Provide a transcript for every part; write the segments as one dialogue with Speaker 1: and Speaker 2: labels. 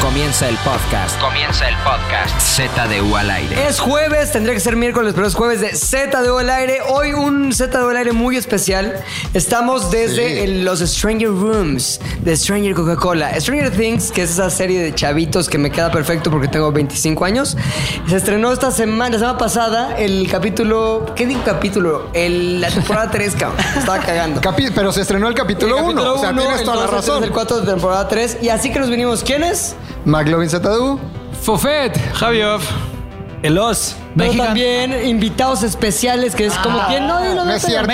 Speaker 1: Comienza el podcast. Comienza el podcast. Z de U al aire.
Speaker 2: Es jueves, tendría que ser miércoles, pero es jueves de Z de U al aire. Hoy un Z de U al aire muy especial. Estamos desde
Speaker 3: Sí.
Speaker 2: el- los Stranger Rooms de Stranger Coca-Cola. Stranger Things, que es esa serie de chavitos que me queda perfecto porque tengo 25 años. Se estrenó esta semana, la semana pasada, el capítulo. ¿Qué digo capítulo? El, la temporada 3, cabrón. Estaba cagando.
Speaker 3: Capi- pero se estrenó el capítulo 1. O sea,
Speaker 2: uno,
Speaker 3: tienes toda la
Speaker 2: el dos, el tres,
Speaker 3: razón.
Speaker 2: El 4 de temporada 3. Y así que nos vinimos. ¿Quiénes?
Speaker 3: McLovin Zatadú.
Speaker 4: Fofet, Javiov, Elos,
Speaker 2: Pero también invitados especiales, que es como quien no, no, no,
Speaker 3: Ah, No es
Speaker 2: no,
Speaker 3: cierto.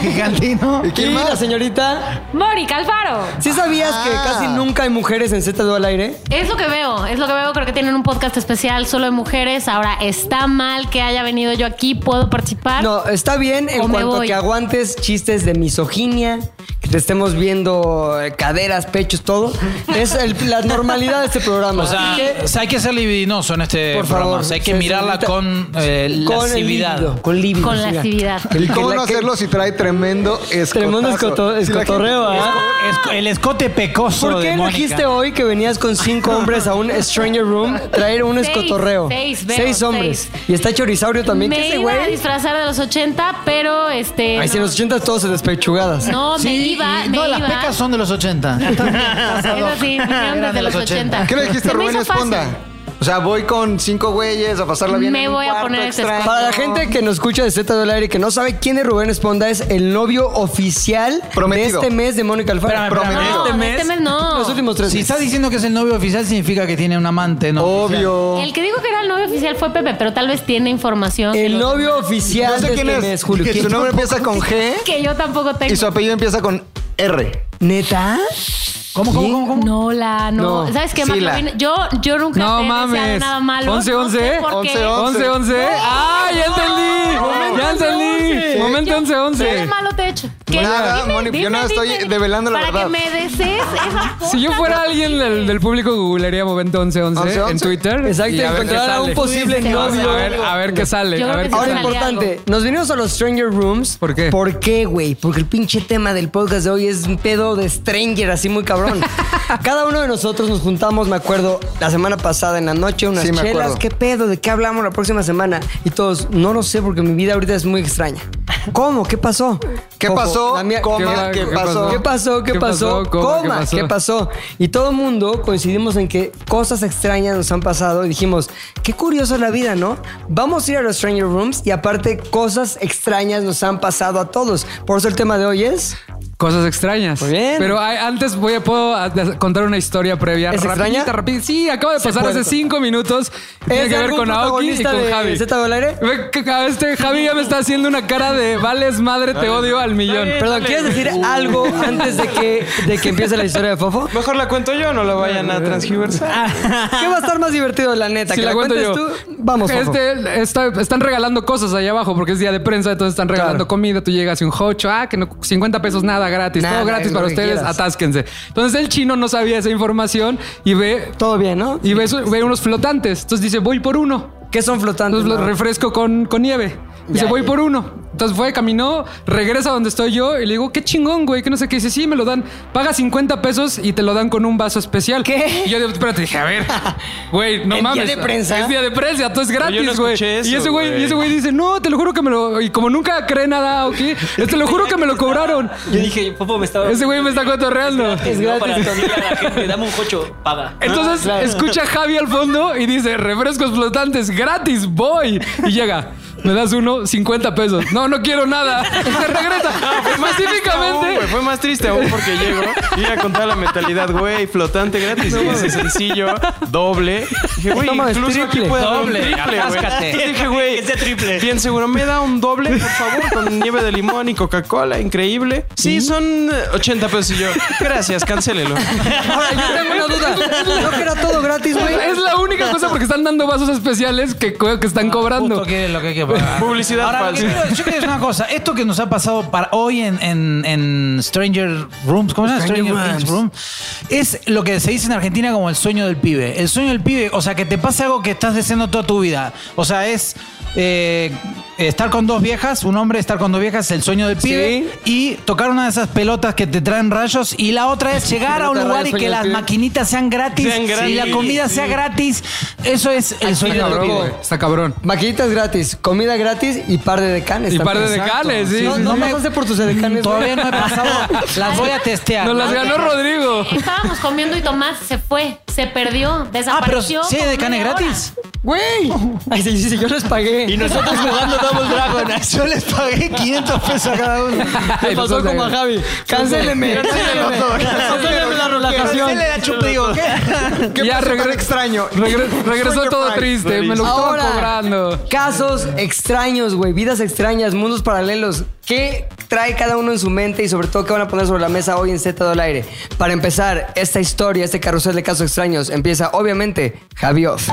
Speaker 4: Gigantino.
Speaker 3: ¿Y
Speaker 2: Y
Speaker 3: quién
Speaker 2: la
Speaker 3: más?
Speaker 2: señorita.
Speaker 5: Mori Calfaro.
Speaker 2: ¿Sí sabías que
Speaker 3: Ah.
Speaker 2: casi nunca hay mujeres en Z2 al aire?
Speaker 5: Es lo que veo, es lo que veo. Creo que tienen un podcast especial solo de mujeres. Ahora está mal que haya venido yo aquí, puedo participar.
Speaker 2: No, está bien en
Speaker 5: Ah. O me
Speaker 2: cuanto
Speaker 5: voy.
Speaker 2: que aguantes chistes de misoginia, que te estemos viendo eh, caderas, pechos, todo. Es el- la normalidad de este programa.
Speaker 4: O sea,
Speaker 2: Así que,
Speaker 4: o sea, hay que ser libidinoso en este
Speaker 2: por
Speaker 4: programa.
Speaker 2: favor.
Speaker 4: O sea, hay que
Speaker 2: se-
Speaker 4: mirarla
Speaker 2: señorita,
Speaker 4: con eh,
Speaker 2: con el
Speaker 4: lascividad.
Speaker 2: líbido, Con líbido,
Speaker 5: Con
Speaker 2: sí, ya.
Speaker 5: lascividad.
Speaker 3: ¿Y
Speaker 2: Que
Speaker 3: cómo
Speaker 2: la-
Speaker 3: no
Speaker 2: que-
Speaker 3: hacerlo si trae tremendo escotazo?
Speaker 2: Tremendo escoto-
Speaker 3: Si la
Speaker 2: escotorreo,
Speaker 3: gente-
Speaker 2: ¿ah?
Speaker 4: Es- el escote pecoso
Speaker 2: ¿Por qué
Speaker 4: de Mónica.
Speaker 2: elegiste hoy que venías con cinco hombres a un Stranger Room traer un
Speaker 5: Seis,
Speaker 2: escotorreo?
Speaker 5: seis, veo,
Speaker 2: hombres.
Speaker 5: seis.
Speaker 2: Y está Chorisaurio también. ¿Qué
Speaker 5: me
Speaker 2: ese
Speaker 5: iba a
Speaker 2: güey?
Speaker 5: disfrazar de los 80, pero este.
Speaker 2: Ahí sí, en los 80 todos se despechugadas.
Speaker 5: No, me
Speaker 6: Sí,
Speaker 5: iba,
Speaker 6: y-
Speaker 5: me
Speaker 6: no,
Speaker 5: iba.
Speaker 6: las pecas son de los 80.
Speaker 5: Eso sí, vinieron desde los 80.
Speaker 3: ¿Qué le dijiste a
Speaker 5: Se me
Speaker 3: Rubén
Speaker 5: hizo fácil.
Speaker 3: Esponda? O sea, voy con cinco güeyes a pasarla bien.
Speaker 5: Me
Speaker 3: en un
Speaker 5: voy a
Speaker 3: cuarto
Speaker 5: poner este ese
Speaker 3: extraño.
Speaker 2: Para la gente que nos escucha de Z del aire y que no sabe quién es Rubén Esponda, es el novio oficial
Speaker 3: Prometido.
Speaker 2: de este mes de Mónica Alfaro.
Speaker 4: Espérame, espérame.
Speaker 5: No, de este mes no.
Speaker 2: Los últimos tres
Speaker 4: Si
Speaker 2: meses.
Speaker 4: está diciendo que es el novio oficial, significa que tiene un amante, ¿no?
Speaker 3: Obvio.
Speaker 5: El que dijo que era el novio oficial fue Pepe, pero tal vez tiene información.
Speaker 2: El novio oficial
Speaker 3: No sé
Speaker 2: de
Speaker 3: quién
Speaker 2: este
Speaker 3: es.
Speaker 2: mes, Julio.
Speaker 3: Que
Speaker 2: ¿Quién?
Speaker 3: su nombre empieza con G
Speaker 5: que yo tampoco tengo.
Speaker 3: y su apellido empieza con R.
Speaker 2: ¿Neta?
Speaker 4: ¿Cómo, cómo, cómo? cómo?
Speaker 5: No, la, no.
Speaker 2: No,
Speaker 5: ¿Sabes qué,
Speaker 3: sí,
Speaker 5: Marco?
Speaker 3: la.
Speaker 5: Yo, yo nunca
Speaker 7: No
Speaker 5: te he deseado
Speaker 7: mames.
Speaker 5: nada malo.
Speaker 7: 11,
Speaker 5: No
Speaker 7: 11,
Speaker 5: sé por qué.
Speaker 3: 11,
Speaker 7: 11, 11. ¡Ah, ya entendí! Ya entendí. Momento
Speaker 5: Yo-
Speaker 7: 11,
Speaker 5: ¿Qué de
Speaker 7: 11.
Speaker 5: malo te he hecho? ¿Qué?
Speaker 3: Nada, Moni, yo nada estoy develando la
Speaker 5: para
Speaker 3: verdad.
Speaker 5: que me desees esas cosas.
Speaker 7: Si yo fuera alguien del, del público, googlearía momento 11, 11
Speaker 3: 11,
Speaker 7: en
Speaker 3: 11.
Speaker 7: Twitter.
Speaker 2: Exacto,
Speaker 7: y a ver qué
Speaker 2: encontrar a un
Speaker 7: sale.
Speaker 2: posible
Speaker 7: A ver-
Speaker 2: novio.
Speaker 7: A ver, a ver qué sale.
Speaker 5: Yo
Speaker 7: A
Speaker 5: creo que
Speaker 7: ver qué
Speaker 5: sí
Speaker 2: Ahora
Speaker 7: sale.
Speaker 5: sale
Speaker 2: importante,
Speaker 5: algo.
Speaker 2: nos vinimos a los Stranger Rooms.
Speaker 7: ¿Por qué?
Speaker 2: ¿Por qué, güey? Porque el pinche tema del podcast de hoy es un pedo de Stranger, así muy cabrón. Cada uno de nosotros nos juntamos, me acuerdo, la semana pasada en la noche, unas
Speaker 3: Sí, me
Speaker 2: chelas.
Speaker 3: acuerdo.
Speaker 2: ¿Qué pedo? ¿De qué hablamos la próxima semana? Y todos, no lo sé porque mi vida ahorita es muy extraña. ¿Cómo? ¿Qué pasó?
Speaker 3: ¿Qué
Speaker 2: Ojo,
Speaker 3: pasó?
Speaker 2: la mía-
Speaker 3: Coma,
Speaker 2: ¿Qué-
Speaker 3: ¿qué pasó?
Speaker 7: ¿Qué pasó?
Speaker 2: ¿Qué pasó? ¿Qué,
Speaker 7: ¿Qué
Speaker 2: pasó?
Speaker 7: pasó?
Speaker 2: Coma,
Speaker 7: Coma, ¿qué pasó?
Speaker 2: ¿qué pasó? Y todo el mundo coincidimos en que cosas extrañas nos han pasado y dijimos, qué curiosa es la vida, ¿no? Vamos a ir a los Stranger Rooms y aparte cosas extrañas nos han pasado a todos. Por eso el tema de hoy es...
Speaker 7: Cosas extrañas.
Speaker 2: Muy bien.
Speaker 7: Pero hay- antes voy a, puedo a- de- contar una historia previa.
Speaker 2: ¿Es
Speaker 7: rapidita,
Speaker 2: extraña?
Speaker 7: rapidita. Sí, acaba de
Speaker 2: Se
Speaker 7: pasar
Speaker 2: puede.
Speaker 7: hace cinco minutos.
Speaker 2: ¿Es
Speaker 7: Tiene que ver
Speaker 2: algún
Speaker 7: con Aoki y
Speaker 2: protagonista
Speaker 7: con
Speaker 2: de
Speaker 7: Javi.
Speaker 2: Zeta del Aire?
Speaker 7: Ve que a Este Javi ya me está haciendo una cara de vales madre, te odio al millón.
Speaker 2: Perdón, ¿quieres decir
Speaker 7: Uh.
Speaker 2: algo antes de que, de que empiece la historia de Fofo?
Speaker 4: Mejor la cuento yo, no la vayan a transgiversar.
Speaker 2: ¿Qué va a estar más divertido, la neta?
Speaker 7: Si
Speaker 2: ¿Que
Speaker 7: la
Speaker 2: la
Speaker 7: cuento
Speaker 2: cuentes
Speaker 7: yo.
Speaker 2: tú? Vamos, Fofo.
Speaker 7: Este, está- están regalando cosas allá abajo porque es día de prensa, entonces están regalando
Speaker 2: Claro.
Speaker 7: comida. Tú llegas y un hocho, ah, que no, 50 pesos nada gratis,
Speaker 2: Nada,
Speaker 7: todo
Speaker 2: es
Speaker 7: gratis
Speaker 2: lo
Speaker 7: para
Speaker 2: que
Speaker 7: ustedes,
Speaker 2: quieras.
Speaker 7: atásquense. Entonces el chino no sabía esa información y ve,
Speaker 2: Todo bien, ¿no?
Speaker 7: y ve, su- ve unos flotantes. Entonces dice, voy por uno.
Speaker 2: ¿Qué son flotantes?
Speaker 7: Entonces lo
Speaker 2: no?
Speaker 7: refresco con, con nieve. Dice,
Speaker 2: Ya,
Speaker 7: voy
Speaker 2: ya.
Speaker 7: por uno. Entonces fue, caminó, regresa donde estoy yo y le digo, qué chingón, güey, que no sé qué. Dice, sí, me lo dan. Paga 50 pesos y te lo dan con un vaso especial.
Speaker 2: ¿Qué?
Speaker 7: Y yo, de- espérate, dije, a ver, güey, no
Speaker 2: ¿En día
Speaker 7: mames.
Speaker 2: de prensa?
Speaker 7: Es día de prensa, todo es
Speaker 4: yo no
Speaker 7: gratis, güey.
Speaker 4: escuché
Speaker 7: y
Speaker 4: eso,
Speaker 7: ese güey,
Speaker 4: güey.
Speaker 7: y ese güey dice, no, te lo juro que me lo. Y como nunca cree nada, ¿ok? Te lo juro que me lo cobraron.
Speaker 8: Yo dije, Popo me estaba.
Speaker 7: Ese güey me está cotorreando.
Speaker 8: Es gratis. Para decirle a la gente, dame un cocho, paga.
Speaker 2: Ah,
Speaker 7: Entonces escucha a Javi al fondo y dice, refrescos flotantes, gratis, voy. Y llega, me das uno, 50 pesos. No, no quiero nada. Se regresa.
Speaker 2: pues,
Speaker 7: Específicamente.
Speaker 4: fue más triste aún porque llegó y a contar la mentalidad, güey, flotante gratis, sencillo, doble. Dije, güey,
Speaker 2: No mames, incluso aquí triple. puede
Speaker 4: dar un triple, güey. Dije, güey,
Speaker 8: Que sea triple.
Speaker 4: Bien seguro, me da un doble, por favor, con nieve de limón y Coca-Cola, increíble. Sí, son eh, 80 pesos y yo. Gracias, cancélelo.
Speaker 2: Ahora, yo tengo una duda. ¿No que era todo gratis, güey?
Speaker 7: Es la única cosa porque están dando vasos especiales que, co- que
Speaker 2: Ah,
Speaker 7: están cobrando.
Speaker 6: Justo que es lo que hay que pagar.
Speaker 4: Publicidad
Speaker 6: Ahora,
Speaker 4: falsa.
Speaker 6: lo que quiero- yo quiero decir una cosa. Esto que nos ha pasado para hoy en, en- en Stranger Rooms, ¿cómo se llama? Stranger, Things Room, es lo que se dice en Argentina como el sueño del pibe. El sueño del pibe, o sea, que te pase algo que estás deseando toda tu vida. O sea, es eh, estar con dos viejas, un hombre estar con dos viejas, el sueño del pibe, y tocar una de esas pelotas que te traen rayos, y la otra es llegar a un
Speaker 2: Pelota,
Speaker 6: lugar y
Speaker 2: rayos,
Speaker 6: que
Speaker 2: sueño
Speaker 6: las
Speaker 2: del pibe.
Speaker 6: maquinitas sean gratis,
Speaker 8: Sean gratis,
Speaker 6: y la comida sea gratis. Eso es el sueño del pibe.
Speaker 2: Loco.
Speaker 7: Está cabrón.
Speaker 2: Maquinitas gratis, comida gratis y par de decanes.
Speaker 7: Y par de
Speaker 2: también.
Speaker 7: decanes, sí.
Speaker 2: No,
Speaker 7: sí,
Speaker 2: no
Speaker 7: sí.
Speaker 2: me pasaste por tus decanes.
Speaker 6: Mm, Todavía no
Speaker 2: güey.
Speaker 6: he pasado. Las voy a testear.
Speaker 7: Nos las ganó Rodrigo.
Speaker 5: Estábamos comiendo y Tomás se fue, se perdió,
Speaker 6: Ah, pero
Speaker 5: desapareció.
Speaker 6: sí,
Speaker 5: como
Speaker 6: de cane
Speaker 5: media hora.
Speaker 6: gratis.
Speaker 2: Güey. Ay, sí, sí, sí, yo les pagué.
Speaker 9: Y nosotros jugando Double Dragon.
Speaker 6: Yo les pagué 500 pesos a cada uno.
Speaker 2: ¿Qué pasó como a Javi? Cancéleme. Cancéleme Cancéleme la relajación.
Speaker 6: la chupigo.
Speaker 10: ¿Qué ya
Speaker 7: Ya
Speaker 10: pasó tan
Speaker 7: regre-
Speaker 10: extraño?
Speaker 7: Regre- regresó
Speaker 10: Sueño
Speaker 7: todo
Speaker 10: Prime.
Speaker 7: triste. Me lo estaban
Speaker 2: Ahora,
Speaker 7: cobrando.
Speaker 2: casos extraños, güey, vidas extrañas, mundos paralelos. ¿Qué trae cada uno en su mente y sobre todo qué van a poner sobre la mesa hoy en Z del Aire? Para empezar, esta historia, este carrusel de casos extraños, empieza obviamente Javi Off.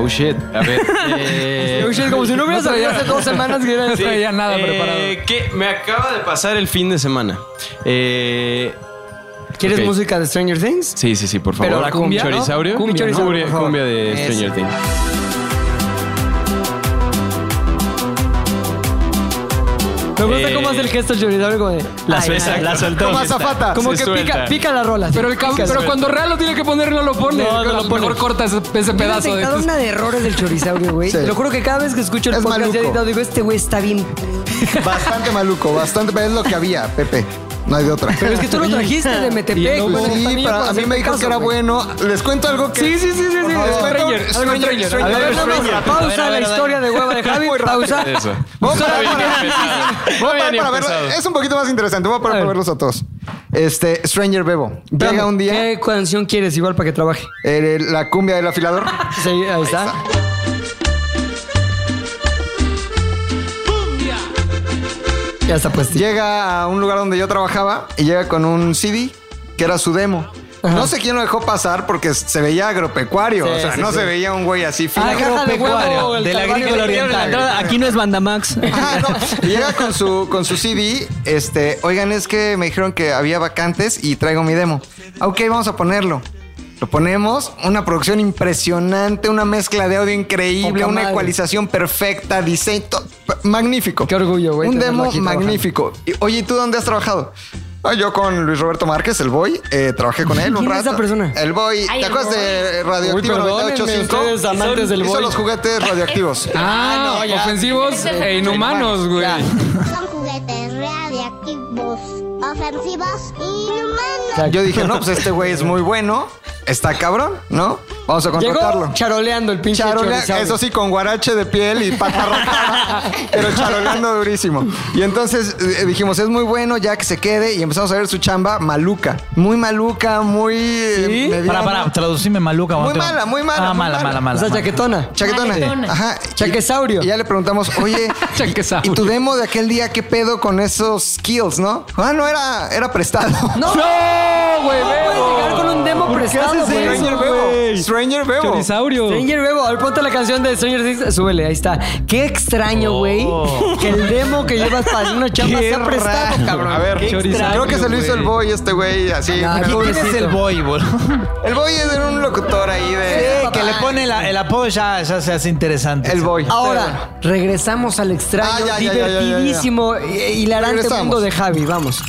Speaker 8: Oh shit. A ver. eh,
Speaker 2: como si no hubieras salido hace dos semanas que
Speaker 7: No traía nada
Speaker 8: eh,
Speaker 7: preparado.
Speaker 8: ¿qué? Me acaba de pasar el fin de semana. Eh,
Speaker 2: ¿Quieres
Speaker 8: Ok.
Speaker 2: música de Stranger Things?
Speaker 8: sí, sí, sí, por favor.
Speaker 2: Pero la cumbia, ¿no?
Speaker 8: Chorisaurio.
Speaker 2: Cumbia, chorisaurio, por favor.
Speaker 8: cumbia de
Speaker 2: Eso.
Speaker 8: Stranger Things.
Speaker 2: Me gusta
Speaker 8: Eh,
Speaker 2: cómo hace el gesto chorizado como de...
Speaker 8: La
Speaker 2: Ay,
Speaker 8: suelta,
Speaker 2: ay.
Speaker 8: la soltó.
Speaker 10: Como azafata.
Speaker 2: Como
Speaker 8: Se
Speaker 2: que pica,
Speaker 8: suelta.
Speaker 2: pica la rola.
Speaker 7: Pero, el cab- pero cuando Real lo tiene que poner, no lo pone.
Speaker 2: No, no lo
Speaker 7: Mejor
Speaker 2: pone.
Speaker 7: corta ese, ese
Speaker 2: Yo he
Speaker 7: pedazo de. este
Speaker 2: detectado una de errores del chorizaurio, güey.
Speaker 10: Sí.
Speaker 2: Te lo juro que cada vez que escucho el
Speaker 10: Es
Speaker 2: podcast ya
Speaker 10: maluco.
Speaker 2: editado, digo, este güey está bien.
Speaker 10: Bastante maluco, bastante, pero es lo que había, Pepe. No hay de otra.
Speaker 2: Pero es que tú lo trajiste de Metepec,
Speaker 10: Pues
Speaker 2: güey.
Speaker 10: sí, pero a mí me dijo que era bueno. Les cuento algo que.
Speaker 7: Sí, sí, sí, sí. sí.
Speaker 10: favor.
Speaker 7: Stranger,
Speaker 10: Stranger,
Speaker 7: algo
Speaker 10: Stranger,
Speaker 7: Stranger.
Speaker 10: Stranger.
Speaker 2: A ver,
Speaker 10: Stranger.
Speaker 2: nada más, pausa la historia de hueva de Javi, pausa.
Speaker 8: Eso.
Speaker 10: Vamos
Speaker 8: No
Speaker 10: para-
Speaker 8: había ni
Speaker 10: para-
Speaker 8: empezado.
Speaker 10: Voy
Speaker 8: No
Speaker 10: a
Speaker 8: había
Speaker 10: parar
Speaker 8: ni
Speaker 10: para verlo.
Speaker 8: empezado.
Speaker 10: Es un poquito más interesante. Voy a parar
Speaker 2: A
Speaker 10: para
Speaker 2: ver.
Speaker 10: verlos a todos. Este, Stranger Bebo. Llega un día
Speaker 2: ¿Qué canción quieres igual para que trabaje?
Speaker 10: eh, la cumbia del afilador.
Speaker 2: Sí, ahí está. Ya está pues.
Speaker 10: Llega a un lugar donde yo trabajaba y llega con un CD que era su demo.
Speaker 2: Ajá.
Speaker 10: No sé quién lo dejó pasar porque se veía agropecuario.
Speaker 2: Sí,
Speaker 10: o sea,
Speaker 2: sí,
Speaker 10: no
Speaker 2: sí.
Speaker 10: se veía un güey así fino.
Speaker 2: Ah, caja de huevo, el
Speaker 6: de la
Speaker 2: calvario de
Speaker 6: agrícola oriental.
Speaker 2: la entrada.
Speaker 9: Aquí no es Banda Max.
Speaker 2: Ah,
Speaker 10: Ajá, no. Y Llega con su, con su CD. Este, oigan, es que me dijeron que había vacantes y traigo mi demo. Ah, Ok, vamos a ponerlo. Lo ponemos, una producción impresionante, una mezcla de audio increíble,
Speaker 2: Poca
Speaker 10: una
Speaker 2: madre.
Speaker 10: ecualización perfecta, diseño to- p- magnífico.
Speaker 2: Qué orgullo, güey,
Speaker 10: Un
Speaker 2: tenerlo
Speaker 10: demo
Speaker 2: aquí trabajando.
Speaker 10: magnífico. Y, oye, ¿y tú dónde has trabajado? Ah, yo con Luis Roberto Márquez, el Boy, eh, trabajé con él un
Speaker 2: ¿Quién es
Speaker 10: rato.
Speaker 2: esa persona?
Speaker 10: El Boy,
Speaker 5: Ay,
Speaker 10: ¿te
Speaker 5: el
Speaker 10: acuerdas
Speaker 5: Boy.
Speaker 10: de
Speaker 2: Uy,
Speaker 10: Radioactivo
Speaker 2: perdónenme
Speaker 10: 985?
Speaker 2: ustedes amantes del
Speaker 10: Hizo
Speaker 2: boy.
Speaker 10: los juguetes radioactivos.
Speaker 7: Ah, ofensivos e inhumanos, güey.
Speaker 4: Son juguetes radiactivos, ofensivos y inhumanos.
Speaker 10: Yo dije, no, pues este güey es muy bueno, está cabrón, ¿no? Vamos a contratarlo.
Speaker 2: Llegó charoleando el pinche
Speaker 10: Charolea,
Speaker 2: chorizaurio.
Speaker 10: eso sí, con guarache de piel y pata rota, pero charoleando durísimo. Y entonces eh, dijimos, es muy bueno, ya que se quede, y empezamos a ver su chamba maluca. Muy maluca, muy... eh, mediana.
Speaker 6: Para, para, traducime maluca.
Speaker 10: Muy
Speaker 6: Mateo.
Speaker 10: mala, muy mala,
Speaker 6: Ah,
Speaker 10: muy
Speaker 6: mala,
Speaker 10: mala.
Speaker 6: mala,
Speaker 2: O
Speaker 6: mala.
Speaker 2: sea,
Speaker 6: mala.
Speaker 2: chaquetona.
Speaker 10: Chaquetona.
Speaker 5: Chaquetona.
Speaker 10: Ajá.
Speaker 2: Chaquesaurio.
Speaker 10: Y ya le preguntamos, oye,
Speaker 7: Chaquesaurio.
Speaker 10: ¿y tu demo de aquel día qué pedo con esos skills, no? Ah, no, era, era prestado.
Speaker 2: No,
Speaker 7: ¡No, güey,
Speaker 2: puedes llegar
Speaker 7: Bebo!
Speaker 2: con un demo prestado,
Speaker 10: haces
Speaker 2: güey.
Speaker 10: Stranger Bebo. Stranger Bebo.
Speaker 7: Chorisaurio.
Speaker 2: Stranger Bebo, a ver, ponte la canción de Stranger Things, súbele, ahí está. Qué extraño, güey, que el demo que llevas para una chamba
Speaker 10: Qué
Speaker 2: sea prestado,
Speaker 10: raro.
Speaker 2: cabrón.
Speaker 10: A ver, creo que se lo hizo el boy este güey así.
Speaker 2: Ah,
Speaker 10: El
Speaker 2: ¿quién
Speaker 10: boy-
Speaker 6: ¿Quién es el boy, boludo? Eh,
Speaker 10: el boy es un locutor ahí de...
Speaker 6: que le pone la- el apodo ya, ya se hace interesante.
Speaker 10: El boy.
Speaker 2: Ahora, regresamos al extraño,
Speaker 10: Ah, ya, ya, ya, ya, ya.
Speaker 2: divertidísimo, eh, hilarante
Speaker 10: Regresamos.
Speaker 2: mundo de Javi, vamos.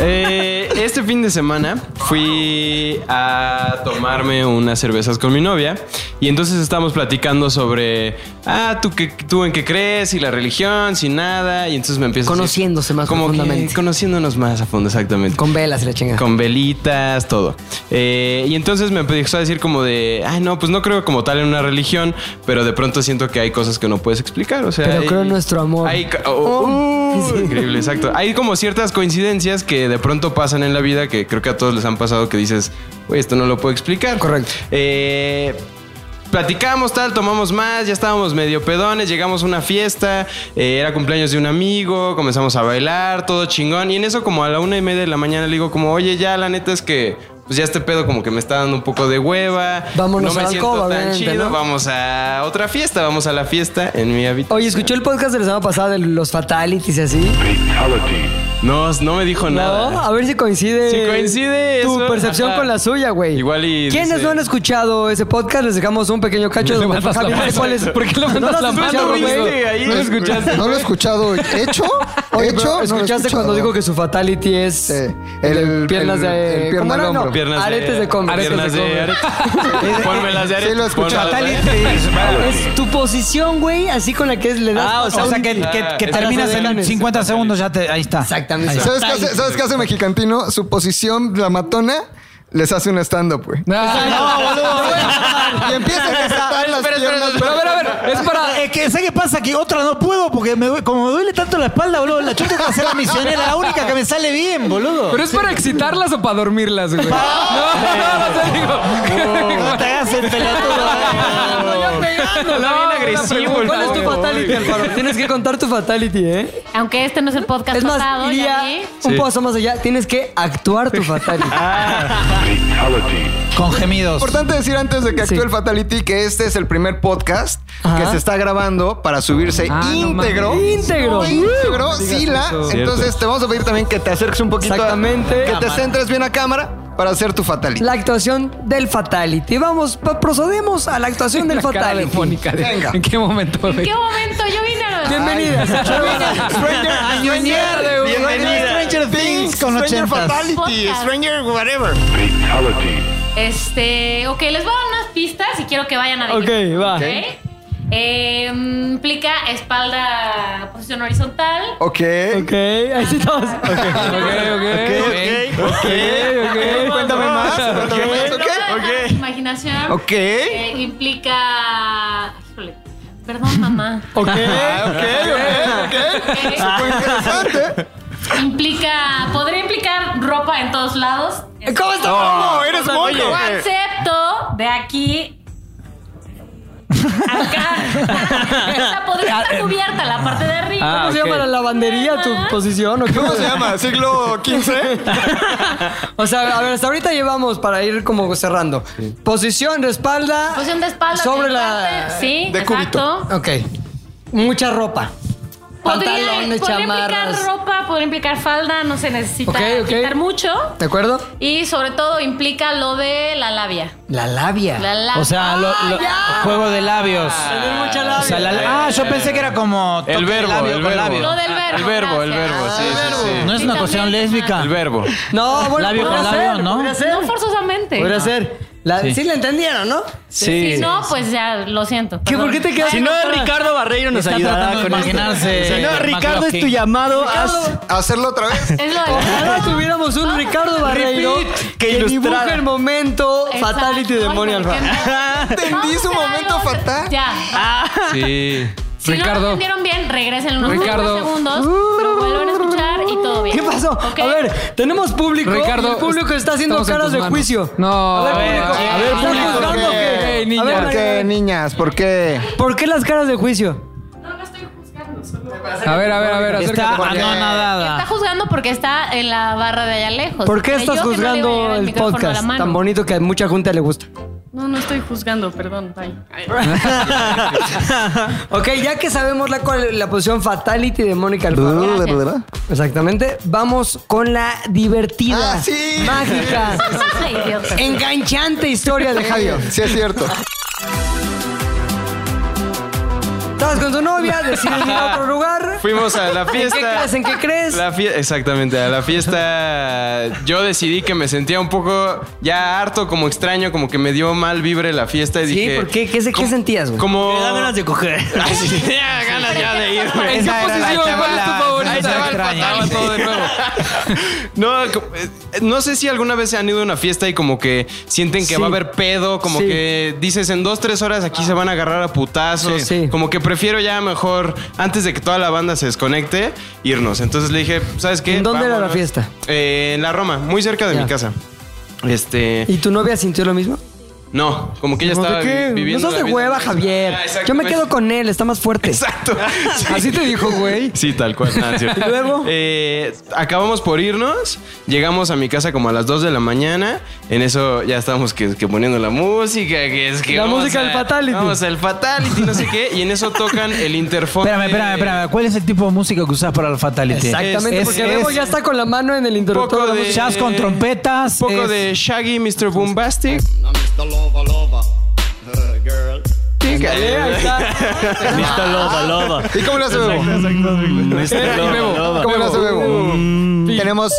Speaker 8: Eh, este fin de semana fui a tomarme unas cervezas con mi novia y entonces estábamos platicando sobre, ah, ¿tú, qué, tú en qué crees y la religión, si nada, y entonces me empiezo a decir-
Speaker 2: Conociéndose más
Speaker 8: como que
Speaker 2: profundamente.
Speaker 8: conociéndonos más a fondo, exactamente.
Speaker 2: Con velas y la chingada.
Speaker 8: Con velitas, todo. Eh, y entonces me empezó a decir como de, ay, no, pues no creo como tal en una religión, pero de pronto siento que hay cosas que no puedes explicar, o sea...
Speaker 2: Pero
Speaker 8: hay-
Speaker 2: creo en nuestro amor.
Speaker 8: hay ca- oh, uh, increíble, exacto. Hay como ciertas coincidencias que de pronto pasan en la vida que creo que a todos les han pasado que dices, güey, esto no lo puedo explicar.
Speaker 2: Correcto.
Speaker 8: Eh, Platicamos tal, tomamos más, ya estábamos medio pedones, llegamos a una fiesta, eh, era cumpleaños de un amigo, comenzamos a bailar, todo chingón. Y en eso como a la una y media de la mañana le digo como, oye, ya la neta es que pues ya este pedo como que me está dando un poco de hueva.
Speaker 2: Vámonos a
Speaker 8: no me
Speaker 2: la
Speaker 8: siento
Speaker 2: alcoba,
Speaker 8: tan
Speaker 2: obviamente,
Speaker 8: chido,
Speaker 2: ¿no?
Speaker 8: vamos a otra fiesta, vamos a la fiesta en mi habitación.
Speaker 2: Oye, escuchó el podcast de la semana pasada de los fatalities y así.
Speaker 4: No, no me dijo
Speaker 2: No,
Speaker 4: nada.
Speaker 2: a ver si coincide.
Speaker 4: Si coincide
Speaker 2: Tu
Speaker 4: eso,
Speaker 2: percepción
Speaker 4: ajá.
Speaker 2: con la suya, güey.
Speaker 4: Igual y
Speaker 2: Quienes
Speaker 4: dice-
Speaker 2: no han escuchado ese podcast, les dejamos un pequeño cacho
Speaker 7: Le
Speaker 2: donde
Speaker 7: levantas la
Speaker 2: Javi dice
Speaker 7: mano.
Speaker 2: cuál es-
Speaker 7: ¿Por qué le levantas
Speaker 2: no lo has
Speaker 7: la mano,
Speaker 2: escuchado,
Speaker 7: güey?
Speaker 2: güey?
Speaker 4: Viste, ahí.
Speaker 10: No lo escuchaste. No lo he escuchado. ¿Hecho?
Speaker 2: Oye, pero
Speaker 10: ¿Hecho? No lo he
Speaker 2: ¿Escuchaste
Speaker 10: escuchado.
Speaker 2: cuando dijo que su fatality es
Speaker 10: Sí.
Speaker 2: el,
Speaker 10: El-
Speaker 2: piernas
Speaker 10: el-
Speaker 2: de
Speaker 10: el pierna
Speaker 2: ¿cómo
Speaker 10: al
Speaker 2: era? No,
Speaker 10: hombro.
Speaker 4: Piernas
Speaker 2: aretes de,
Speaker 4: de
Speaker 2: comer.
Speaker 4: Piernas de aretes. Ponme las de aretes.
Speaker 10: Sí, lo escuché.
Speaker 4: Ponlas,
Speaker 10: Fatal
Speaker 4: ¿eh?
Speaker 2: Es tu posición, güey, así con la que le das.
Speaker 8: Ah, o sea,
Speaker 2: a
Speaker 6: O
Speaker 2: un-
Speaker 6: sea, que, que- que
Speaker 4: Ah,
Speaker 6: terminas en
Speaker 2: exactamente.
Speaker 6: 50 segundos, ya te, ahí está.
Speaker 2: Exactamente.
Speaker 6: Ahí está.
Speaker 10: ¿Sabes qué hace, ¿sabes qué hace Mexicantino? Su posición, la matona, les hace un stand-up, güey.
Speaker 7: Ah,
Speaker 10: Y empieza a resaltar las piernas.
Speaker 7: Pero a ver, a ver, es para.
Speaker 6: Es que, ¿sabes qué pasa? Que otra no puedo, porque me due- como me duele tanto la espalda, boludo, la chuta que hacer la misionera, la única que me sale bien, boludo.
Speaker 7: Pero es para excitarlas o para dormirlas, güey. No, no te
Speaker 8: Eh,
Speaker 7: digo.
Speaker 6: No te hagas el pelotudo. eh,
Speaker 7: Ya pegándola,
Speaker 4: No,
Speaker 7: bien
Speaker 4: una
Speaker 7: agresivo,
Speaker 4: pregunta,
Speaker 2: ¿Cuál es tu fatality, Alfaro? Tienes que contar tu fatality, ¿eh?
Speaker 5: Aunque este no es el podcast
Speaker 2: Es más,
Speaker 5: pasado, ya
Speaker 2: iría
Speaker 5: vi.
Speaker 2: un paso más allá. Tienes que actuar tu fatality.
Speaker 6: Con gemidos.
Speaker 10: Importante decir antes de que actúe
Speaker 2: Sí.
Speaker 10: el Fatality que este es el primer podcast
Speaker 2: Ajá.
Speaker 10: que se está grabando para subirse
Speaker 7: Ah, no
Speaker 10: íntegro.
Speaker 7: mames.
Speaker 2: Íntegro.
Speaker 10: Íntegro, Sila. Entonces
Speaker 4: Cierto.
Speaker 10: te vamos a pedir también que te acerques un poquito. a-
Speaker 2: Exactamente.
Speaker 10: que te centres bien a cámara para hacer tu Fatality.
Speaker 2: La actuación del fatality. Vamos, pa- procedemos a la actuación del
Speaker 7: La cara de
Speaker 2: fatality.
Speaker 7: Mónica, de-
Speaker 10: Venga.
Speaker 7: ¿En qué momento, güey?
Speaker 5: ¿En qué momento? Yo vine a...
Speaker 2: Bienvenidas.
Speaker 7: Mierda, güey.
Speaker 10: Stranger Things con Stranger Fatality.
Speaker 5: Podcast.
Speaker 10: Stranger whatever.
Speaker 5: Este, ok, les voy a dar unas pistas y quiero que vayan a
Speaker 2: Ok, va.
Speaker 5: Ok. Eh, mm, implica espalda, posición horizontal.
Speaker 10: Ok.
Speaker 2: Ok, ahí sí estamos.
Speaker 7: Ok, ok, ok. Ok, ok.
Speaker 10: Cuéntame más. Cuéntame más.
Speaker 5: No
Speaker 10: Ok.
Speaker 5: puedo dejar mi Imaginación.
Speaker 10: Ok.
Speaker 5: Eh, implica. Híjole. Perdón, mamá.
Speaker 2: Ok.
Speaker 10: Ah,
Speaker 5: Eh,
Speaker 10: Interesante.
Speaker 5: implica. Podría implicar ropa en todos lados.
Speaker 10: Eh,
Speaker 2: ¿Cómo estás?
Speaker 8: Ah,
Speaker 10: No, Oh, eres
Speaker 5: Oye.
Speaker 10: mono.
Speaker 5: Concepto de aquí. Acá. o sea, podría
Speaker 10: Ah, eh.
Speaker 5: estar cubierta la parte de arriba.
Speaker 2: ¿Cómo se llama la lavandería tu posición? ¿o qué?
Speaker 10: ¿Cómo se llama? ¿Siglo XV?
Speaker 2: O sea, a ver, hasta ahorita llevamos para ir como cerrando. Posición de espalda.
Speaker 5: Posición de espalda.
Speaker 2: Sobre
Speaker 5: de
Speaker 2: la.
Speaker 5: parte, Sí,
Speaker 10: de cúbito.
Speaker 5: exacto.
Speaker 2: Ok. Mucha ropa. Pantalones,
Speaker 5: podría
Speaker 2: chamarras.
Speaker 5: implicar ropa, podría implicar falda, no se necesita
Speaker 2: Ok, ok.
Speaker 5: quitar mucho.
Speaker 2: ¿De acuerdo?
Speaker 5: Y sobre todo implica lo de la labia.
Speaker 2: La labia.
Speaker 5: La labia.
Speaker 6: O sea, lo-
Speaker 5: ¡Ah,
Speaker 6: lo- juego de labios.
Speaker 2: Tener mucha labia.
Speaker 6: O sea, la- la- ah, yo pensé que era como toque
Speaker 4: El
Speaker 6: de
Speaker 4: verbo,
Speaker 6: labio
Speaker 4: el
Speaker 6: con
Speaker 4: verbo.
Speaker 6: labio.
Speaker 5: Lo del verbo.
Speaker 4: El verbo, el
Speaker 5: gracias.
Speaker 4: verbo, sí, sí,
Speaker 6: No
Speaker 4: sí.
Speaker 6: es una
Speaker 5: Sí,
Speaker 6: cuestión
Speaker 5: también,
Speaker 6: lésbica.
Speaker 4: El verbo.
Speaker 2: No, bueno,
Speaker 6: Labio
Speaker 2: podría
Speaker 6: con
Speaker 2: ser,
Speaker 6: labio, ¿no?
Speaker 2: Podría ser.
Speaker 5: No forzosamente.
Speaker 2: Podría ser. La- sí.
Speaker 6: Sí.
Speaker 2: la entendieron, ¿no?
Speaker 8: Sí.
Speaker 5: Si no, pues ya lo siento.
Speaker 2: ¿Qué, ¿Por qué te quedas?
Speaker 8: Si no, Ricardo Barreiro nos
Speaker 6: Está
Speaker 8: ayudará
Speaker 6: tratando de
Speaker 8: con esto.
Speaker 6: imaginarse
Speaker 8: Si no,
Speaker 6: el
Speaker 8: Ricardo es tu
Speaker 6: McLaughlin.
Speaker 8: llamado. haz-
Speaker 10: Hacerlo otra vez.
Speaker 5: Es lo de
Speaker 2: Ojalá Ah, tuviéramos un Ricardo Barreiro
Speaker 8: Ah,
Speaker 2: que
Speaker 8: que
Speaker 2: dibuja
Speaker 8: ilustrara.
Speaker 2: el momento
Speaker 5: Exacto.
Speaker 2: Fatality de
Speaker 5: Ay,
Speaker 2: Moni
Speaker 5: ¿por qué
Speaker 2: Alfaro.
Speaker 5: no?
Speaker 10: Entendí
Speaker 5: Vamos
Speaker 10: su
Speaker 5: a hacer
Speaker 10: momento
Speaker 5: algo.
Speaker 10: fatal.
Speaker 5: Ya.
Speaker 2: Ah.
Speaker 4: Sí.
Speaker 5: Si no
Speaker 7: Ricardo.
Speaker 5: lo entendieron bien, regresen unos
Speaker 7: Ricardo.
Speaker 5: segundos, lo vuelven a escuchar y todo bien.
Speaker 2: Uh. ¿Qué pasó?
Speaker 5: ¿Ok?
Speaker 2: A ver, tenemos público.
Speaker 7: Ricardo,
Speaker 2: y el público está haciendo
Speaker 7: estamos en
Speaker 2: caras
Speaker 7: tus
Speaker 2: de
Speaker 7: manos.
Speaker 2: juicio.
Speaker 7: No.
Speaker 2: A ver, público.
Speaker 7: A
Speaker 2: A ver,
Speaker 10: público,
Speaker 2: ¿están juzgando o
Speaker 10: ¿qué?
Speaker 2: qué?
Speaker 7: Ey, niña.
Speaker 2: A ver,
Speaker 10: ¿Por qué, niñas? ¿Por qué?
Speaker 2: ¿Por qué las caras de juicio?
Speaker 7: A ver, a ver, a ver,
Speaker 2: Ah,
Speaker 6: Está
Speaker 7: acércate.
Speaker 5: Está
Speaker 6: anonadada.
Speaker 5: juzgando porque está en la barra de allá lejos.
Speaker 2: ¿Por qué
Speaker 5: Pero
Speaker 2: estás
Speaker 5: yo que no le iba a
Speaker 2: juzgando
Speaker 5: llevar
Speaker 2: el
Speaker 5: micrófono a la
Speaker 2: podcast
Speaker 5: mano.
Speaker 2: tan bonito que a mucha gente le gusta?
Speaker 5: No, no estoy juzgando, perdón. bye.
Speaker 2: Ok, ya que sabemos la, cual- la posición Fatality de Mónica Alfaro.
Speaker 10: ¿Verdad?
Speaker 2: Exactamente. Vamos con la divertida,
Speaker 10: Ah, sí.
Speaker 2: mágica,
Speaker 5: Ay, idiota.
Speaker 2: enganchante historia de Javier.
Speaker 10: Sí, es cierto.
Speaker 2: Estabas con tu novia, decides ir a otro lugar.
Speaker 4: Fuimos a la
Speaker 2: ¿En
Speaker 4: fiesta.
Speaker 2: qué crees? ¿En qué crees?
Speaker 4: La fie- exactamente, a la fiesta yo decidí que me sentía un poco ya harto, como extraño, como que me dio mal vibre la fiesta y
Speaker 2: Sí,
Speaker 4: dije...
Speaker 2: ¿por qué? ¿Qué, se- qué sentías, güey?
Speaker 4: Como...
Speaker 8: Me da ganas de coger.
Speaker 4: Ay, sí, ya, ganas ya de irme.
Speaker 7: ¿En qué
Speaker 6: Esa era la-
Speaker 7: posición?
Speaker 6: ahí
Speaker 7: ¿Cuál es tu
Speaker 6: estaba la-
Speaker 7: favorita?
Speaker 6: ahí estaba el
Speaker 4: Estaba
Speaker 6: fatal.
Speaker 4: todo de nuevo. No, co- eh, no sé si alguna vez se han ido a una fiesta y como que sienten que
Speaker 2: Sí.
Speaker 4: va a haber pedo, como
Speaker 2: Sí.
Speaker 4: que dices en dos, tres horas aquí se van a agarrar a putazos.
Speaker 2: Sí. Sí.
Speaker 4: Como que prefiero ya mejor, antes de que toda la banda se desconecte, irnos. Entonces le dije, ¿sabes qué?
Speaker 2: ¿En dónde era la fiesta?
Speaker 4: Eh, en la Roma, muy cerca de
Speaker 2: Ya.
Speaker 4: mi casa. Este.
Speaker 2: ¿Y tu novia sintió lo mismo?
Speaker 7: No, como que ella estaba vi-
Speaker 2: No
Speaker 7: viviendo.
Speaker 2: sos de
Speaker 7: la vida.
Speaker 2: hueva, Javier.
Speaker 7: Ah, exacto,
Speaker 2: Yo me
Speaker 4: pues.
Speaker 7: güey.
Speaker 2: quedo con él, está más fuerte.
Speaker 7: Exacto. Sí.
Speaker 2: Así te dijo, güey.
Speaker 7: Sí, tal cual. nada, es cierto.
Speaker 2: ¿Y luego?
Speaker 7: Eh, acabamos por irnos. Llegamos a mi casa como a las 2 de la mañana. En eso ya estábamos que, que poniendo la música. Que es que
Speaker 2: La
Speaker 7: vamos
Speaker 2: música
Speaker 7: a-
Speaker 2: del Fatality.
Speaker 7: Vamos al Fatality, no sé qué. Y en eso tocan el interfón.
Speaker 6: Espérame,
Speaker 7: de-
Speaker 6: espérame, espérame. ¿Cuál es el tipo de música que usas para el Fatality?
Speaker 2: Exactamente,
Speaker 6: Es-
Speaker 2: porque
Speaker 6: es-
Speaker 2: Bebo ya está con la mano en el interruptor.
Speaker 7: Poco de-
Speaker 6: Jazz con trompetas.
Speaker 7: Un poco
Speaker 6: es-
Speaker 7: de Shaggy, Mr. Boombastic.
Speaker 2: Ahí está.
Speaker 11: Mr. Loba, Loba.
Speaker 10: ¿Y cómo le hace Bebo?
Speaker 11: Mr. Loba, Loba.
Speaker 10: ¿Cómo le hace Bebo? Tenemos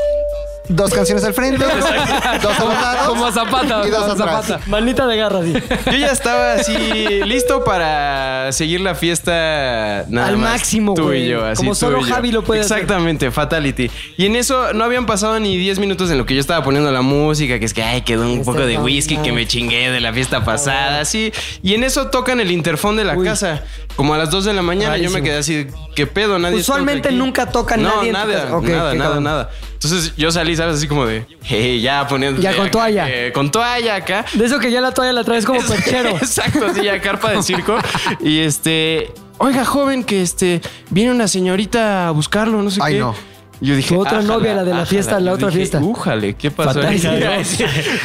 Speaker 10: dos canciones al frente, dos a los lados.
Speaker 12: Como a Zapata.
Speaker 10: Y dos
Speaker 12: como a
Speaker 10: atrás.
Speaker 12: Zapata.
Speaker 2: Manita de garra, sí.
Speaker 7: Yo ya estaba así listo para seguir la fiesta nada
Speaker 2: Al
Speaker 7: más,
Speaker 2: máximo,
Speaker 7: tú
Speaker 2: güey.
Speaker 7: y yo, así
Speaker 2: Como
Speaker 7: tú
Speaker 2: solo
Speaker 7: y yo.
Speaker 2: Javi lo puede hacer.
Speaker 7: Exactamente, Fatality. Y en eso no habían pasado ni 10 minutos en lo que yo estaba poniendo la música, que es que ay, quedó
Speaker 2: Este
Speaker 7: un poco de whisky que me chingué de la fiesta pasada, así. Y en eso tocan el interfón de la casa, como a las 2 de la mañana, yo me quedé así, qué pedo, nadie está
Speaker 2: Usualmente
Speaker 7: aquí.
Speaker 2: nunca toca
Speaker 7: no,
Speaker 2: nadie en tu
Speaker 7: nada,
Speaker 2: casa. Ok,
Speaker 7: nada,
Speaker 2: qué
Speaker 7: nada,
Speaker 2: cabrón.
Speaker 7: nada. Entonces yo salí, sabes, así como de, hey, ya poniendo
Speaker 2: Ya con
Speaker 7: acá,
Speaker 2: toalla.
Speaker 7: eh, con toalla acá.
Speaker 2: De eso que ya la toalla la traes como perchero.
Speaker 7: Exacto, así ya carpa de circo. Y este, oiga, joven, que este, viene una señorita a buscarlo, no sé
Speaker 10: Ay,
Speaker 7: qué.
Speaker 10: no.
Speaker 7: Yo dije,
Speaker 2: Tu otra
Speaker 7: "Ájala,
Speaker 2: novia, la de la
Speaker 7: ájala".
Speaker 2: fiesta, la
Speaker 7: Yo
Speaker 2: otra
Speaker 7: dije,
Speaker 2: fiesta.
Speaker 7: Újale, ¿qué pasó? ahí?" Y
Speaker 2: ¿Le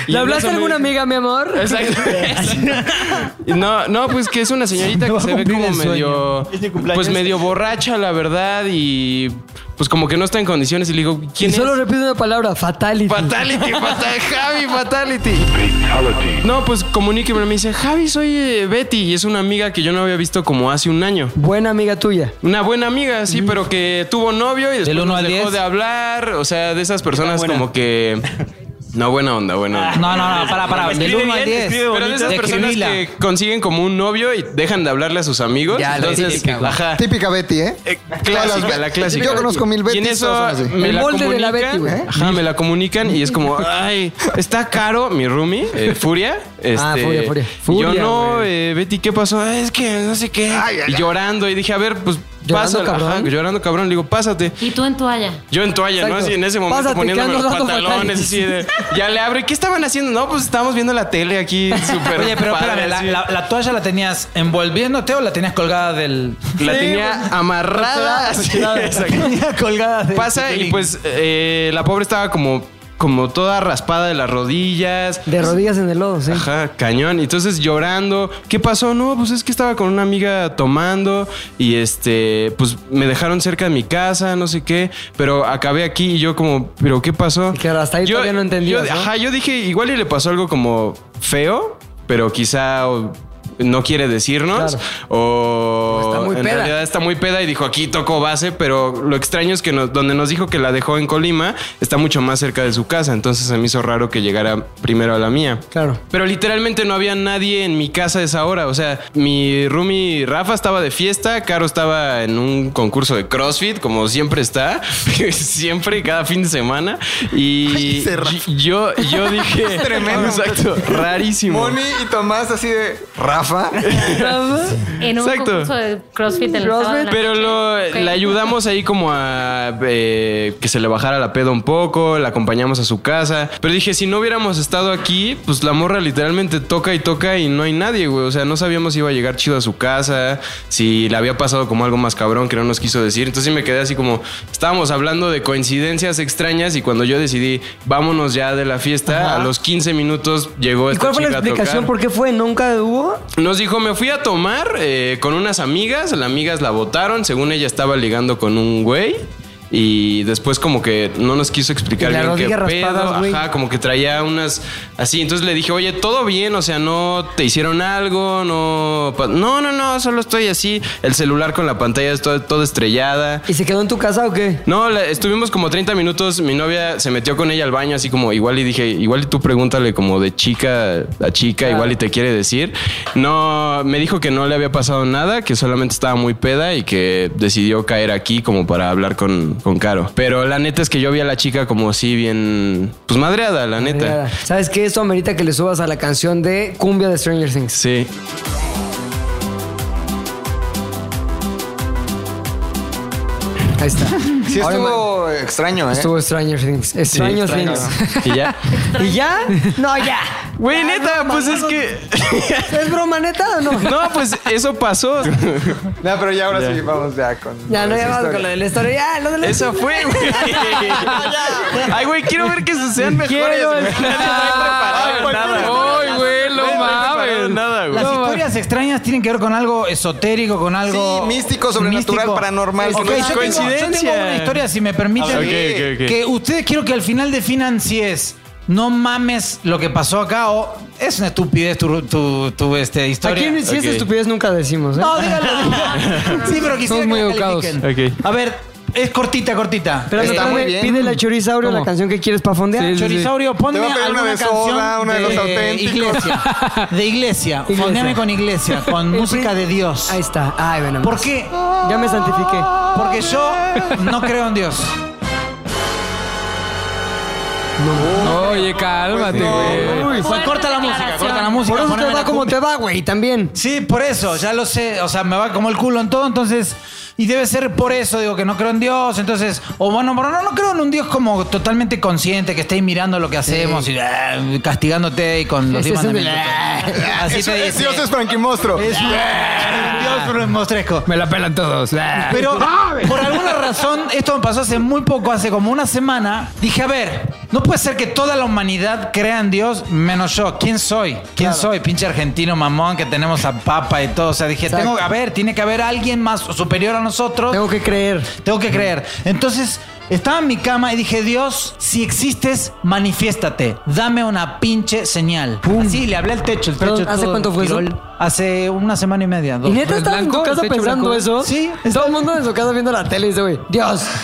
Speaker 7: en
Speaker 2: hablaste a
Speaker 7: eso me-
Speaker 2: alguna amiga, mi amor?
Speaker 7: Exacto. Y no, no, pues que es una señorita
Speaker 6: No va
Speaker 7: que
Speaker 6: a
Speaker 7: se ve
Speaker 6: cumplir
Speaker 7: como
Speaker 6: el sueño.
Speaker 7: medio.
Speaker 11: Es mi cumpleaños.
Speaker 7: Pues medio borracha, la verdad, y pues como que no está en condiciones. Y le digo,
Speaker 2: Y
Speaker 7: ¿quién es?
Speaker 2: solo repito una palabra, fatality.
Speaker 7: Fatality, fatal, Javi, fatality. No, pues comuníqueme. Me dice, Javi, soy eh, Betty y es una amiga que yo no había visto como hace un año.
Speaker 2: Buena amiga tuya.
Speaker 7: Una buena amiga, sí, pero que tuvo novio y después
Speaker 6: uno
Speaker 7: nos
Speaker 6: al
Speaker 7: dejó
Speaker 6: diez.
Speaker 7: de hablar. O sea, de esas personas
Speaker 11: buena. Ah,
Speaker 7: como que. No, buena onda, buena onda.
Speaker 6: No, no, no, para, para. Del
Speaker 11: Escribe
Speaker 6: 1 al
Speaker 11: bien,
Speaker 6: 10.
Speaker 11: escribe
Speaker 7: Pero de esas personas
Speaker 6: Describila.
Speaker 7: que consiguen como un novio y dejan de hablarle a sus amigos.
Speaker 2: Ya, la
Speaker 7: entonces,
Speaker 2: típica, güey.
Speaker 7: ajá.
Speaker 10: Típica Betty, ¿eh?
Speaker 7: Eh, Clásica,
Speaker 10: Todas
Speaker 7: la
Speaker 10: las-
Speaker 7: clásica.
Speaker 10: Yo conozco mil
Speaker 7: Y en
Speaker 10: Betis,
Speaker 7: eso
Speaker 10: todas son así.
Speaker 7: me
Speaker 2: El
Speaker 7: la
Speaker 2: molde de la
Speaker 7: comunican.
Speaker 2: Betty, güey.
Speaker 7: Ajá, me la comunican y es como, ay, está caro mi roomie, eh, Furia.
Speaker 2: Ah,
Speaker 7: este,
Speaker 2: Furia, Furia.
Speaker 7: y
Speaker 2: Furia,
Speaker 7: yo no,
Speaker 2: güey.
Speaker 7: eh, Betty, ¿qué pasó? "Ay, Es que no sé qué. y llorando. Y dije, a ver, pues
Speaker 2: Llorando,
Speaker 7: pásale. Ajá,
Speaker 2: cabrón.
Speaker 7: llorando, cabrón. Le digo, pásate.
Speaker 5: Y tú en toalla.
Speaker 7: Yo en toalla, ¿no?
Speaker 2: Exacto.
Speaker 7: Así en ese momento
Speaker 2: Pásate, que
Speaker 7: poniéndome
Speaker 2: ando
Speaker 7: los
Speaker 2: dando
Speaker 7: pantalones.
Speaker 2: fatales.
Speaker 7: Así de, ya le abro. ¿Y qué estaban haciendo? No, pues estábamos viendo la tele aquí súper
Speaker 6: Oye, pero
Speaker 7: padre,
Speaker 6: espérame, la,
Speaker 7: así.
Speaker 6: la- la toalla la tenías envolviéndote o la tenías colgada del.
Speaker 7: La tenía amarrada. así, exacto.
Speaker 6: tenía colgada del.
Speaker 7: pasa y pues eh, la pobre estaba como, como toda raspada de las rodillas.
Speaker 2: De rodillas en el lodo, sí.
Speaker 7: Ajá, cañón. Y Entonces llorando. ¿Qué pasó? No, pues es que estaba con una amiga tomando y este, pues me dejaron cerca de mi casa, no sé qué, pero acabé aquí y yo como, pero ¿qué pasó?
Speaker 2: Y claro, hasta ahí todavía no entendías,
Speaker 7: yo-
Speaker 2: ¿no?
Speaker 7: Ajá, yo dije, igual y le pasó algo como feo, pero quizá o, no quiere decirnos
Speaker 2: Claro.
Speaker 7: o
Speaker 2: O está muy
Speaker 7: en
Speaker 2: peda.
Speaker 7: realidad está muy peda y dijo aquí tocó base, pero lo extraño es que nos- donde nos dijo que la dejó en Colima está mucho más cerca de su casa, entonces se me hizo raro que llegara primero a la mía.
Speaker 2: Claro.
Speaker 7: Pero literalmente no había nadie en mi casa a esa hora. O sea, mi roomie Rafa estaba de fiesta, Caro estaba en un concurso de CrossFit, como siempre está, siempre, cada fin de semana. Y yo, yo dije,
Speaker 10: Tremendo.
Speaker 7: exacto, rarísimo.
Speaker 10: Moni y Tomás así de Rafa.
Speaker 5: En un
Speaker 7: Exacto.
Speaker 5: concurso de CrossFit en el sábado en la
Speaker 7: Pero
Speaker 5: noche.
Speaker 7: lo,
Speaker 5: Ok.
Speaker 7: le ayudamos ahí como a eh, que se le bajara la peda un poco, la acompañamos a su casa. Pero dije, si no hubiéramos estado aquí, pues la morra literalmente toca y toca y no hay nadie, güey. O sea, no sabíamos si iba a llegar chido a su casa, si le había pasado como algo más cabrón que no nos quiso decir. Entonces sí me quedé así como, estábamos hablando de coincidencias extrañas y cuando yo decidí, vámonos ya de la fiesta, a los 15 minutos llegó
Speaker 2: ¿Y
Speaker 7: esta
Speaker 2: cuál fue la
Speaker 7: chica a
Speaker 2: explicación?
Speaker 7: tocar.
Speaker 2: ¿Por qué fue? ¿Nunca hubo?
Speaker 7: Nos dijo, me fui a tomar eh, con unas amigas, las amigas la votaron, según ella estaba ligando con un güey. Y después como que no nos quiso explicar
Speaker 2: Y la
Speaker 7: bien qué
Speaker 2: rodilla
Speaker 7: pedo,
Speaker 2: raspadas, güey.
Speaker 7: ajá, como que traía unas así, entonces le dije, "Oye, todo bien, o sea, no te hicieron algo, no pa- no, no, no, solo estoy así, el celular con la pantalla es todo, todo estrellada."
Speaker 2: ¿Y se quedó en tu casa o qué?
Speaker 7: No, la- estuvimos como 30 minutos. Mi novia se metió con ella al baño, así como igual y dije, igual y tú pregúntale como de chica a chica, igual y te quiere decir. No, me dijo que no le había pasado nada, que solamente estaba muy peda y que decidió caer aquí como para hablar con, con Caro. Pero la neta es que yo vi a la chica como así bien, pues madreada, la neta.
Speaker 2: Nada. ¿Sabes qué? Esto amerita que le subas a la canción de Cumbia de Stranger Things.
Speaker 7: Sí.
Speaker 2: Ahí está.
Speaker 10: Sí
Speaker 2: Ahora
Speaker 10: estuvo extraño, ¿eh?
Speaker 2: Estuvo Stranger Things. Stranger Things.
Speaker 7: Y ya.
Speaker 2: ¿Y ya? No, ya.
Speaker 4: Güey, neta, pues es que.
Speaker 2: ¿Es broma neta o no?
Speaker 4: No, pues eso pasó.
Speaker 3: No, pero ya ahora sí, vamos ya con.
Speaker 2: Ya, no
Speaker 3: esa
Speaker 2: ya vamos
Speaker 3: historia.
Speaker 2: con lo de la historia. Ya, lo de la
Speaker 4: Eso fue, güey. Ay, güey, quiero ver que sucedan mejores.
Speaker 7: Quiero
Speaker 4: güey. Nadie
Speaker 7: estar-
Speaker 4: trae preparado nada.
Speaker 7: Ay, güey,
Speaker 4: Nadie
Speaker 7: no
Speaker 4: trae preparado
Speaker 7: mames.
Speaker 4: Nada, güey.
Speaker 6: Las historias extrañas tienen que ver con algo esotérico, con algo.
Speaker 3: Sí, místico, sobrenatural, paranormal,
Speaker 6: Ok,
Speaker 3: que no es
Speaker 6: yo tengo- yo tengo,
Speaker 4: coincidencia.
Speaker 6: una historia, si me permiten.
Speaker 4: Ok, ok, ok.
Speaker 6: Que ustedes quiero que al final definan si es no mames lo que pasó acá o es una estupidez tu, tu, tu, este, historia.
Speaker 2: Aquí ni si es
Speaker 4: Ok.
Speaker 2: estupidez nunca decimos, ¿eh?
Speaker 6: No, díganlo. sí, pero quisiera
Speaker 7: Somos
Speaker 6: que
Speaker 7: muy
Speaker 6: la
Speaker 7: educados.
Speaker 6: califiquen.
Speaker 4: Ok.
Speaker 6: A ver, es cortita, cortita.
Speaker 2: Pero
Speaker 3: Está muy bien.
Speaker 2: pide la chorizaurio
Speaker 7: ¿Cómo?
Speaker 2: la canción que quieres para fondear.
Speaker 7: Sí, sí, sí.
Speaker 6: Chorizaurio, ponme
Speaker 3: Te voy a pedir una
Speaker 6: alguna
Speaker 3: de
Speaker 6: canción
Speaker 3: Soda, una de los auténticos.
Speaker 6: Iglesia. De iglesia.
Speaker 2: Iglesia.
Speaker 6: Fondeame con iglesia, con
Speaker 2: El
Speaker 6: música
Speaker 2: prin-
Speaker 6: de Dios.
Speaker 2: Ahí está. Ay, bueno.
Speaker 6: ¿Por qué?
Speaker 2: Ya me santifiqué.
Speaker 6: Porque yo no creo en Dios.
Speaker 7: Oye, cálmate, güey.
Speaker 6: Uy,
Speaker 5: fuerte
Speaker 6: Pues corta la música,
Speaker 5: declaración.
Speaker 6: corta la música.
Speaker 2: Por eso te
Speaker 6: poneme
Speaker 2: va
Speaker 6: la
Speaker 2: como
Speaker 6: cumbia.
Speaker 2: te va, güey, también.
Speaker 6: Sí, por eso, ya lo sé. O sea, me va como el culo en todo, entonces. Y debe ser por eso, digo, que no creo en Dios. Entonces, o bueno, pero no, no creo en un Dios como totalmente consciente, que esté ahí mirando lo que hacemos y ah, castigándote y con los
Speaker 2: Ese
Speaker 6: diez
Speaker 2: es el de-
Speaker 6: mandamientos. Así
Speaker 3: Eso
Speaker 6: te
Speaker 3: es
Speaker 6: dice.
Speaker 3: Dios es Frankie Mostro.
Speaker 6: Es un, un Dios, pero es mostresco.
Speaker 7: Me la pelan todos. Ah.
Speaker 6: Pero por alguna razón, esto me pasó hace muy poco, hace como una semana. Dije, a ver, no puede ser que toda la humanidad crea en Dios menos yo. ¿Quién soy? ¿Quién soy? Pinche argentino mamón que tenemos a papa y todo. O sea, dije,
Speaker 2: Exacto.
Speaker 6: tengo, a ver, tiene que haber alguien más superior a nosotros.
Speaker 2: Tengo que creer.
Speaker 6: Tengo que creer. Entonces, estaba en mi cama y dije, Dios, si existes, manifiéstate. Dame una pinche señal. Así, le hablé al techo. El
Speaker 2: Perdón,
Speaker 6: techo
Speaker 2: ¿hace
Speaker 6: todo
Speaker 2: cuánto fue eso?
Speaker 6: Tirol. Hace una semana y media. dos.
Speaker 2: ¿Y neta
Speaker 7: ¿El
Speaker 2: estás en tu
Speaker 7: blanco?
Speaker 2: casa
Speaker 7: ¿El techo
Speaker 2: pensando
Speaker 7: blanco?
Speaker 2: eso?
Speaker 6: Sí,
Speaker 2: Todo el mundo en su casa viendo la tele y dice, güey, Dios.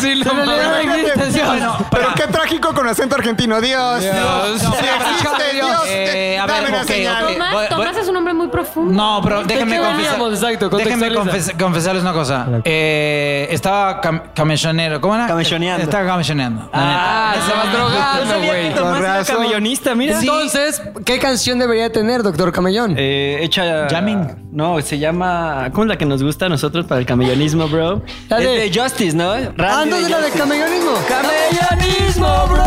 Speaker 7: Sí, no
Speaker 2: En realidad no
Speaker 7: mames.
Speaker 2: existe Dios.
Speaker 6: Bueno,
Speaker 3: Pero qué trágico con acento argentino, Dios.
Speaker 7: Dios.
Speaker 3: Si existe Dios,
Speaker 6: Eh, a ver,
Speaker 3: dame una
Speaker 6: ok,
Speaker 3: señal.
Speaker 6: ok.
Speaker 5: Tomás,
Speaker 6: Eh, Voy-
Speaker 5: Tomás
Speaker 6: voy-
Speaker 5: es un hombre muy profundo.
Speaker 6: No, pero déjenme
Speaker 5: qué
Speaker 6: confesar.
Speaker 2: veníamos? Exacto,
Speaker 6: déjenme
Speaker 2: contextualiza.
Speaker 6: confes- confesarles una cosa. Eh, estaba cam- camellonero. ¿Cómo era?
Speaker 8: Camelloneando.
Speaker 6: Estaba camelloneando. la neta.
Speaker 7: Ah, se va drogando, güey.
Speaker 3: Con razón.
Speaker 8: camellonista, mira.
Speaker 2: Entonces, ¿qué canción debería tener, doctor Camellón?
Speaker 8: Eh, hecha.
Speaker 6: Jamming.
Speaker 8: No, se llama. ¿Cómo es la que nos gusta a nosotros para el camellonismo, bro?
Speaker 2: La
Speaker 8: es
Speaker 2: de-
Speaker 8: de Justice, ¿no? Randy
Speaker 2: Ah, entonces la de
Speaker 8: Justice.
Speaker 2: camellonismo.
Speaker 8: Camellonismo, bro.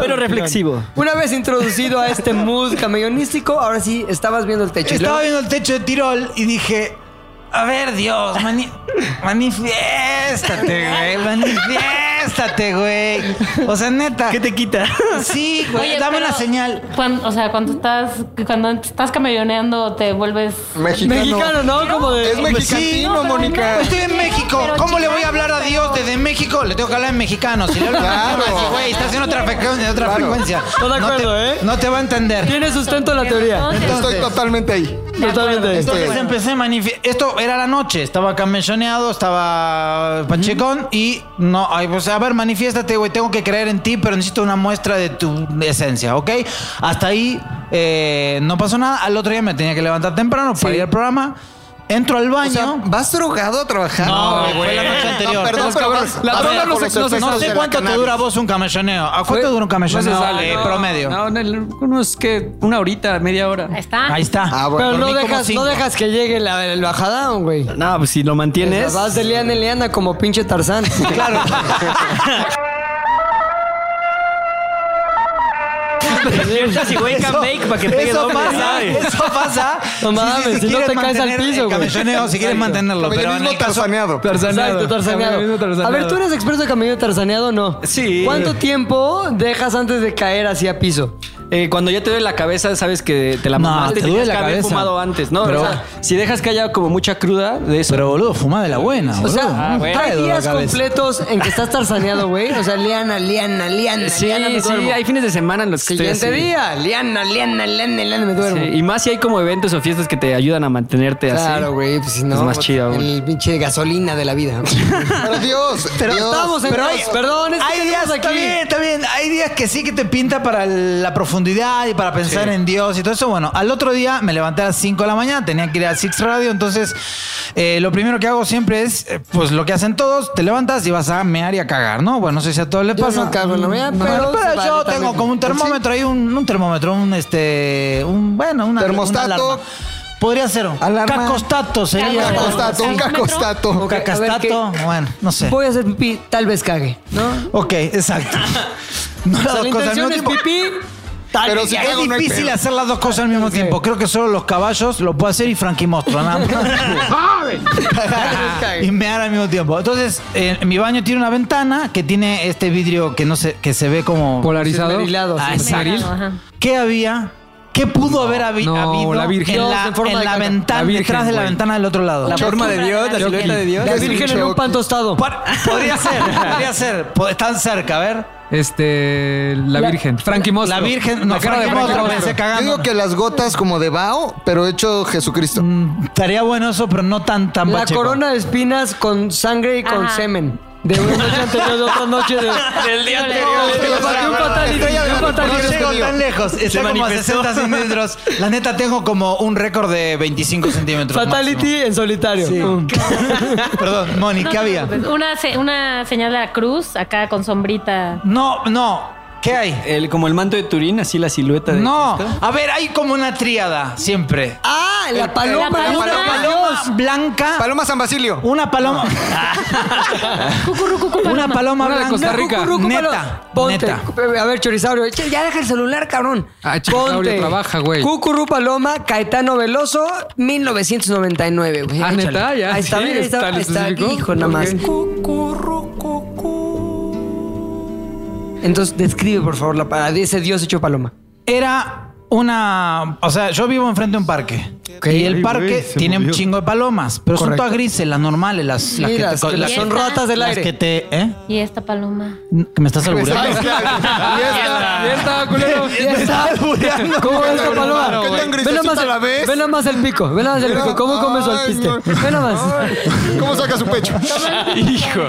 Speaker 8: Pero reflexivo.
Speaker 2: Una vez introducido a este mood camellonístico, ahora sí estabas viendo el techo. Y
Speaker 6: Estaba
Speaker 2: luego-
Speaker 6: viendo el techo de Tirol y dije. A ver, Dios, mani manifiéstate, güey. Manifiéstate, güey. O sea, neta.
Speaker 8: ¿Qué te quita?
Speaker 6: Sí, güey.
Speaker 5: Oye,
Speaker 6: dame
Speaker 5: pero
Speaker 6: una señal.
Speaker 5: cuan- o sea, cuando estás, cuando estás camelloneando te vuelves...
Speaker 3: Mexicano.
Speaker 2: Mexicano, ¿no? Como de.
Speaker 3: Es mexicantino,
Speaker 5: no, pero
Speaker 3: Mónica.
Speaker 5: no.
Speaker 6: Estoy en México.
Speaker 5: Pero
Speaker 6: ¿Cómo le voy a
Speaker 5: chilango,
Speaker 6: hablar a
Speaker 5: pero-
Speaker 6: Dios desde México? Le tengo que hablar en mexicano. Si le hablo
Speaker 3: Claro.
Speaker 6: en mexicano, güey, estás en otra frecuencia. en otra
Speaker 3: Claro.
Speaker 6: frecuencia.
Speaker 2: Estoy de acuerdo,
Speaker 6: no te,
Speaker 2: ¿eh?
Speaker 6: No te va a entender.
Speaker 2: Tiene sustento la teoría.
Speaker 3: Estoy totalmente ahí.
Speaker 2: Totalmente.
Speaker 6: Entonces empecé a manifestar. Esto era la noche. Estaba camelloneado, estaba pachecón y no. Ay, pues a ver, manifiéstate, güey. Tengo que creer en ti, pero necesito una muestra de tu esencia, ¿ok? Hasta ahí eh, no pasó nada. Al otro día me tenía que levantar temprano para ir al programa. Entro al
Speaker 3: O
Speaker 6: baño.
Speaker 3: sea, ¿vas drogado a trabajar?
Speaker 6: No, güey, fue la noche anterior.
Speaker 3: No, perdón, pero vas-
Speaker 7: la
Speaker 3: vas
Speaker 7: droga
Speaker 3: bajo
Speaker 7: no se-
Speaker 3: los
Speaker 7: no se-
Speaker 3: efectos
Speaker 6: No
Speaker 3: de
Speaker 6: sé
Speaker 3: la
Speaker 6: cuánto te
Speaker 3: cannabis.
Speaker 6: dura a vos un camelloneo. ¿A cuánto dura un camelloneo
Speaker 7: No se sale,
Speaker 6: eh,
Speaker 7: no.
Speaker 6: promedio?
Speaker 7: No, en el- unos que una horita, media hora.
Speaker 5: Ahí está.
Speaker 6: Ahí está.
Speaker 3: Ah, bueno.
Speaker 2: Pero no
Speaker 6: Dormí como
Speaker 2: dejas,
Speaker 6: cinco.
Speaker 2: no dejas que llegue la, el bajadón, güey.
Speaker 8: No, pues si lo mantienes.
Speaker 2: Vas de liana en liana como pinche Tarzán. Claro.
Speaker 8: Despiertas y wake and bake para que pegue
Speaker 6: Eso
Speaker 8: doble,
Speaker 6: pasa,
Speaker 8: ¿sabes?
Speaker 6: eso pasa.
Speaker 2: No mames, si no
Speaker 6: quieres
Speaker 2: te caes al
Speaker 6: mantener
Speaker 2: piso,
Speaker 6: el
Speaker 2: güey.
Speaker 6: Camelloneo, si quieres mantenerlo. Pero en
Speaker 3: Camellonismo
Speaker 6: el caso-
Speaker 3: tarzaneado.
Speaker 2: Exacto, tarzaneado. A ver, ¿tú eres experto de camello tarzaneado o no?
Speaker 8: Sí.
Speaker 2: ¿Cuánto tiempo dejas antes de caer hacia piso?
Speaker 8: Eh, cuando ya te duele la cabeza, sabes que te la
Speaker 6: No,
Speaker 8: mamaste.
Speaker 6: te
Speaker 8: tenías
Speaker 6: duele la
Speaker 8: que haber
Speaker 6: cabeza.
Speaker 8: fumado antes, ¿no?
Speaker 6: Pero-
Speaker 8: o sea, si dejas que haya como mucha cruda de eso.
Speaker 6: Pero boludo, fuma de la buena.
Speaker 2: O
Speaker 6: boludo.
Speaker 2: sea, ah,
Speaker 6: No
Speaker 8: bueno.
Speaker 6: trae
Speaker 2: hay
Speaker 6: dolor de
Speaker 2: días
Speaker 6: cabeza.
Speaker 2: completos en que estás tarzaneado, güey. O sea, liana, liana, liana,
Speaker 8: sí,
Speaker 2: liana, me
Speaker 8: sí,
Speaker 2: duermo.
Speaker 8: hay fines de semana en los que estoy
Speaker 2: Siguiente
Speaker 8: así.
Speaker 2: día, liana, liana, liana, liana, me duermo.
Speaker 8: Sí, Y más si hay como eventos o fiestas que te ayudan a mantenerte así.
Speaker 2: Claro, güey, pues si no.
Speaker 8: Es más chido, güey.
Speaker 2: El pinche gasolina de la vida.
Speaker 3: Pero Dios,
Speaker 2: Pero
Speaker 3: Dios.
Speaker 2: estamos en
Speaker 3: Pero
Speaker 2: Dios, perdón, es que
Speaker 6: Hay días,
Speaker 2: tenemos
Speaker 6: está
Speaker 2: aquí.
Speaker 6: bien, está bien. Hay días que sí que te pinta para la profundidad y para pensar en Dios y todo eso. Bueno, al otro día me levanté a las 5 de la mañana, tenía que ir a Six Radio, entonces eh, lo primero que hago siempre es, eh, pues lo que hacen todos, te levantas y vas a mear y a cagar, ¿no? Bueno, no sé si a todos les
Speaker 2: Yo
Speaker 6: pasa.
Speaker 2: no cago en la mañana,
Speaker 6: No,
Speaker 2: pero se vale
Speaker 6: yo
Speaker 2: también.
Speaker 6: tengo como un termómetro ahí, un, un termómetro, un este, un, bueno, una
Speaker 3: Termostato.
Speaker 6: una alarma. Podría ser. Cacostato sería.
Speaker 10: Cacostato, un cacostato.
Speaker 6: Un Cacastato. Bueno, no sé.
Speaker 2: Voy a hacer pipí, tal vez cague, ¿no?
Speaker 6: Ok, exacto. No,
Speaker 2: O sea,
Speaker 6: las
Speaker 2: la
Speaker 6: cosas al
Speaker 2: intención es
Speaker 6: mismo tiempo.
Speaker 2: pipí.
Speaker 6: Tal
Speaker 10: Pero
Speaker 6: vez
Speaker 10: si
Speaker 6: ya.
Speaker 10: cago,
Speaker 6: es
Speaker 10: no hay
Speaker 6: difícil
Speaker 10: pedo.
Speaker 6: hacer las dos cosas al mismo tiempo. Creo que solo los caballos lo puede hacer y Frankie Mostro. nada más. y mear al mismo tiempo. Entonces, eh, mi baño tiene una ventana que tiene este vidrio que no se, que se ve como
Speaker 7: Polarizado.
Speaker 2: Esmerilado,
Speaker 6: Ah,
Speaker 2: sí.
Speaker 6: exacto.
Speaker 7: Esmeril.
Speaker 5: Ajá.
Speaker 6: ¿Qué había? ¿qué pudo haber habi-
Speaker 7: no,
Speaker 6: habido
Speaker 7: la Virgen.
Speaker 6: en la,
Speaker 2: En forma
Speaker 6: en
Speaker 2: de
Speaker 6: la
Speaker 2: caca.
Speaker 6: ventana,
Speaker 7: La Virgen,
Speaker 6: detrás de la
Speaker 7: güey.
Speaker 6: ventana del otro lado?
Speaker 5: La
Speaker 2: Forma de Dios, la silueta de Dios. La virgen en un pan tostado.
Speaker 6: Pa- podría ser, podría ser. Po- Están cerca, a ver.
Speaker 7: Este. La, Virgen. Frankie Mostro.
Speaker 6: La Virgen, no,
Speaker 7: La cara de
Speaker 6: Frankie
Speaker 7: Frankie
Speaker 6: Mostro,
Speaker 7: Mostro.
Speaker 6: pensé
Speaker 10: Yo
Speaker 6: cagando.
Speaker 10: digo que las gotas como de Bao, pero hecho Jesucristo.
Speaker 6: Mm. Estaría bueno eso, pero no tan tan
Speaker 2: La
Speaker 6: pacheco.
Speaker 2: corona de espinas con sangre y con
Speaker 5: Ajá.
Speaker 2: semen. De una noche anterior, de otra noche de.
Speaker 8: Del día
Speaker 5: Híjole.
Speaker 8: anterior.
Speaker 2: Pero para que un fatality,
Speaker 10: Estrella de
Speaker 2: un
Speaker 10: la
Speaker 2: fatality.
Speaker 10: corona.
Speaker 6: No llego
Speaker 10: mío.
Speaker 6: tan lejos, está como a
Speaker 8: manifestó.
Speaker 6: 60 centímetros. La neta, tengo como un récord de 25 centímetros.
Speaker 2: Fatality en solitario. Mm.
Speaker 6: máximo. Perdón, Moni,
Speaker 5: No
Speaker 6: ¿qué
Speaker 5: te
Speaker 6: había?
Speaker 5: preocupes. Una, se- una señal de la cruz acá con sombrita.
Speaker 6: No, no, ¿qué hay?
Speaker 8: El, como el manto de Turín, así la silueta de
Speaker 6: No,
Speaker 8: Cristo.
Speaker 6: a ver, hay como una tríada siempre.
Speaker 2: Ah, la paloma.
Speaker 5: la paloma.
Speaker 6: Una paloma blanca,
Speaker 10: Paloma San Basilio.
Speaker 6: una paloma,
Speaker 5: Cucurru, cucu,
Speaker 6: una
Speaker 5: paloma.
Speaker 6: paloma
Speaker 7: Una de Costa
Speaker 6: blanca.
Speaker 7: Rica.
Speaker 2: Cucurruco,
Speaker 6: Neta,
Speaker 2: paloma. Ponte. A ver, Chorizaurio. che, Ya deja el celular, cabrón.
Speaker 7: Ah, Chorizaurio trabaja, güey.
Speaker 2: Cucurru Paloma, Caetano Veloso, 1999, güey.
Speaker 7: Ah,
Speaker 2: Eh, Échale.
Speaker 7: ¿neta? Ya,
Speaker 2: Ahí está,
Speaker 7: sí,
Speaker 2: ahí está,
Speaker 7: ¿está
Speaker 2: ahí está.
Speaker 7: específico?
Speaker 2: Hijo, nada más.
Speaker 7: Ok.
Speaker 2: Cucurru, Entonces, describe, por favor, la palabra. Ese Dios hecho paloma.
Speaker 6: Era una. O sea, yo vivo enfrente de un parque. Y el
Speaker 4: Ay,
Speaker 6: parque
Speaker 4: güey, se
Speaker 6: tiene un
Speaker 4: movió.
Speaker 6: chingo de palomas, pero son
Speaker 2: Correcto.
Speaker 6: todas grises, las normales, las, las
Speaker 2: Mira,
Speaker 6: que te.
Speaker 2: las
Speaker 6: Las,
Speaker 5: que
Speaker 2: son
Speaker 5: las-
Speaker 2: ratas del
Speaker 6: las
Speaker 2: aire.
Speaker 6: que te. ¿Eh?
Speaker 5: Y esta paloma.
Speaker 6: ¿Que ¿Me estás albureando?
Speaker 7: Ya está, culero.
Speaker 2: Ya está. ¿Cómo es la paloma?
Speaker 10: ¿Qué tan
Speaker 2: Ve
Speaker 10: grisecita
Speaker 2: nada más-
Speaker 10: la ves?
Speaker 2: Ve nada más el pico, ve nada más el pico. ¿Cómo come su
Speaker 10: Ay,
Speaker 2: alpiste?
Speaker 10: no.
Speaker 2: Ve nada más.
Speaker 10: ¿Cómo saca su pecho?
Speaker 4: Hijo.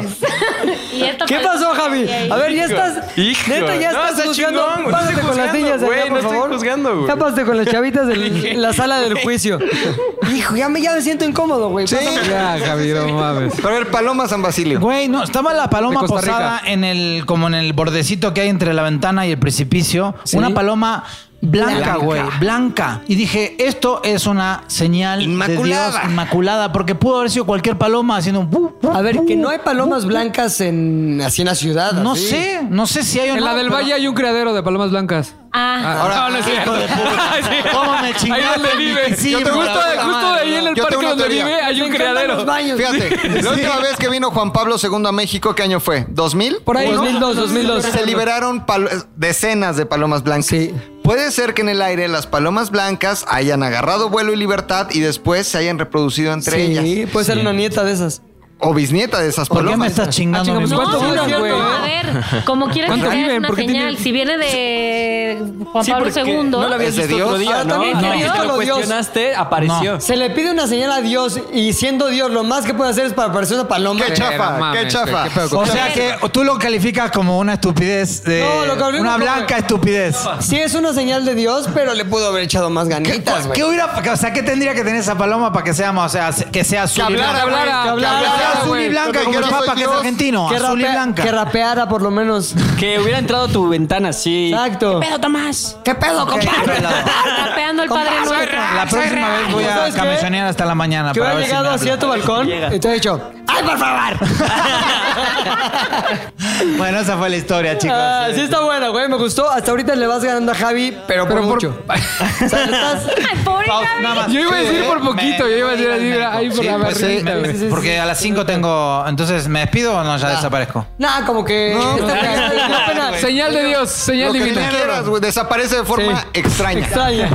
Speaker 5: Y esta
Speaker 2: ¿Qué
Speaker 5: paloma.
Speaker 2: pasó, Javi? A ver, ya estás.
Speaker 4: Hijo.
Speaker 2: Neta, ya
Speaker 4: No,
Speaker 2: estás
Speaker 4: está
Speaker 2: juzgando.
Speaker 4: chingón, güey.
Speaker 2: Pásate
Speaker 4: No estoy
Speaker 2: con las
Speaker 4: juzgando,
Speaker 2: niñas de
Speaker 4: güey,
Speaker 2: acá,
Speaker 4: no
Speaker 2: por
Speaker 4: estoy
Speaker 2: favor.
Speaker 4: juzgando, güey.
Speaker 2: Ya pásate con las chavitas de la sala del juicio. Hijo, ya me, ya me siento incómodo, güey.
Speaker 10: Sí.
Speaker 2: Pásame.
Speaker 7: Ya, Javi, no mames.
Speaker 10: Pero a ver, Paloma San Basilio.
Speaker 6: Güey, no, estaba la paloma
Speaker 7: De Costa Rica.
Speaker 6: posada en el, como en el bordecito que hay entre la ventana y el precipicio. Una paloma blanca,
Speaker 2: Blanca.
Speaker 6: güey, blanca. Y dije, esto es una señal
Speaker 10: Inmaculada.
Speaker 6: de Dios inmaculada, porque pudo haber sido cualquier paloma haciendo. un bu, bu,
Speaker 2: A ver, que no hay
Speaker 6: bu.
Speaker 2: palomas blancas en, así en la ciudad.
Speaker 6: No
Speaker 2: así.
Speaker 6: sé, no sé si hay o
Speaker 7: En
Speaker 6: no,
Speaker 7: la del
Speaker 6: pero-
Speaker 7: Valle hay un criadero de palomas blancas.
Speaker 5: Ah,
Speaker 7: Ahora, no, no es cierto.
Speaker 6: ¿Cómo me
Speaker 7: Ahí
Speaker 6: chingaste?
Speaker 7: donde vive.
Speaker 6: Sí,
Speaker 10: Yo te
Speaker 7: justo
Speaker 10: voy a
Speaker 7: justo
Speaker 10: la puta
Speaker 7: ahí en
Speaker 10: Yo
Speaker 7: el
Speaker 10: tengo
Speaker 7: parque
Speaker 10: una
Speaker 7: donde
Speaker 10: teoría.
Speaker 7: vive hay
Speaker 2: Me
Speaker 7: un
Speaker 2: encantan
Speaker 7: criadero.
Speaker 2: los baños.
Speaker 10: Fíjate, la última vez que vino Juan Pablo II a México, ¿qué año fue? ¿2000?
Speaker 2: Por ahí,
Speaker 10: ¿Uno?
Speaker 2: 2002, 2002.
Speaker 10: Se liberaron palo- decenas de palomas blancas.
Speaker 2: Sí.
Speaker 10: Puede ser que en el aire las palomas blancas hayan agarrado vuelo y libertad y después se hayan reproducido entre ellas.
Speaker 2: Sí, puede ser una nieta de esas.
Speaker 10: O bisnieta de esas
Speaker 6: ¿Por qué me
Speaker 10: palomas.
Speaker 6: estás chingando?
Speaker 2: Ah,
Speaker 6: mi
Speaker 2: chingamos,
Speaker 5: no,
Speaker 2: ¿cuánto
Speaker 5: no es
Speaker 2: duran,
Speaker 5: cierto.
Speaker 2: güey?
Speaker 5: A ver, como quieras que
Speaker 7: ¿Cuánto
Speaker 5: sea, es
Speaker 7: viven?
Speaker 5: una
Speaker 7: ¿Por qué
Speaker 5: señal.
Speaker 7: tienen-
Speaker 5: Si viene de Juan Pablo
Speaker 8: porque
Speaker 5: II.
Speaker 8: No lo habías
Speaker 10: ¿Es de
Speaker 8: visto otro
Speaker 10: Dios? Ah,
Speaker 8: día,
Speaker 2: Ahora
Speaker 8: ¿no?
Speaker 2: Ah, también
Speaker 8: No,
Speaker 2: quiero
Speaker 8: que
Speaker 2: ir a
Speaker 8: lo
Speaker 2: los Dios.
Speaker 8: cuestionaste, apareció.
Speaker 2: Se le pide una señal a Dios y siendo Dios, lo más que puede hacer es para parecer una paloma.
Speaker 10: Qué
Speaker 7: Pero
Speaker 10: chafa,
Speaker 7: mames,
Speaker 10: qué chafa.
Speaker 7: güey, qué pedo con-
Speaker 6: O sea que tú lo calificas como una estupidez. de-
Speaker 2: No, lo califico
Speaker 6: una
Speaker 2: como-
Speaker 6: blanca estupidez.
Speaker 2: Sí, es una señal de Dios, pero le pudo haber echado más ganitas, güey.
Speaker 6: ¿Qué hubiera, o sea, qué tendría que tener esa paloma para que sea, o sea, que sea azul y
Speaker 10: hablara,
Speaker 6: blanca?
Speaker 10: güey,
Speaker 7: que hablara,
Speaker 6: Que sea azul y
Speaker 7: güey.
Speaker 6: blanca,
Speaker 10: Porque
Speaker 6: como el
Speaker 10: yo no soy
Speaker 6: papa que es
Speaker 10: Dios.
Speaker 6: argentino,
Speaker 2: Que
Speaker 6: azul y
Speaker 2: rapea-
Speaker 6: blanca.
Speaker 2: Que rapeara, por lo menos.
Speaker 8: Que hubiera entrado tu ventana así.
Speaker 2: Exacto.
Speaker 8: ¿Qué pedo, Tomás?
Speaker 2: ¿Qué pedo, compadre?
Speaker 5: Tapeando el Padre Nuestro.
Speaker 6: la próxima vez voy a
Speaker 2: ¿Sabes qué?
Speaker 6: camellonear hasta la mañana
Speaker 2: Que
Speaker 6: para
Speaker 2: hubiera
Speaker 6: ver si me
Speaker 2: llegado
Speaker 6: habla.
Speaker 2: así a tu balcón
Speaker 8: Llega.
Speaker 2: y te ha dicho, ¡ay, por favor!
Speaker 6: Bueno, esa fue la historia, chicos.
Speaker 2: Ah, sí está buena, güey, me gustó. Hasta ahorita le vas ganando a Javi, pero por
Speaker 7: Pero por-
Speaker 2: mucho. O sea, le estás-
Speaker 5: Ay, pobre
Speaker 6: Pausa, nada más. eh,
Speaker 7: Yo iba a decir por poquito, yo iba a decir así, mira, ahí por la
Speaker 10: pues sí,
Speaker 7: barrita, güey.
Speaker 6: Porque a las 5 tengo. Entonces, ¿me despido o no?
Speaker 10: Ah.
Speaker 6: Ya desaparezco.
Speaker 2: Nah, como que... Esta- la pena-
Speaker 7: Señal de Dios, señal
Speaker 10: Lo que tú
Speaker 7: divina.
Speaker 10: quieras, güey, desaparece de forma
Speaker 2: Sí.
Speaker 10: extraña.
Speaker 2: Extraña.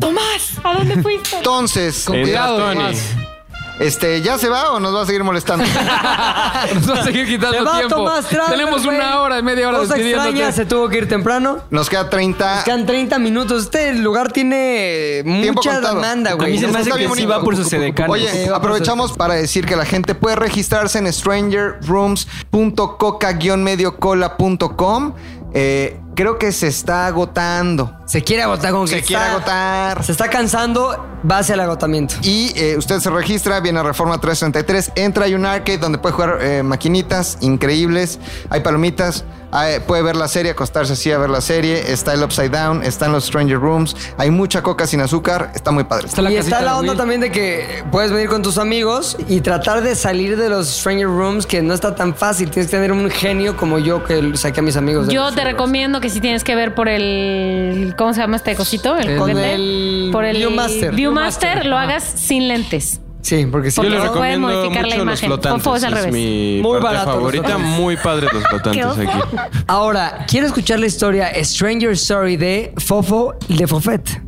Speaker 5: Tomás, ¿a dónde fuiste?
Speaker 10: Entonces,
Speaker 7: Con
Speaker 10: eh,
Speaker 7: cuidado, Tony.
Speaker 10: Tomás, este, ¿ya se va o nos va a seguir molestando?
Speaker 7: Nos va a seguir
Speaker 2: Se
Speaker 7: quitando
Speaker 2: va
Speaker 7: tiempo.
Speaker 2: Tomás Traver,
Speaker 7: Tenemos
Speaker 2: güey.
Speaker 7: una hora y media hora
Speaker 2: Cosa extraña,
Speaker 7: despidiéndote.
Speaker 2: se tuvo que ir temprano.
Speaker 10: Nos queda 30.
Speaker 2: Quedan 30 minutos. Este lugar tiene
Speaker 10: Tiempo
Speaker 2: mucha
Speaker 10: contado.
Speaker 2: demanda,
Speaker 8: A
Speaker 2: güey.
Speaker 8: mí se me hace
Speaker 10: Está
Speaker 8: que
Speaker 10: bien
Speaker 8: sí
Speaker 10: bonito.
Speaker 8: va por sus edecanes.
Speaker 10: Oye, aprovechamos para decir que la gente puede registrarse en strangerrooms.coca-mediocola.com. Eh, creo que se está agotando.
Speaker 2: Se quiere agotar con que
Speaker 10: Se quiere
Speaker 2: está-
Speaker 10: agotar.
Speaker 2: Se está cansando, va hacia el agotamiento.
Speaker 10: Y eh, usted se registra, viene a Reforma 333, entra hay un arcade donde puede jugar eh, maquinitas increíbles, hay palomitas, hay- puede ver la serie, acostarse así a ver la serie, está el Upside Down, están los Stranger Rooms, hay mucha coca sin azúcar, está muy padre.
Speaker 7: Está la
Speaker 2: y
Speaker 7: casita
Speaker 2: está
Speaker 7: de
Speaker 2: la onda
Speaker 7: Will.
Speaker 2: también de que puedes venir con tus amigos y tratar de salir de los Stranger Rooms, que no está tan fácil. Tienes que tener un genio como yo que saqué a mis amigos. de
Speaker 5: Yo
Speaker 2: los
Speaker 5: te
Speaker 2: Stranger Rooms.
Speaker 5: recomiendo que si tienes que ver por el. ¿Cómo se llama este cosito? El
Speaker 2: Con
Speaker 5: juguete.
Speaker 2: el
Speaker 5: por el
Speaker 2: Viewmaster.
Speaker 5: Viewmaster, lo
Speaker 2: Ajá.
Speaker 5: hagas sin lentes.
Speaker 2: Sí, porque sí.
Speaker 5: Porque
Speaker 4: Yo les
Speaker 5: se puede
Speaker 4: recomiendo
Speaker 5: modificar la
Speaker 4: mucho los
Speaker 5: imagen.
Speaker 4: flotantes.
Speaker 5: Fofo, es al
Speaker 4: es
Speaker 5: revés.
Speaker 4: mi
Speaker 2: Muy
Speaker 4: parte
Speaker 2: barato los
Speaker 4: favorita.
Speaker 2: flotantes.
Speaker 4: Muy padres los flotantes
Speaker 5: Qué
Speaker 4: aquí.
Speaker 2: Ahora, quiero escuchar la historia Stranger Story de Fofo y de Fofet.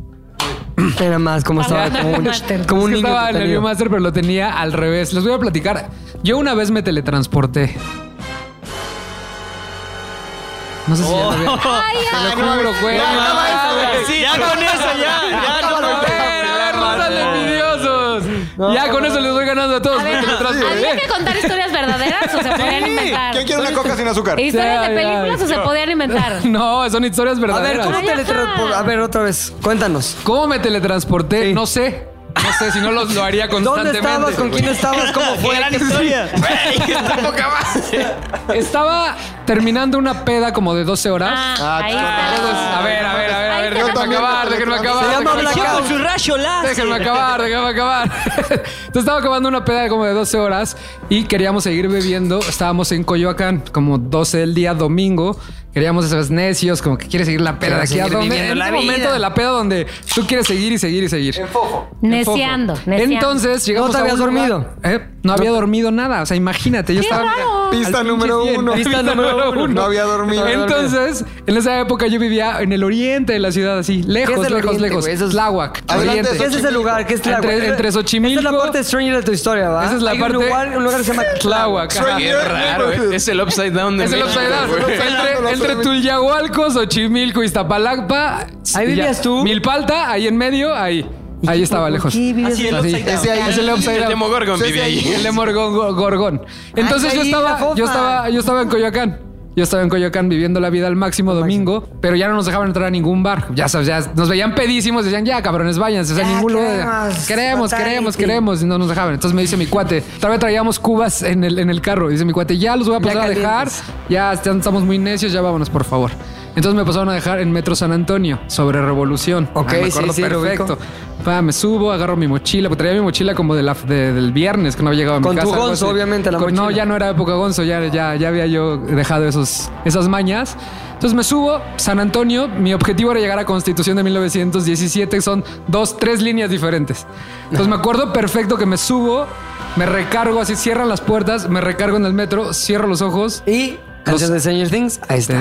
Speaker 2: Era más, como estaba como un, como
Speaker 7: Es
Speaker 2: un
Speaker 7: que
Speaker 2: niño.
Speaker 7: estaba en el
Speaker 2: entretenido.
Speaker 7: Viewmaster, pero lo tenía al revés. Les voy a platicar. Yo una vez me teletransporté. No sé si ya lo vi. Te lo juro, güey.
Speaker 4: no
Speaker 7: No
Speaker 4: mames,
Speaker 7: mames.
Speaker 4: güey.
Speaker 8: Sí, ya con eso, ya, ya no
Speaker 7: Bueno, a ver, no sean envidiosos. Ya con eso les voy ganando a todos.
Speaker 5: A ver,
Speaker 7: Me teletransporté.
Speaker 5: ¿había que contar historias verdaderas o se podían inventar?
Speaker 10: ¿Quién quiere una coca sin azúcar?
Speaker 5: ¿Historias
Speaker 7: Sí,
Speaker 5: de
Speaker 7: ya,
Speaker 5: películas o se podían inventar?
Speaker 7: No, son historias
Speaker 2: A ver,
Speaker 7: verdaderas.
Speaker 2: ¿cómo
Speaker 5: Ay, ajá.
Speaker 2: teletransportar? A ver, otra vez, cuéntanos.
Speaker 7: ¿Cómo me teletransporté? No sé. No sé, si no lo, lo haría
Speaker 2: ¿Dónde
Speaker 7: constantemente.
Speaker 2: estabas? ¿Con quién estabas? ¿Cómo fue?
Speaker 8: gran
Speaker 2: ¿Qué-
Speaker 8: historia.
Speaker 7: Estaba terminando una peda como de 12 horas.
Speaker 5: Ah, ahí
Speaker 7: Todos-
Speaker 5: está.
Speaker 7: a ver, a ver, a ver, a
Speaker 5: Ahí
Speaker 7: ver,
Speaker 5: está
Speaker 7: déjenme
Speaker 5: la
Speaker 7: acabar, déjenme acabar.
Speaker 2: Se llama
Speaker 7: déjenme acabar.
Speaker 2: blackout.
Speaker 8: su rayo láser.
Speaker 7: Déjenme acabar, déjenme acabar. Entonces estaba acabando una peda de como de 12 horas y queríamos seguir bebiendo. Estábamos en Coyoacán, como 12 del día, domingo. Queríamos esos necios, como que quieres seguir la peda de aquí a
Speaker 2: seguir
Speaker 7: donde.
Speaker 2: viviendo
Speaker 7: En
Speaker 2: la
Speaker 7: el momento
Speaker 2: vida.
Speaker 7: de la peda donde tú quieres seguir y seguir y seguir.
Speaker 5: Neciando,
Speaker 7: Fofo.
Speaker 5: neciando.
Speaker 7: Entonces llegamos
Speaker 2: No te
Speaker 7: a
Speaker 2: habías
Speaker 7: un lugar-
Speaker 2: dormido.
Speaker 7: ¿Eh? No había dormido nada. O sea, imagínate, yo
Speaker 5: ¡Qué
Speaker 7: estaba.
Speaker 5: raro!
Speaker 10: Pista
Speaker 7: Al
Speaker 10: número
Speaker 7: pinche cien.
Speaker 10: uno.
Speaker 7: Pista número uno.
Speaker 10: No había dormido.
Speaker 7: Entonces, en esa época yo vivía en el oriente de la ciudad, así, lejos,
Speaker 2: el
Speaker 7: lejos,
Speaker 2: oriente,
Speaker 7: lejos.
Speaker 2: güey? Eso es-
Speaker 7: Tláhuac,
Speaker 10: Adelante,
Speaker 7: oriente.
Speaker 2: ¿Qué es ese lugar? ¿Qué es Tláhuac?
Speaker 7: Entre- entre Xochimilco-
Speaker 2: Esa es la parte Stranger de tu historia, ¿va?
Speaker 7: Esa es la
Speaker 2: Hay
Speaker 7: parte-
Speaker 2: Un lugar, un lugar que se llama Tláhuac.
Speaker 7: Tláhuac, ajá.
Speaker 4: Qué raro, eh. Es el upside down de
Speaker 7: Es el
Speaker 4: México,
Speaker 7: upside down.
Speaker 4: güey.
Speaker 7: Entre, entre Tulyahualco, Xochimilco, Iztapalapa.
Speaker 2: Ahí
Speaker 7: y ya.
Speaker 2: vivías tú.
Speaker 7: Milpalta, ahí en medio, ahí. Ahí estaba lejos.
Speaker 2: Sí, vives-
Speaker 8: Así el
Speaker 7: Así.
Speaker 8: upside down.
Speaker 10: Ese ahí-
Speaker 7: Es el upside
Speaker 4: El
Speaker 7: down.
Speaker 4: Demogorgon vive ahí.
Speaker 7: El Morgón Gorgón. Entonces
Speaker 2: Ay,
Speaker 7: yo
Speaker 2: ahí, la
Speaker 7: estaba,
Speaker 2: fofa.
Speaker 7: yo estaba, yo estaba en Coyoacán. Yo estaba en Coyoacán viviendo la vida al máximo domingo, pero ya no nos dejaban entrar a ningún bar. Ya sabes, ya nos veían pedísimos, decían, ya cabrones, váyanse. O sea,
Speaker 2: Ya,
Speaker 7: ningún lugar.
Speaker 2: queremos,
Speaker 7: Queremos,
Speaker 2: fatality.
Speaker 7: queremos, queremos. Y no nos dejaban. Entonces me dice mi cuate, tal vez traíamos cubas en el, en el carro. Dice mi cuate, ya los voy a
Speaker 2: Ya
Speaker 7: pasar a dejar.
Speaker 2: calientes.
Speaker 7: Ya están- estamos muy necios, ya vámonos, por favor. Entonces me pasaron a dejar en Metro San Antonio, sobre Revolución.
Speaker 2: Ok,
Speaker 7: Ah, me
Speaker 2: sí,
Speaker 7: acuerdo
Speaker 2: sí, lo ubico.
Speaker 7: perfecto. Pa, me subo, agarro mi mochila, porque traía mi mochila como de la, de- del viernes que no había llegado a mi
Speaker 2: Con tu
Speaker 7: casa. algo
Speaker 2: gonzo,
Speaker 7: así.
Speaker 2: obviamente, la
Speaker 7: No,
Speaker 2: mochila.
Speaker 7: ya no era época gonzo, ya, ya, ya había yo dejado esos, esas mañas. Entonces me subo, San Antonio, mi objetivo era llegar a Constitución de 1917, son dos, tres líneas diferentes. Entonces me acuerdo perfecto que me subo, me recargo así, cierran las puertas, me recargo en el metro, cierro los ojos.
Speaker 2: Y canción de Stranger Things, ahí está.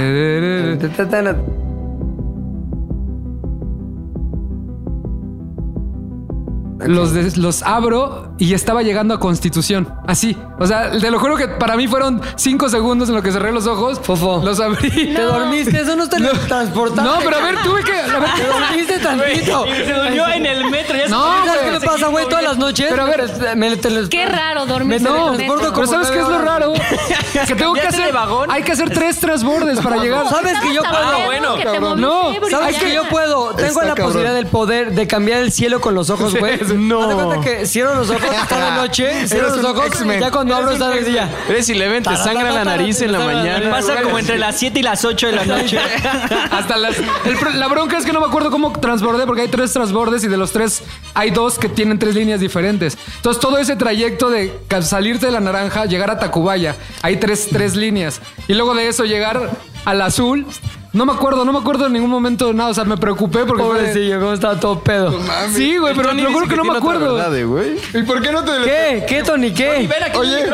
Speaker 7: Los, des- los abro y estaba llegando a Constitución. Así. O sea, te lo juro que para mí fueron cinco segundos en lo que cerré los ojos.
Speaker 2: Fofo.
Speaker 7: Los abrí.
Speaker 2: Te dormiste, eso no es teletransportarte.
Speaker 7: No, pero a ver, tuve que. a ver,
Speaker 2: Te dormiste tantito.
Speaker 8: Y se durmió en el metro. Ya se-
Speaker 7: No,
Speaker 2: ¿Sabes
Speaker 7: güey.
Speaker 2: qué me pasa, güey, todas las noches?
Speaker 7: Pero a ver,
Speaker 2: me tele-
Speaker 5: Qué raro
Speaker 2: Me
Speaker 5: dormir. en el
Speaker 2: teletransporto
Speaker 5: metro.
Speaker 7: Pero
Speaker 2: como
Speaker 7: ¿sabes
Speaker 2: nueve
Speaker 7: qué es lo
Speaker 2: horas.
Speaker 7: raro? Que tengo que
Speaker 8: ¿Cambiaste de
Speaker 7: hacer.
Speaker 8: vagón?
Speaker 7: Hay que hacer tres transbordes para llegar.
Speaker 2: ¿Sabes que yo
Speaker 5: Estabas
Speaker 2: puedo?
Speaker 5: tan bueno, que te
Speaker 8: cabrón.
Speaker 5: moviste,
Speaker 7: No,
Speaker 5: brillante.
Speaker 2: ¿Sabes que yo puedo? Tengo
Speaker 10: Está
Speaker 2: la
Speaker 10: cabrón.
Speaker 2: posibilidad del poder de cambiar el cielo con los ojos, güey.
Speaker 4: no.
Speaker 2: Haz de cuenta que cierro los ojos, está de noche, cierro
Speaker 10: Eres
Speaker 2: los
Speaker 10: un
Speaker 2: ojos,
Speaker 10: X-Men.
Speaker 2: ya cuando abro está de día.
Speaker 4: Eres Eleven, te sangra la nariz en la mañana.
Speaker 8: Pasa como entre las 7 y las 8 de la noche.
Speaker 7: Hasta las. el pro- la bronca es que no me acuerdo cómo transbordé, porque hay tres transbordes y de los tres hay dos que tienen tres líneas diferentes. Entonces, todo ese trayecto de ca- salirte de la naranja, llegar a Tacubaya, hay tres, tres líneas. Y luego de eso llegar al azul. No me acuerdo, no me acuerdo en ningún momento de nada. O sea, me preocupé porque. fue de-
Speaker 2: Pobrecillo, cómo está todo pedo.
Speaker 7: Sí, güey, pero te lo juro que no me acuerdo.
Speaker 10: ¿Y por qué no te
Speaker 2: ¿Qué? ¿Qué, Tony? ¿Qué?
Speaker 10: Oye,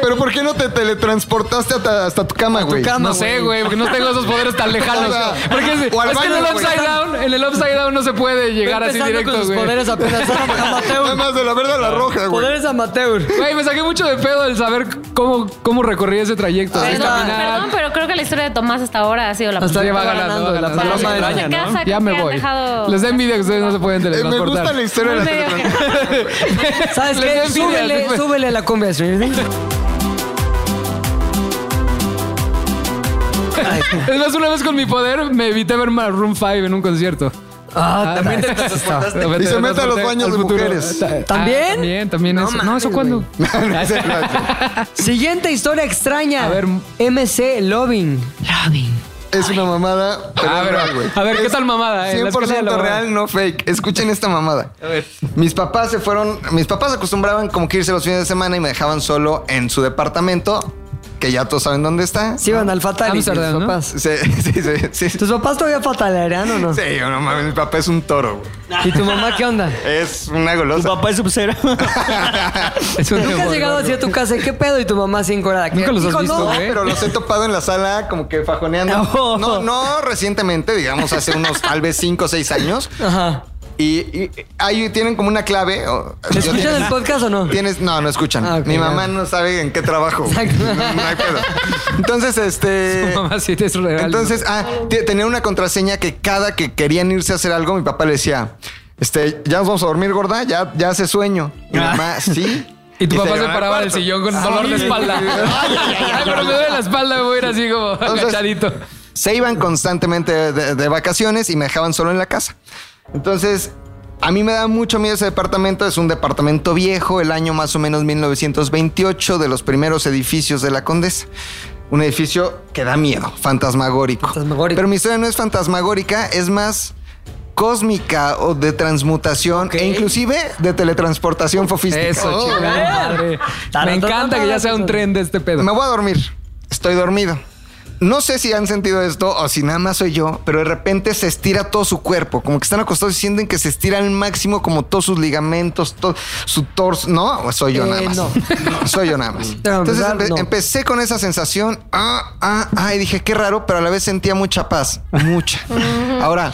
Speaker 10: pero ¿por qué no te teletransportaste hasta, hasta tu cama, güey?
Speaker 7: No sé, güey, porque no tengo esos poderes tan lejanos.
Speaker 10: O sea,
Speaker 7: Porque es,
Speaker 10: o al
Speaker 7: es que en el
Speaker 10: baño, güey.
Speaker 7: upside down, en el upside down no se puede llegar así
Speaker 2: Empezando con
Speaker 7: directo,
Speaker 2: sus
Speaker 7: güey.
Speaker 2: poderes apenas son
Speaker 10: Nada
Speaker 2: amateur.
Speaker 10: más de la verde a la roja, güey. Eh,
Speaker 2: Poderes amateur.
Speaker 7: Güey, me saqué mucho de pedo el saber cómo, cómo recorrí ese trayecto. de
Speaker 5: Perdón,
Speaker 7: caminar.
Speaker 5: perdón, pero creo que la historia de Tomás hasta ahora ha sido la
Speaker 7: Hasta
Speaker 5: peor.
Speaker 7: ya va
Speaker 2: Está
Speaker 7: ganando,
Speaker 2: ganando,
Speaker 7: va
Speaker 2: la
Speaker 7: ganando.
Speaker 5: paloma de
Speaker 7: Ya me
Speaker 5: la
Speaker 7: voy.
Speaker 5: araña, ¿no?
Speaker 7: Ya me
Speaker 5: Creo que
Speaker 7: voy.
Speaker 5: han dejado-
Speaker 7: Les da envidia que ustedes no se pueden
Speaker 10: Eh, me gusta
Speaker 7: teletransportar.
Speaker 10: la historia de
Speaker 5: Muy
Speaker 10: la
Speaker 5: medio que-
Speaker 10: teletransportación.
Speaker 2: ¿Sabes
Speaker 7: Les da
Speaker 2: qué?
Speaker 7: envidia, sí,
Speaker 2: Súbele,
Speaker 7: pues.
Speaker 2: súbele la cumbia, Stranger Things. Ay,
Speaker 7: Es más, una vez con mi poder me evité ver Maroon 5 en un concierto.
Speaker 2: Ah, también te transportaste.
Speaker 7: Me
Speaker 10: Y se mete a los
Speaker 7: teletransporté
Speaker 10: baños
Speaker 7: al
Speaker 10: de
Speaker 7: futuro.
Speaker 10: mujeres.
Speaker 7: Ah,
Speaker 2: ¿También?
Speaker 7: También, también
Speaker 2: No
Speaker 7: eso. no,
Speaker 2: mames,
Speaker 7: ¿eso cuándo?
Speaker 2: Siguiente historia extraña.
Speaker 7: A ver.
Speaker 2: MC Loving. Loving.
Speaker 10: Es una mamada, pero
Speaker 7: A
Speaker 10: es
Speaker 7: ver,
Speaker 10: real, güey.
Speaker 7: a ver, ¿qué tal mamada? En la escala de la
Speaker 10: 100%
Speaker 7: mamada.
Speaker 10: real, no fake. Escuchen esta mamada. Mis papás se fueron, mis papás acostumbraban como que irse los fines de semana y me dejaban solo en su departamento, que ya todos saben dónde está.
Speaker 2: Sí, van al fatal.
Speaker 7: Amsterdam,
Speaker 2: tus
Speaker 7: ¿no?
Speaker 2: papás.
Speaker 10: Sí, sí, sí. sí.
Speaker 2: ¿Tus papás todavía fatalerían o no?
Speaker 10: Sí, yo no mames, mi papá es un toro, güey.
Speaker 2: ¿Y tu mamá qué onda?
Speaker 10: Es una
Speaker 8: Tu
Speaker 10: golosa.
Speaker 8: papá es sub-zero.
Speaker 7: Es un
Speaker 2: Nunca has
Speaker 7: demonio.
Speaker 2: llegado así a tu casa. ¿Qué pedo? Y tu mamá así encuerada.
Speaker 7: Nunca los has
Speaker 2: Hijo,
Speaker 7: visto,
Speaker 2: no.
Speaker 7: güey.
Speaker 10: Pero los he topado en la sala como que fajoneando.
Speaker 2: No.
Speaker 7: Oh.
Speaker 10: No, no, recientemente, digamos hace unos tal vez 5 o 6 años.
Speaker 2: Ajá.
Speaker 10: Y, y ahí tienen como una clave. o- yo
Speaker 2: ¿Escuchan
Speaker 10: tengo-
Speaker 2: el podcast o no?
Speaker 10: Tienes, no, no escuchan.
Speaker 2: Ah, ok,
Speaker 10: Mi mamá
Speaker 2: ya.
Speaker 10: no sabe en qué trabajo.
Speaker 2: Exacto.
Speaker 10: No, no hay pedo. Entonces, este.
Speaker 7: Mamá, sí, es real.
Speaker 10: Entonces, ah, te- tenía una contraseña que cada que querían irse a hacer algo, mi papá le decía, este, ya nos vamos a dormir, gorda, ya, ya hace sueño. Mi mamá, sí.
Speaker 7: Ah. Y tu papá
Speaker 10: se Ah,
Speaker 7: se
Speaker 10: iban al
Speaker 7: paraba del
Speaker 10: cuarto.
Speaker 7: sillón con dolor de espalda. Ay, pero me duele la espalda, voy a ir así como
Speaker 10: Entonces-
Speaker 7: agachadito.
Speaker 10: Se iban constantemente de, de- de vacaciones y me dejaban solo en la casa. Entonces, a mí me da mucho miedo ese departamento. Es un departamento viejo, el año más o menos 1928, de los primeros edificios de la Condesa. Un edificio que da miedo, fantasmagórico.
Speaker 2: Fantasmagórico.
Speaker 10: Pero mi historia no es fantasmagórica, es más cósmica o de transmutación e inclusive de teletransportación fofística.
Speaker 7: Eso,
Speaker 10: Oh,
Speaker 7: chingada madre. Me encanta que ya sea un tren de este pedo.
Speaker 10: me voy a dormir. Estoy dormido. No sé si han sentido esto o si nada más soy yo, pero de repente se estira todo su cuerpo. Como que están acostados y sienten que se estira al máximo como todos sus ligamentos, todo su torso. No, ¿O soy yo
Speaker 2: Eh,
Speaker 10: nada más.
Speaker 2: no.
Speaker 10: Soy yo nada más.
Speaker 2: No,
Speaker 10: Entonces
Speaker 2: ¿verdad?
Speaker 10: empe-
Speaker 2: No.
Speaker 10: empecé con esa sensación. Ah, ah, ah. Y dije, qué raro, pero a la vez sentía mucha paz. Mucha. Ahora,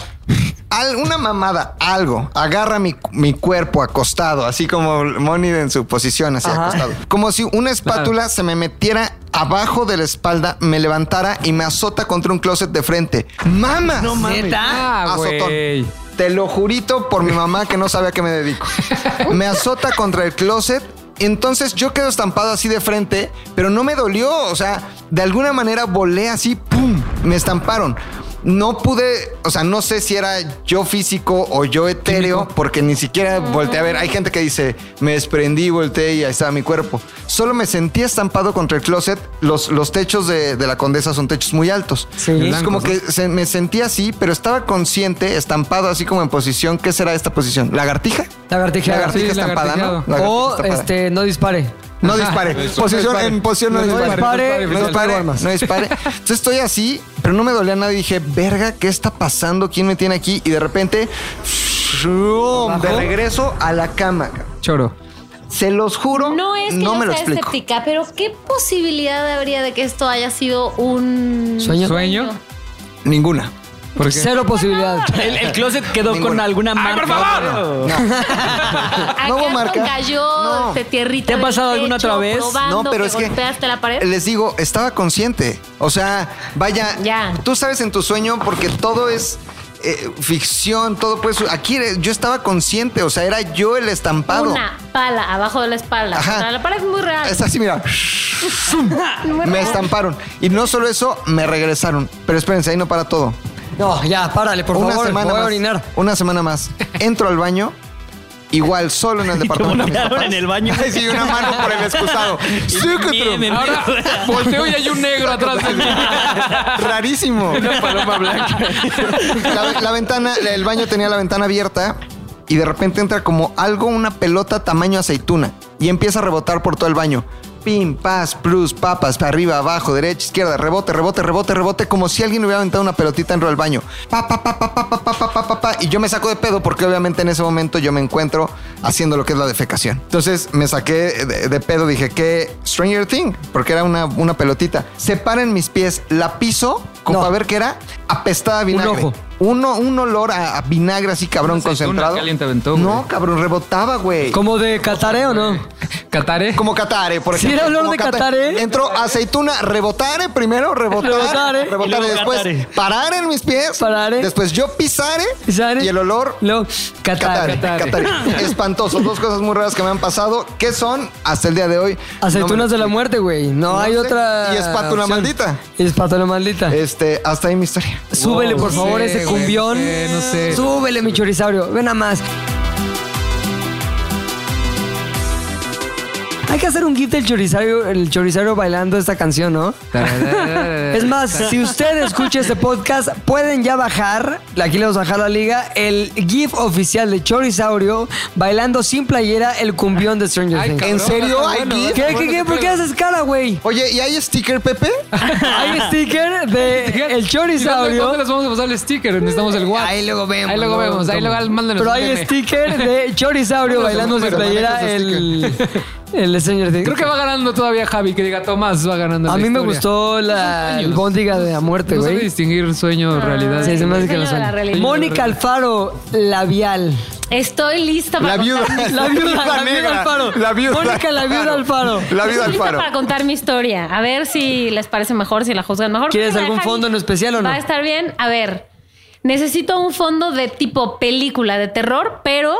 Speaker 10: alguna mamada, algo, agarra mi, mi cuerpo acostado, así como Moni en su posición, así
Speaker 2: Ajá.
Speaker 10: acostado. Como si una espátula se me metiera abajo de la espalda, me levantara y me azota contra un closet de frente. ¡Mama! No
Speaker 7: Ah, güey.
Speaker 10: Te lo jurito por mi mamá que no sabe a qué me dedico. Me azota contra el closet. Entonces yo quedo estampado así de frente, pero no me dolió. O sea, de alguna manera volé así, ¡pum! Me estamparon. No pude, o sea, no sé si era yo físico o yo etéreo, porque ni siquiera volteé a ver. Hay gente que dice, me desprendí, volteé y ahí estaba mi cuerpo. Solo me sentí estampado contra el closet. Los, los techos de, de la condesa son techos muy altos.
Speaker 2: Sí.
Speaker 10: es como que se- me sentí así, pero estaba consciente, estampado así como en posición. ¿Qué será esta posición? ¿Lagartija?
Speaker 2: Lagartija.
Speaker 10: Lagartija
Speaker 7: sí,
Speaker 10: estampada, ¿no?
Speaker 7: lagartijado.
Speaker 10: Lagartija
Speaker 2: O
Speaker 10: estampada.
Speaker 2: este, no dispare.
Speaker 10: No dispare. Posición, en posición no,
Speaker 2: No
Speaker 10: dispare.
Speaker 2: dispare,
Speaker 10: No dispare.
Speaker 2: armas.
Speaker 10: No dispare. Entonces estoy así, pero no me dolía nada. Y dije, verga, ¿qué está pasando? ¿Quién me tiene aquí? Y de repente, shroom, de regreso a la cama. cabrón.
Speaker 7: Choro.
Speaker 10: Se los juro,
Speaker 5: No
Speaker 10: no,
Speaker 5: es que yo
Speaker 10: me lo
Speaker 5: sea
Speaker 10: explico.
Speaker 5: escéptica, pero ¿qué posibilidad habría de que esto haya sido un
Speaker 2: ¿Sueño?
Speaker 7: ¿Sueño?
Speaker 10: Ninguna.
Speaker 7: ¿Por qué?
Speaker 2: Cero posibilidad.
Speaker 8: El, el closet quedó con
Speaker 10: Ninguna.
Speaker 8: alguna marca.
Speaker 4: por favor!
Speaker 8: creo.
Speaker 5: ¿Acaso
Speaker 10: No hubo marca.
Speaker 5: cayó
Speaker 10: No.
Speaker 5: de tierrita?
Speaker 8: ¿Te ha
Speaker 5: del
Speaker 8: pasado alguna
Speaker 5: techo
Speaker 8: otra vez?
Speaker 5: probando
Speaker 10: No, pero es que-
Speaker 5: golpeaste la pared?
Speaker 10: Les digo, estaba consciente. O sea, vaya,
Speaker 5: Ya.
Speaker 10: tú sabes en tu sueño porque todo es eh, ficción, todo pues aquí eres- yo estaba consciente, o sea, era yo el estampado.
Speaker 5: Una pala abajo de la espalda.
Speaker 10: Ajá.
Speaker 5: O sea, La pared es muy real.
Speaker 10: Es así, mira.
Speaker 5: Muy
Speaker 10: Me
Speaker 5: real.
Speaker 10: estamparon. Y no solo eso, me regresaron. Pero espérense, ahí no para todo.
Speaker 2: No, ya, párale, por
Speaker 10: una
Speaker 2: favor.
Speaker 10: semana
Speaker 2: voy a
Speaker 10: más.
Speaker 2: orinar.
Speaker 10: Una semana más. Entro al baño. Igual, solo en el departamento. de mis
Speaker 8: golpearon
Speaker 10: papás.
Speaker 8: en el baño.
Speaker 10: Ay, sí, una mano por el excusado. Sí, que
Speaker 8: Bien,
Speaker 10: tru-
Speaker 8: bien.
Speaker 7: Ahora volteo y hay un negro atrás de mí.
Speaker 10: Rarísimo.
Speaker 7: Una paloma blanca.
Speaker 10: la, la ventana, el baño tenía la ventana abierta y de repente entra como algo, una pelota tamaño aceituna y empieza a rebotar por todo el baño. Pim, pas, plus, papas, para arriba, abajo, derecha, izquierda, rebote, rebote, rebote, rebote, como si alguien hubiera aventado una pelotita dentro del baño. Pa, pa, pa, pa, pa, pa, pa, pa, pa, pa, pa, y yo me saco de pedo porque obviamente en ese momento yo me encuentro haciendo lo que es la defecación. Entonces me saqué de, de pedo, dije, ¿qué? Stranger Thing, porque era una, una pelotita. Separen mis pies, la piso, como
Speaker 2: No.
Speaker 10: a ver qué era, apestada a vinagre.
Speaker 2: ojo.
Speaker 10: Un uno, un olor a, a vinagre así cabrón concentrado.
Speaker 7: caliente aventó,
Speaker 10: No, cabrón, rebotaba, güey.
Speaker 2: ¿Como de Catare o no?
Speaker 7: Catare.
Speaker 10: Como Catare, por
Speaker 2: Sí,
Speaker 10: ejemplo.
Speaker 2: era olor
Speaker 10: como
Speaker 2: de Catare.
Speaker 10: Entró aceituna, rebotare primero, rebotare,
Speaker 2: Rebotare.
Speaker 10: rebotare,
Speaker 8: Y luego
Speaker 10: después
Speaker 8: Catare.
Speaker 10: parar en mis pies,
Speaker 2: Parare.
Speaker 10: después yo pisare,
Speaker 2: Pisare.
Speaker 10: y el olor
Speaker 2: Luego, Catare.
Speaker 10: Catare, Catare. Espantoso, dos cosas muy raras que me han pasado, que son hasta el día de hoy.
Speaker 2: Aceitunas de la muerte, güey. No,
Speaker 10: No
Speaker 2: hay
Speaker 10: sé.
Speaker 2: otra.
Speaker 10: Y espátula
Speaker 2: opción.
Speaker 10: maldita.
Speaker 2: Y espátula maldita.
Speaker 10: Este, hasta ahí mi historia.
Speaker 2: Súbele, por
Speaker 7: no
Speaker 2: favor,
Speaker 7: sé,
Speaker 2: ese
Speaker 7: güey,
Speaker 2: cumbión.
Speaker 7: no sé, no sé.
Speaker 2: Súbele, mi chorizaurio. Ven a más. Hay que hacer un gif del chorizaurio, el chorizaurio bailando esta canción, ¿no? Es más, si usted escucha este podcast, pueden ya bajar, aquí le vamos a bajar la liga, el GIF oficial de Chorizaurio bailando sin playera el cumbión de Stranger
Speaker 7: Ay,
Speaker 2: Things.
Speaker 7: cabrón,
Speaker 10: ¿En serio?
Speaker 7: está
Speaker 10: ¿Hay
Speaker 7: bueno,
Speaker 10: GIF?
Speaker 7: está
Speaker 2: ¿Qué,
Speaker 7: bueno,
Speaker 2: qué, qué?
Speaker 7: está
Speaker 2: ¿Por qué
Speaker 7: bueno. este
Speaker 2: haces cara, güey?
Speaker 10: Oye, ¿y hay sticker, Pepe?
Speaker 2: Hay sticker de el
Speaker 7: ¿Y ¿Dónde
Speaker 2: Chorizaurio.
Speaker 7: les vamos a pasar el sticker? Necesitamos el WhatsApp.
Speaker 2: Ahí luego vemos.
Speaker 7: Ahí luego
Speaker 2: ¿no?
Speaker 7: vemos. Ahí luego mándenos
Speaker 2: Pero
Speaker 7: un
Speaker 2: hay
Speaker 7: meme.
Speaker 2: sticker de Chorizaurio bailando sin
Speaker 10: Pero
Speaker 2: playera
Speaker 10: manejas
Speaker 2: el, el Stranger Things.
Speaker 7: Creo que va ganando todavía Javi, que diga Tomás va ganando.
Speaker 2: A Pues
Speaker 7: la
Speaker 2: mí me
Speaker 7: historia.
Speaker 2: gustó la
Speaker 7: sueños.
Speaker 2: góndiga de la muerte,
Speaker 7: No sabe
Speaker 2: güey.
Speaker 7: distinguir sueño o realidad.
Speaker 2: Sí, se me hace que lo
Speaker 5: Sueño de la
Speaker 2: sabe.
Speaker 5: realidad.
Speaker 2: Mónica Alfaro, labial.
Speaker 5: Estoy lista para
Speaker 10: La viuda.
Speaker 5: contar mi-
Speaker 2: La viuda, la
Speaker 10: negra.
Speaker 2: viuda Alfaro.
Speaker 10: La viuda
Speaker 2: Mónica, la viuda Alfaro.
Speaker 10: La vida
Speaker 5: Estoy
Speaker 10: al
Speaker 5: lista
Speaker 10: faro.
Speaker 5: para contar mi historia. A ver si les parece mejor, si la juzgan mejor.
Speaker 2: ¿Quieres
Speaker 5: Creo que la
Speaker 2: algún
Speaker 5: de Javi
Speaker 2: fondo en especial o no?
Speaker 5: Va a estar bien. A ver, necesito un fondo de tipo película de terror, pero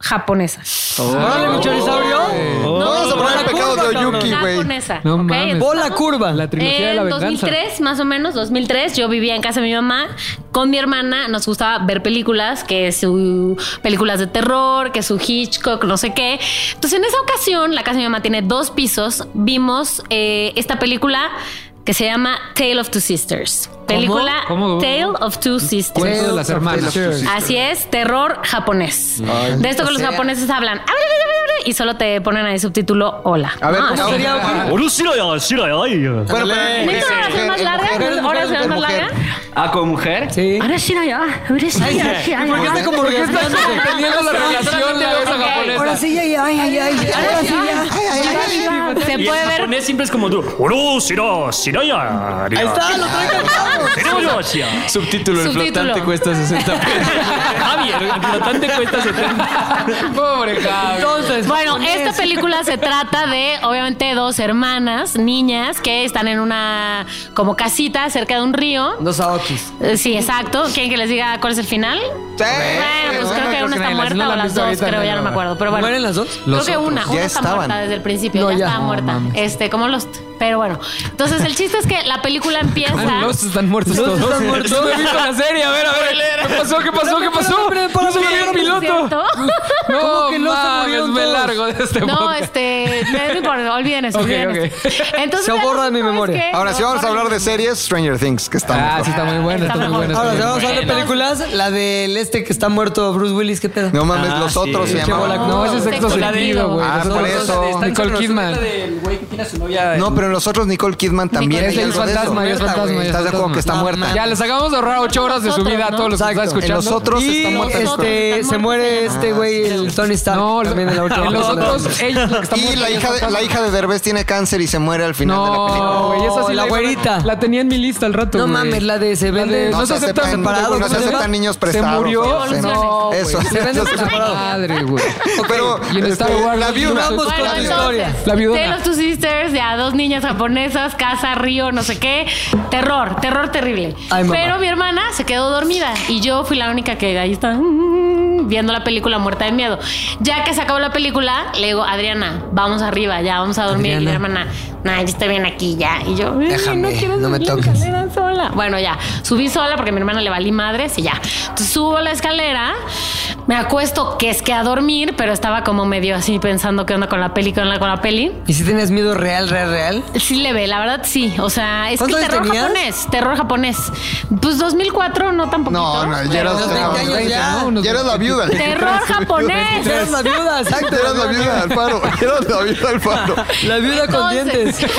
Speaker 5: japonesa.
Speaker 2: Órale, mi chorizaurio.
Speaker 8: No,
Speaker 10: vamos
Speaker 2: no,
Speaker 10: a poner el
Speaker 2: la
Speaker 10: pecado
Speaker 2: curva,
Speaker 10: de Oyuki,
Speaker 2: cabrón.
Speaker 10: güey.
Speaker 5: japonesa.
Speaker 7: No
Speaker 5: ¿ok?
Speaker 7: mames.
Speaker 5: Entonces,
Speaker 2: Bola curva.
Speaker 7: La trilogía de la
Speaker 5: En
Speaker 7: venganza.
Speaker 5: 2003, más o menos, 2003, yo vivía en casa de mi mamá. Con mi hermana nos gustaba ver películas, que su películas de terror, que su Hitchcock, no sé qué. Entonces, en esa ocasión, la casa de mi mamá tiene dos pisos. Vimos eh, esta película que se llama Tale of Two Sisters. Película
Speaker 7: ¿Cómo?
Speaker 5: Tale of Two Sisters.
Speaker 7: Cuento de las hermanas.
Speaker 5: Así es, terror japonés. de esto que los japoneses hablan y solo te ponen ahí subtítulo hola. Ah,
Speaker 10: A ver, pues,
Speaker 5: No,
Speaker 10: ¿cómo
Speaker 5: así.
Speaker 10: sería? Bueno, pero-
Speaker 5: ¿No hay una oración más larga? ¿Una oración más larga?
Speaker 8: Ah, con mujer.
Speaker 2: Sí.
Speaker 5: Ahora sí, ya. ah, Ahora sí, ya.
Speaker 2: ¿Por qué está como regañándose?
Speaker 7: Teniendo la relación la esa japonesa.
Speaker 2: Ahora sí, ya, ya, ay, ay, ay. Ahora sí, ya.
Speaker 5: Se
Speaker 8: Y el
Speaker 5: puede ver.
Speaker 8: japonés siempre es como tú. Uru, shiro, shiro, ya.
Speaker 2: Ahí está, lo trae cantado.
Speaker 8: Shiro, yo, shia.
Speaker 4: Subtítulo, el
Speaker 5: Subtítulo.
Speaker 4: flotante cuesta 60 pesos.
Speaker 8: Javi, el flotante cuesta 70.
Speaker 7: Pobre Javi.
Speaker 2: Entonces,
Speaker 5: Pues Bueno,
Speaker 2: japonés.
Speaker 5: esta película se trata de, obviamente, dos hermanas, niñas, que están en una como casita cerca de un río.
Speaker 2: Dos aokis.
Speaker 5: Eh, Sí, exacto. ¿Quieren que les diga cuál es el final? Bueno, pues creo que una está muerta
Speaker 7: no la
Speaker 5: o
Speaker 7: han
Speaker 5: las
Speaker 7: visto
Speaker 5: dos,
Speaker 7: ahorita,
Speaker 5: creo,
Speaker 7: no,
Speaker 5: ya no me
Speaker 7: no.
Speaker 5: acuerdo. Pero bueno.
Speaker 2: ¿Mueren las dos?
Speaker 5: Creo
Speaker 7: Los
Speaker 5: que
Speaker 10: otros.
Speaker 5: una,
Speaker 10: Ya
Speaker 5: una está
Speaker 10: estaban.
Speaker 5: muerta desde el principio,
Speaker 2: No,
Speaker 5: ya,
Speaker 2: ya.
Speaker 5: estaba
Speaker 2: No,
Speaker 5: muerta. Este, como Lost. Pero bueno. Entonces el chiste es que la película empieza.
Speaker 7: Ah, los están muertos todos.
Speaker 2: están muertos.
Speaker 7: No he visto la serie. A ver, a ver. ¿Qué pasó? ¿Qué pasó? ¿Qué pasó?
Speaker 2: Espérame, espérame,
Speaker 7: No se murió el
Speaker 2: espérame,
Speaker 7: piloto.
Speaker 5: ¿Cierto?
Speaker 7: No,
Speaker 2: ¿Cómo que no se
Speaker 7: mames,
Speaker 2: murieron
Speaker 7: me
Speaker 2: todos?
Speaker 7: largo de este
Speaker 5: No,
Speaker 7: podcast.
Speaker 5: este, no importa, olviden eso.
Speaker 7: Ok,
Speaker 5: olviden
Speaker 7: ok.
Speaker 5: eso. Entonces,
Speaker 2: Se
Speaker 5: ya
Speaker 2: borra
Speaker 5: lo
Speaker 2: de mi
Speaker 5: último es
Speaker 2: memoria.
Speaker 5: que-
Speaker 10: Ahora sí, vamos a hablar de series Stranger Things, que está
Speaker 7: Ah,
Speaker 10: mejor.
Speaker 7: sí, está muy buena,
Speaker 5: Está
Speaker 7: está muy
Speaker 5: mejor.
Speaker 7: buena. está
Speaker 2: Ahora,
Speaker 7: muy
Speaker 2: si
Speaker 7: buena.
Speaker 2: vamos a hablar de películas, la del este que está muerto Bruce Willis, ¿qué pedo?
Speaker 10: No mames,
Speaker 8: Ah,
Speaker 10: los
Speaker 8: sí.
Speaker 10: otros se
Speaker 8: Pinche
Speaker 10: llamaban.
Speaker 2: bola-
Speaker 7: No, ese es sexto
Speaker 5: Sexto
Speaker 7: sentido,
Speaker 5: sentido.
Speaker 7: güey.
Speaker 10: Ah,
Speaker 7: Los
Speaker 10: por
Speaker 7: otros-
Speaker 10: eso.
Speaker 7: Nicole Kidman.
Speaker 8: del güey que tiene a su novia.
Speaker 10: No, pero en los otros Nicole Kidman también.
Speaker 7: Es
Speaker 10: hay
Speaker 7: el
Speaker 10: algo de
Speaker 7: fantasma,
Speaker 10: eso.
Speaker 7: ya es fantasma. ya es
Speaker 10: ¿Estás de acuerdo
Speaker 7: fantasma.
Speaker 10: que está
Speaker 7: No,
Speaker 10: muerta?
Speaker 7: Ya les acabamos de ahorrar ocho horas de su
Speaker 5: Nosotros,
Speaker 7: vida a
Speaker 5: ¿no?
Speaker 7: todos los que nos están
Speaker 2: Exacto.
Speaker 7: escuchando.
Speaker 10: En los otros
Speaker 2: Y
Speaker 10: está muerta.
Speaker 2: este,
Speaker 5: Está
Speaker 2: se
Speaker 5: muerto.
Speaker 2: muere este güey, el Tony Stark.
Speaker 7: No,
Speaker 2: también en la última.
Speaker 7: en los
Speaker 2: película.
Speaker 7: otros, ella es la que está
Speaker 10: Y
Speaker 7: muerta,
Speaker 10: la
Speaker 7: ella es
Speaker 10: hija, de,
Speaker 7: fantasma.
Speaker 10: la hija de Derbez tiene cáncer y se muere al final de la película.
Speaker 7: No, güey, esa sí
Speaker 2: La
Speaker 7: iba-
Speaker 2: güerita.
Speaker 7: La tenía en mi lista al rato.
Speaker 2: No
Speaker 7: güey.
Speaker 2: mames, la de se
Speaker 7: La de-
Speaker 2: vende.
Speaker 10: No se aceptan-
Speaker 2: separado.
Speaker 10: no
Speaker 2: ¿cómo
Speaker 10: se
Speaker 2: se llama?
Speaker 10: aceptan niños
Speaker 7: Se
Speaker 10: prestados.
Speaker 7: murió.
Speaker 10: Se-
Speaker 7: No,
Speaker 10: Eso.
Speaker 7: güey.
Speaker 2: Se venden
Speaker 10: Eso-
Speaker 2: por separado.
Speaker 7: Madre, güey.
Speaker 10: Pero
Speaker 7: Y en Star
Speaker 10: este,
Speaker 7: Wars,
Speaker 10: la viuda.
Speaker 2: Duramos con
Speaker 5: Bueno,
Speaker 2: la
Speaker 5: entonces,
Speaker 2: historia.
Speaker 7: La viuda.
Speaker 5: Tale of Two Sisters, ya dos niñas japonesas, casa, río, no sé qué. Terror, terror terrible.
Speaker 2: Ay, mamá.
Speaker 5: Pero mi hermana se quedó dormida y yo fui la única que ahí está mm, viendo la película muerta de miedo. Ya que se acabó la película, le digo, Adriana, vamos arriba, ya vamos a dormir. Y mi hermana, nah, yo estoy bien aquí ya. Y yo, "Mm, "Ay,
Speaker 2: Déjame,
Speaker 5: no quiero
Speaker 2: Eh, no me
Speaker 5: subir la
Speaker 2: toques.
Speaker 5: escalera sola. Bueno, ya, subí sola porque a mi hermana le valí madres y ya. Entonces subo la escalera, me acuesto que es que a dormir, pero estaba como medio así pensando qué onda con la peli, qué onda con la peli.
Speaker 2: ¿Y si tienes miedo real, real, real?
Speaker 5: Sí le ve, la verdad sí. O sea, es que
Speaker 2: ¿Cuántos años
Speaker 5: terror
Speaker 2: tenías?
Speaker 5: japonés, terror japonés. Pues 2004, no tampoco.
Speaker 10: No, no, ya eras,
Speaker 2: Los 20 años ya.
Speaker 10: ya. eras la viuda.
Speaker 5: Terror japonés.
Speaker 2: Eres la viuda,
Speaker 10: Exacto,
Speaker 2: exacto.
Speaker 10: eras la viuda del faro. Eras la viuda del faro.
Speaker 2: La viuda con
Speaker 5: Entonces,
Speaker 2: dientes.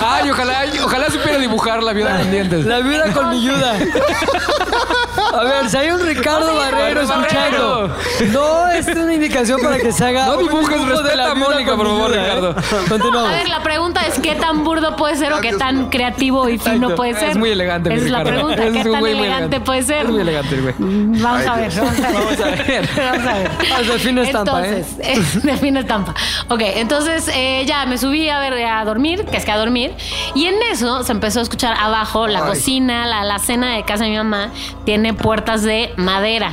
Speaker 7: Ay, ojalá, ojalá supiera dibujar la viuda con dientes.
Speaker 2: La viuda con mi viuda. A ver, si hay un Ricardo Barrero escuchando, no
Speaker 7: este
Speaker 2: es una indicación para que se haga.
Speaker 7: No
Speaker 2: un
Speaker 7: dibujes,
Speaker 2: dibujo de
Speaker 7: respeta
Speaker 2: la
Speaker 7: a
Speaker 2: viuda
Speaker 7: Mónica, por
Speaker 2: con
Speaker 7: favor,
Speaker 2: viuda, ¿eh?
Speaker 7: Ricardo.
Speaker 5: A
Speaker 2: Continuamos.
Speaker 5: ver, la pregunta es qué tan burdo puede ser o qué tan creativo y fino puede ser.
Speaker 7: Es muy elegante, mi
Speaker 5: Esa es la
Speaker 7: Ricardo.
Speaker 5: pregunta,
Speaker 7: Es
Speaker 5: qué
Speaker 7: un
Speaker 5: tan
Speaker 7: güey muy
Speaker 5: elegante
Speaker 7: elegante.
Speaker 5: puede ser.
Speaker 7: Es muy elegante el güey.
Speaker 5: Mm, Vamos a ver, vamos a ver.
Speaker 2: Vamos a ver.
Speaker 5: Vamos a ver.
Speaker 2: Ah, Al delfín estampa, ¿eh?
Speaker 5: entonces, ¿eh? define estampa. Ok, entonces eh, ya me subí a ver eh, a dormir, que es que a dormir. Y en eso se empezó a escuchar abajo la cocina, la, la cena de casa de mi mamá tiene puertas de madera.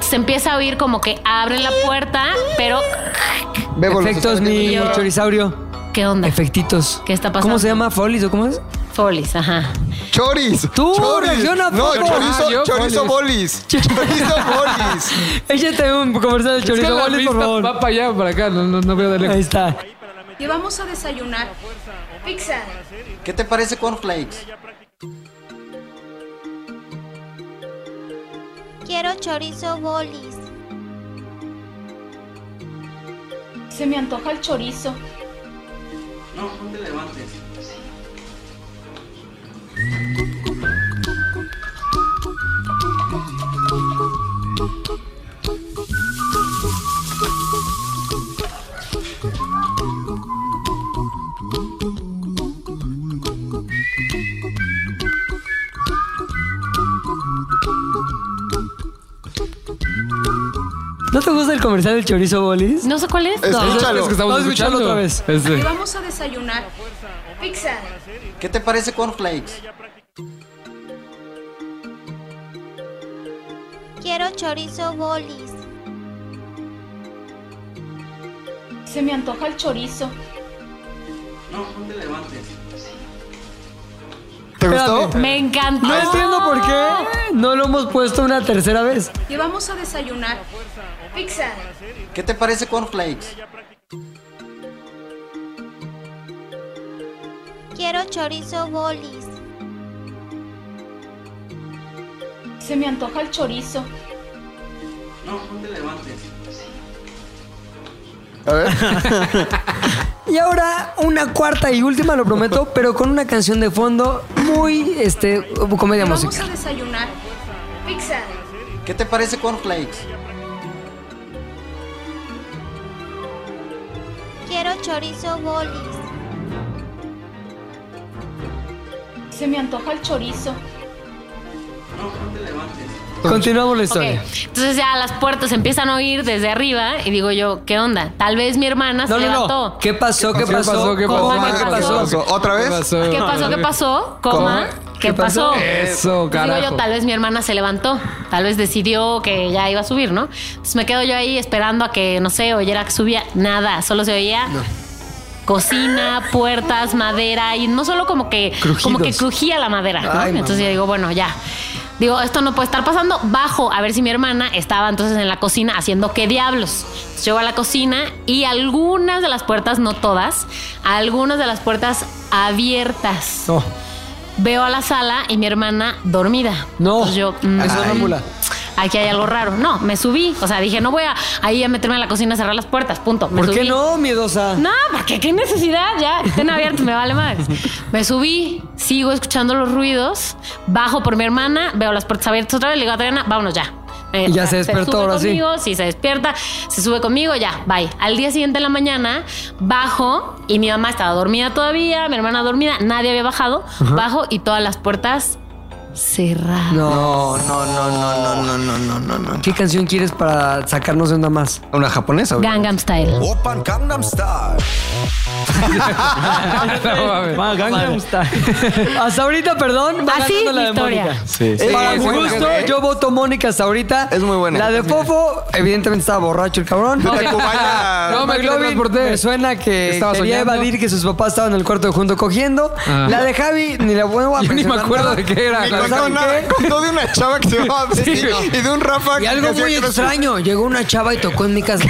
Speaker 5: Se empieza a oír como que abren la puerta, pero
Speaker 10: Bebo, los
Speaker 2: Efectos, mi
Speaker 5: Yo-
Speaker 2: chorisaurio.
Speaker 5: ¿qué onda?
Speaker 2: Efectitos.
Speaker 5: ¿Qué está pasando?
Speaker 2: ¿Cómo se llama? ¿Folis o cómo es?
Speaker 5: Folies, ajá.
Speaker 10: choris.
Speaker 2: Tú,
Speaker 10: choris.
Speaker 2: reacciona
Speaker 10: no,
Speaker 2: poco.
Speaker 10: chorizo,
Speaker 7: Ah, yo,
Speaker 10: chorizo bolis. Chorizo bolis.
Speaker 2: Échate un comercial de
Speaker 7: Es que
Speaker 2: chorizo,
Speaker 7: la
Speaker 2: Folis, por
Speaker 7: vista
Speaker 2: favor.
Speaker 7: va para allá, para acá, no, no- no veo de lejos.
Speaker 2: Ahí está.
Speaker 13: Y vamos a desayunar pizza.
Speaker 10: ¿Qué te parece cornflakes?
Speaker 14: Quiero chorizo bolis.
Speaker 13: Se me antoja el chorizo.
Speaker 2: ¿No te gusta el comercial del chorizo, Bolis?
Speaker 5: No sé cuál es.
Speaker 10: Escúchalo.
Speaker 7: Es que estamos
Speaker 2: Vamos a escucharlo
Speaker 7: escuchando
Speaker 2: otra vez.
Speaker 13: Y
Speaker 7: Este,
Speaker 13: vamos a desayunar pizza.
Speaker 10: ¿Qué te parece cornflakes?
Speaker 14: Quiero chorizo bolis.
Speaker 13: Se me antoja el chorizo.
Speaker 10: ¿Te
Speaker 2: Espérame.
Speaker 10: gustó?
Speaker 5: Me encantó.
Speaker 2: No entiendo por qué no lo hemos puesto una tercera vez.
Speaker 13: Y vamos a desayunar pizza.
Speaker 10: ¿Qué te parece cornflakes?
Speaker 14: Quiero chorizo bolis.
Speaker 13: Se me antoja el chorizo.
Speaker 10: A ver.
Speaker 2: Y ahora una cuarta y última, lo prometo, pero con una canción de fondo muy, este,
Speaker 13: Y
Speaker 2: comedia
Speaker 13: vamos a
Speaker 2: musical.
Speaker 13: desayunar pizza.
Speaker 10: ¿Qué te parece cornflakes?
Speaker 14: Quiero chorizo bolis.
Speaker 13: Se me antoja el chorizo.
Speaker 2: Continuamos la
Speaker 5: Ok,
Speaker 2: historia.
Speaker 5: Entonces ya las puertas empiezan a oír desde arriba y digo yo, ¿qué onda? Tal vez mi hermana
Speaker 2: No,
Speaker 5: se
Speaker 2: no,
Speaker 5: levantó.
Speaker 2: no. ¿Qué pasó? ¿Qué
Speaker 7: ¿Qué
Speaker 2: pasó?
Speaker 7: pasó? ¿Qué
Speaker 2: ¿Cómo?
Speaker 5: pasó?
Speaker 2: ¿Qué
Speaker 5: ¿Qué
Speaker 2: pasó?
Speaker 5: pasó?
Speaker 10: Oh, ¿Otra vez?
Speaker 5: ¿Qué pasó? ¿Qué pasó? Coma. ¿Qué pasó?
Speaker 7: Eso,
Speaker 5: Entonces digo
Speaker 7: carajo.
Speaker 5: yo, tal vez mi hermana se levantó, tal vez decidió que ya iba a subir, ¿no? Entonces me quedo yo ahí esperando a que, no sé, oyera que subía. Nada, solo se oía cocina, puertas, madera y no solo como que como que crujía la madera, ¿no?
Speaker 2: Ay,
Speaker 5: entonces yo digo, bueno, ya. Digo, esto no puede estar pasando. Bajo a ver si mi hermana estaba entonces en la cocina haciendo qué diablos. Entonces, Llego a la cocina y algunas de las puertas, no todas, algunas de las puertas abiertas.
Speaker 2: No,
Speaker 5: Veo a la sala y mi hermana dormida.
Speaker 2: no.
Speaker 5: Entonces yo, mm,
Speaker 2: Es sonámbula.
Speaker 5: aquí hay algo raro. No, me subí. O sea, dije, no voy a ahí a meterme en la cocina a cerrar las puertas. Punto. Me
Speaker 2: ¿Por qué
Speaker 5: subí.
Speaker 2: no, miedosa?
Speaker 5: No, porque qué necesidad, ya, que estén abiertos, me vale más. Me subí, sigo escuchando los ruidos, bajo por mi hermana, veo las puertas abiertas otra vez, le digo a Adriana, vámonos ya. Eh,
Speaker 2: Y ya
Speaker 5: o sea,
Speaker 2: se despertó,
Speaker 5: sube
Speaker 2: ahora sí.
Speaker 5: conmigo, sí, se despierta, se sube conmigo, ya, bye. Al día siguiente en la mañana, bajo y mi mamá estaba dormida todavía, mi hermana dormida, nadie había bajado, bajo y todas las puertas cerradas.
Speaker 2: No.
Speaker 10: No, no, no, no, no, no, no, no, no.
Speaker 2: ¿Qué canción quieres para sacarnos de onda más?
Speaker 10: ¿Una japonesa? güey?
Speaker 5: Gangnam Style.
Speaker 15: Open Gangnam Style.
Speaker 7: No, mames.
Speaker 8: Va, Gangnam Style.
Speaker 2: Hasta ahorita, perdón, va
Speaker 5: Así
Speaker 2: ganando la
Speaker 5: mi
Speaker 2: de Mónica.
Speaker 5: historia.
Speaker 4: Sí.
Speaker 2: Eh, Para
Speaker 10: es
Speaker 2: mi
Speaker 10: buena,
Speaker 2: gusto,
Speaker 10: ¿eh?
Speaker 2: yo voto Mónica hasta ahorita.
Speaker 10: Es muy buena.
Speaker 2: La de Fofo, evidentemente estaba borracho el cabrón.
Speaker 10: Tacubaya.
Speaker 7: No, me
Speaker 2: McLovin,
Speaker 7: teletransporté.
Speaker 2: me suena que
Speaker 7: Estaba
Speaker 2: quería
Speaker 7: soñando.
Speaker 2: evadir que sus papás estaban en el cuarto junto cogiendo.
Speaker 7: Ah.
Speaker 2: La de Javi, ni la vuelvo a
Speaker 7: Yo ni me
Speaker 2: mencionar
Speaker 7: acuerdo
Speaker 2: nada.
Speaker 7: de qué era.
Speaker 10: Me
Speaker 7: cabrón.
Speaker 10: contó,
Speaker 2: ¿Saben
Speaker 10: una,
Speaker 2: qué?
Speaker 10: contó de una chava que se llamaba Betty y de un Rafa
Speaker 2: Y
Speaker 10: que
Speaker 2: algo
Speaker 10: hacía
Speaker 2: muy
Speaker 10: crossfit.
Speaker 2: extraño, llegó una chava y tocó en mi casa.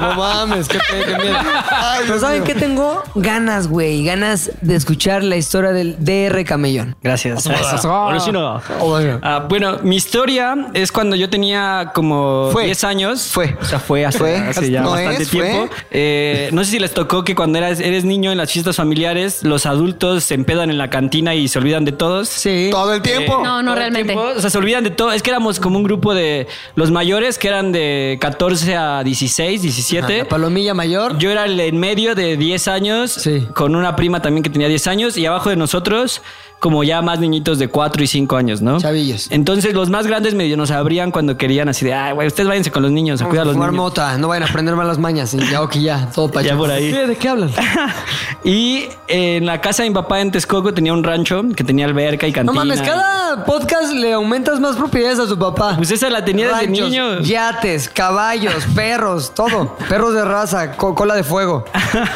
Speaker 4: No mames, qué, pe- qué miedo.
Speaker 10: Ay,
Speaker 2: Pero
Speaker 10: Dios
Speaker 2: ¿saben
Speaker 10: mío.
Speaker 2: qué tengo? Ganas, güey, ganas de escuchar la historia del DR Camellón.
Speaker 10: pues,
Speaker 8: Gracias.
Speaker 7: Ah.
Speaker 8: Orochino.
Speaker 10: Oh,
Speaker 8: Ah, bueno, mi historia es cuando yo tenía como
Speaker 10: Fue.
Speaker 8: 10 años.
Speaker 10: Fue.
Speaker 8: O sea, fue hace,
Speaker 10: Fue.
Speaker 8: hace ya
Speaker 10: No
Speaker 8: bastante
Speaker 10: es, fue.
Speaker 8: tiempo. Eh, no sé si les tocó que cuando eras, eres niño en las fiestas familiares, los adultos se empedan en la cantina y se olvidan de todos.
Speaker 2: Sí.
Speaker 10: todo el tiempo.
Speaker 5: No, no
Speaker 8: Todo el
Speaker 5: realmente.
Speaker 8: tiempo, o sea, se olvidan de todo. Es que éramos como un grupo de los mayores que eran de 14 a 16, 17.
Speaker 2: Ajá, la palomilla mayor.
Speaker 8: Yo era el en medio de 10 años,
Speaker 2: Sí.
Speaker 8: con una prima también que tenía 10 años, y abajo de nosotros, como ya más niñitos de 4 y 5 años, ¿no?
Speaker 2: Chavillos.
Speaker 8: Entonces los más grandes medio nos abrían cuando querían, así de, ay, güey, ustedes váyanse con los niños, a
Speaker 2: Vamos
Speaker 8: cuidar
Speaker 2: a
Speaker 8: a los
Speaker 2: fumar
Speaker 8: niños.
Speaker 2: mota, no vayan a aprender malas mañas. Y ya, ok, ya, todo para
Speaker 8: Ya por ahí.
Speaker 2: ¿De qué hablan?
Speaker 8: y eh, en la casa de mi papá en Texcoco tenía un rancho que tenía alberca y
Speaker 2: No
Speaker 8: cantina.
Speaker 2: mames, cada podcast le aumentas más propiedades a su papá.
Speaker 8: Pues esa la tenía desde
Speaker 2: Ranchos,
Speaker 8: niño.
Speaker 2: Yates, caballos, perros, todo. Perros de raza, co- cola de fuego.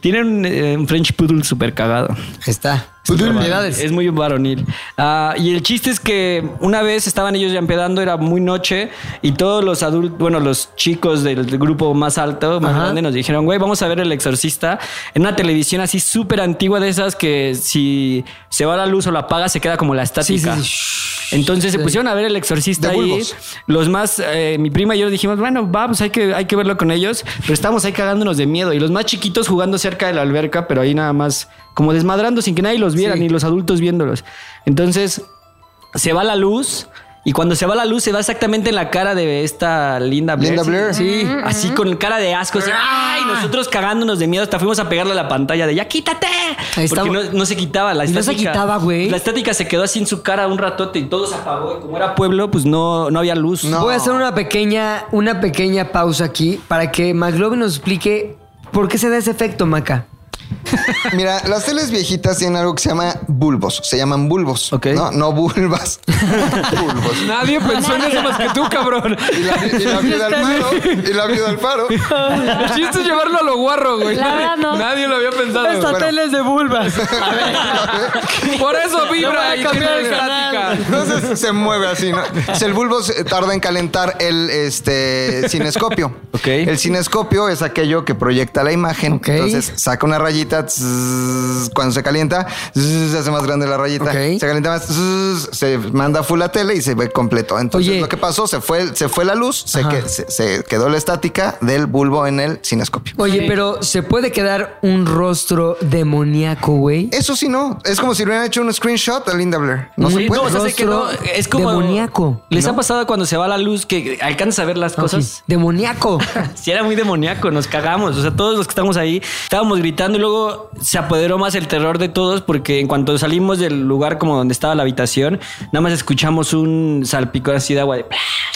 Speaker 8: Tienen un, eh, un French Poodle súper cagado.
Speaker 2: Ahí Está.
Speaker 8: Pues
Speaker 2: Propiedades.
Speaker 8: Es muy varonil. Ah, y el chiste es que una vez estaban ellos ya empedando, era muy noche, y todos los adultos, bueno, los chicos del grupo más alto, más
Speaker 2: Ajá.
Speaker 8: grande, nos dijeron, güey, vamos a ver El Exorcista en una televisión así súper antigua de esas que si se va la luz o la apaga se queda como la estática.
Speaker 2: sí,
Speaker 8: Entonces se pusieron a ver El Exorcista
Speaker 10: De
Speaker 8: ahí.
Speaker 10: bulbos.
Speaker 8: Los más, eh, mi prima y yo dijimos, bueno, va, pues hay que, hay que verlo con ellos, pero estábamos ahí cagándonos de miedo. Y los más chiquitos jugando cerca de la alberca, pero ahí nada más como desmadrando sin que nadie los viera,
Speaker 2: Sí.
Speaker 8: ni los adultos viéndolos. Entonces se va la luz. Y cuando se va la luz, se va exactamente en la cara de esta Linda Blair.
Speaker 10: Linda Blair.
Speaker 8: Sí. Así con cara de asco. así,
Speaker 2: Ah.
Speaker 8: ¡Ay! Nosotros cagándonos de miedo. Hasta fuimos a pegarle a la pantalla de ya quítate.
Speaker 2: Ahí está.
Speaker 8: Porque no, no se quitaba la
Speaker 2: No se
Speaker 8: estática.
Speaker 2: quitaba, güey.
Speaker 8: La estática se quedó así en su cara un ratote y todo se apagó. Y como era pueblo, pues no, no había luz.
Speaker 2: Voy a hacer una pequeña, una pequeña pausa aquí para que McLovin nos explique por qué se da ese efecto, Maca.
Speaker 10: Mira, las teles viejitas tienen algo que se llama bulbos. Se llaman bulbos.
Speaker 8: Ok.
Speaker 10: No, no bulbas. bulbos.
Speaker 7: Nadie pensó en eso más que tú, cabrón.
Speaker 10: Y la, y la viuda Alfaro. Y la viuda Alfaro.
Speaker 7: El chiste es llevarlo a lo guarro, güey.
Speaker 5: La verdad, no.
Speaker 7: Nadie lo había pensado.
Speaker 2: Esta tele es de vulvas.
Speaker 7: Por eso vibra y cambia de
Speaker 10: Entonces se mueve así, ¿no? Si el bulbo se- tarda en calentar el este, cinescopio.
Speaker 8: Ok.
Speaker 10: El cinescopio es aquello que proyecta la imagen.
Speaker 2: Ok.
Speaker 10: Entonces saca una rayita, tzz, cuando se calienta, tzz, se hace más grande la rayita.
Speaker 2: Ok.
Speaker 10: Se calienta más, tzz, se manda full la tele y se ve completo. Entonces
Speaker 2: Oye.
Speaker 10: lo que pasó, se fue, se fue la luz, se, que- se- se quedó la estática del bulbo en el cinescopio.
Speaker 2: Oye, pero ¿se puede quedar un rostro demoníaco, güey?
Speaker 10: Eso sí no, es como si le hubieran hecho un screenshot a Linda Blair. No
Speaker 2: Sí,
Speaker 10: se puede.
Speaker 8: No, o sea, se quedó.
Speaker 2: Rostro
Speaker 8: Es como.
Speaker 2: demoníaco,
Speaker 8: ¿Les ha pasado cuando se va la luz que alcanzas a ver las Ah, cosas?
Speaker 2: Ok, Demoníaco.
Speaker 8: Si era muy demoníaco, nos cagamos. O sea, todos los que estamos ahí estábamos gritando y luego se apoderó más el terror de todos porque en cuanto salimos del lugar como donde estaba la habitación, nada más escuchamos un salpicón así de agua de.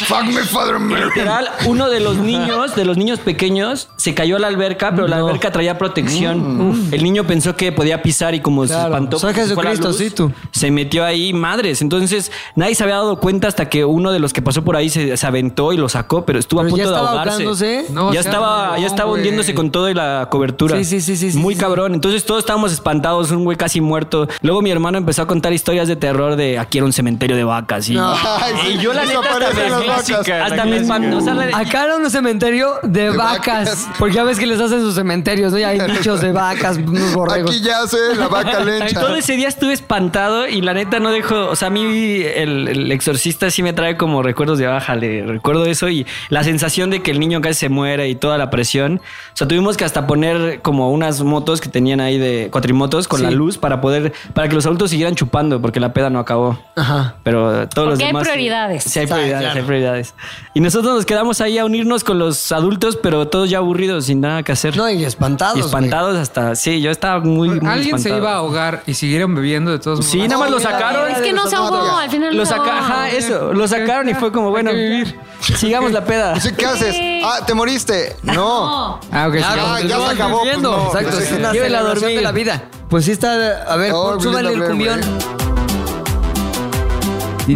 Speaker 10: Fuck my father, man.
Speaker 8: Literal, uno de los niños, de los niños pequeños, se cayó a la alberca, pero la alberca traía protección. El niño pensó que podía pisar y como
Speaker 2: Mm.
Speaker 8: se
Speaker 2: Claro.
Speaker 8: espantó,
Speaker 2: Soy
Speaker 8: como si fuera
Speaker 2: Jesucristo,
Speaker 8: luz,
Speaker 2: sí, tú.
Speaker 8: se metió ahí, madres. Entonces, nadie se había dado cuenta hasta que uno de los que pasó por ahí se, se aventó y lo sacó, pero estuvo
Speaker 2: Pero
Speaker 8: a
Speaker 2: Pues ya
Speaker 8: punto de
Speaker 2: estaba
Speaker 8: ahogarse.
Speaker 2: ahogándose. No,
Speaker 8: ya
Speaker 7: sea,
Speaker 8: estaba,
Speaker 7: no,
Speaker 8: ya estaba
Speaker 7: güey.
Speaker 8: hundiéndose con todo y la cobertura.
Speaker 2: Sí, sí, sí, sí, sí,
Speaker 8: Muy
Speaker 2: sí, sí.
Speaker 8: cabrón. Entonces todos estábamos espantados, un güey casi muerto. Luego mi hermano empezó a contar historias de terror de aquí era un cementerio de vacas y
Speaker 10: Ay, sí,
Speaker 8: y yo la
Speaker 10: eso
Speaker 8: neta hasta
Speaker 10: aparece
Speaker 8: me
Speaker 10: en las
Speaker 8: clásica,
Speaker 10: vacas.
Speaker 8: hasta me espantó. O sea, la-
Speaker 2: Acá era un cementerio de, vacas,
Speaker 10: vacas.
Speaker 2: Porque ya ves que les hacen sus cementerios, ¿no? Y hay nichos de vacas, unos borregos.
Speaker 10: Aquí yace la vaca lecha.
Speaker 8: Todo ese día estuve espantado y la neta no dejo. O sea, a mí el, el exorcista sí me trae como recuerdos de baja. Le recuerdo eso y la sensación de que el niño casi se muere y toda la presión. O sea, tuvimos que hasta poner como unas motos que tenían ahí de cuatrimotos con la luz para poder, para que los adultos siguieran chupando porque la peda no acabó.
Speaker 2: Ajá.
Speaker 8: Pero todos los
Speaker 5: Porque hay
Speaker 8: demás.
Speaker 5: prioridades.
Speaker 8: Sí, hay prioridades, hay prioridades. Y nosotros nos quedamos ahí a unirnos con los adultos, pero todos ya aburridos, sin nada que hacer.
Speaker 2: No, y espantados.
Speaker 8: Y
Speaker 2: güey.
Speaker 8: espantados hasta. Sí, yo estaba muy. muy
Speaker 7: Alguien se
Speaker 8: espantado.
Speaker 7: iba a ahogar y siguieron bebiendo de todos modos.
Speaker 8: Sí, nada más lo sacaron.
Speaker 5: Es que no se ahogó, al final
Speaker 8: Lo
Speaker 5: no se
Speaker 8: saca,
Speaker 5: ahogó.
Speaker 8: ajá, eso. Lo sacaron y fue como, bueno,
Speaker 7: que vivir.
Speaker 8: sigamos la peda.
Speaker 10: Sí, ¿Qué haces? Ah, ¿te moriste? No.
Speaker 7: Ah, ok. sí.
Speaker 10: Ah, ya se acabó. pues
Speaker 2: Viendo,
Speaker 10: no.
Speaker 2: Exacto,
Speaker 10: Sí.
Speaker 2: es una
Speaker 8: Llévela a
Speaker 2: celebración
Speaker 8: dormir.
Speaker 2: de la vida. Pues sí está, a ver, pues,
Speaker 10: Oh,
Speaker 2: súbale el
Speaker 10: Belinda
Speaker 2: cumbión.
Speaker 10: Blair,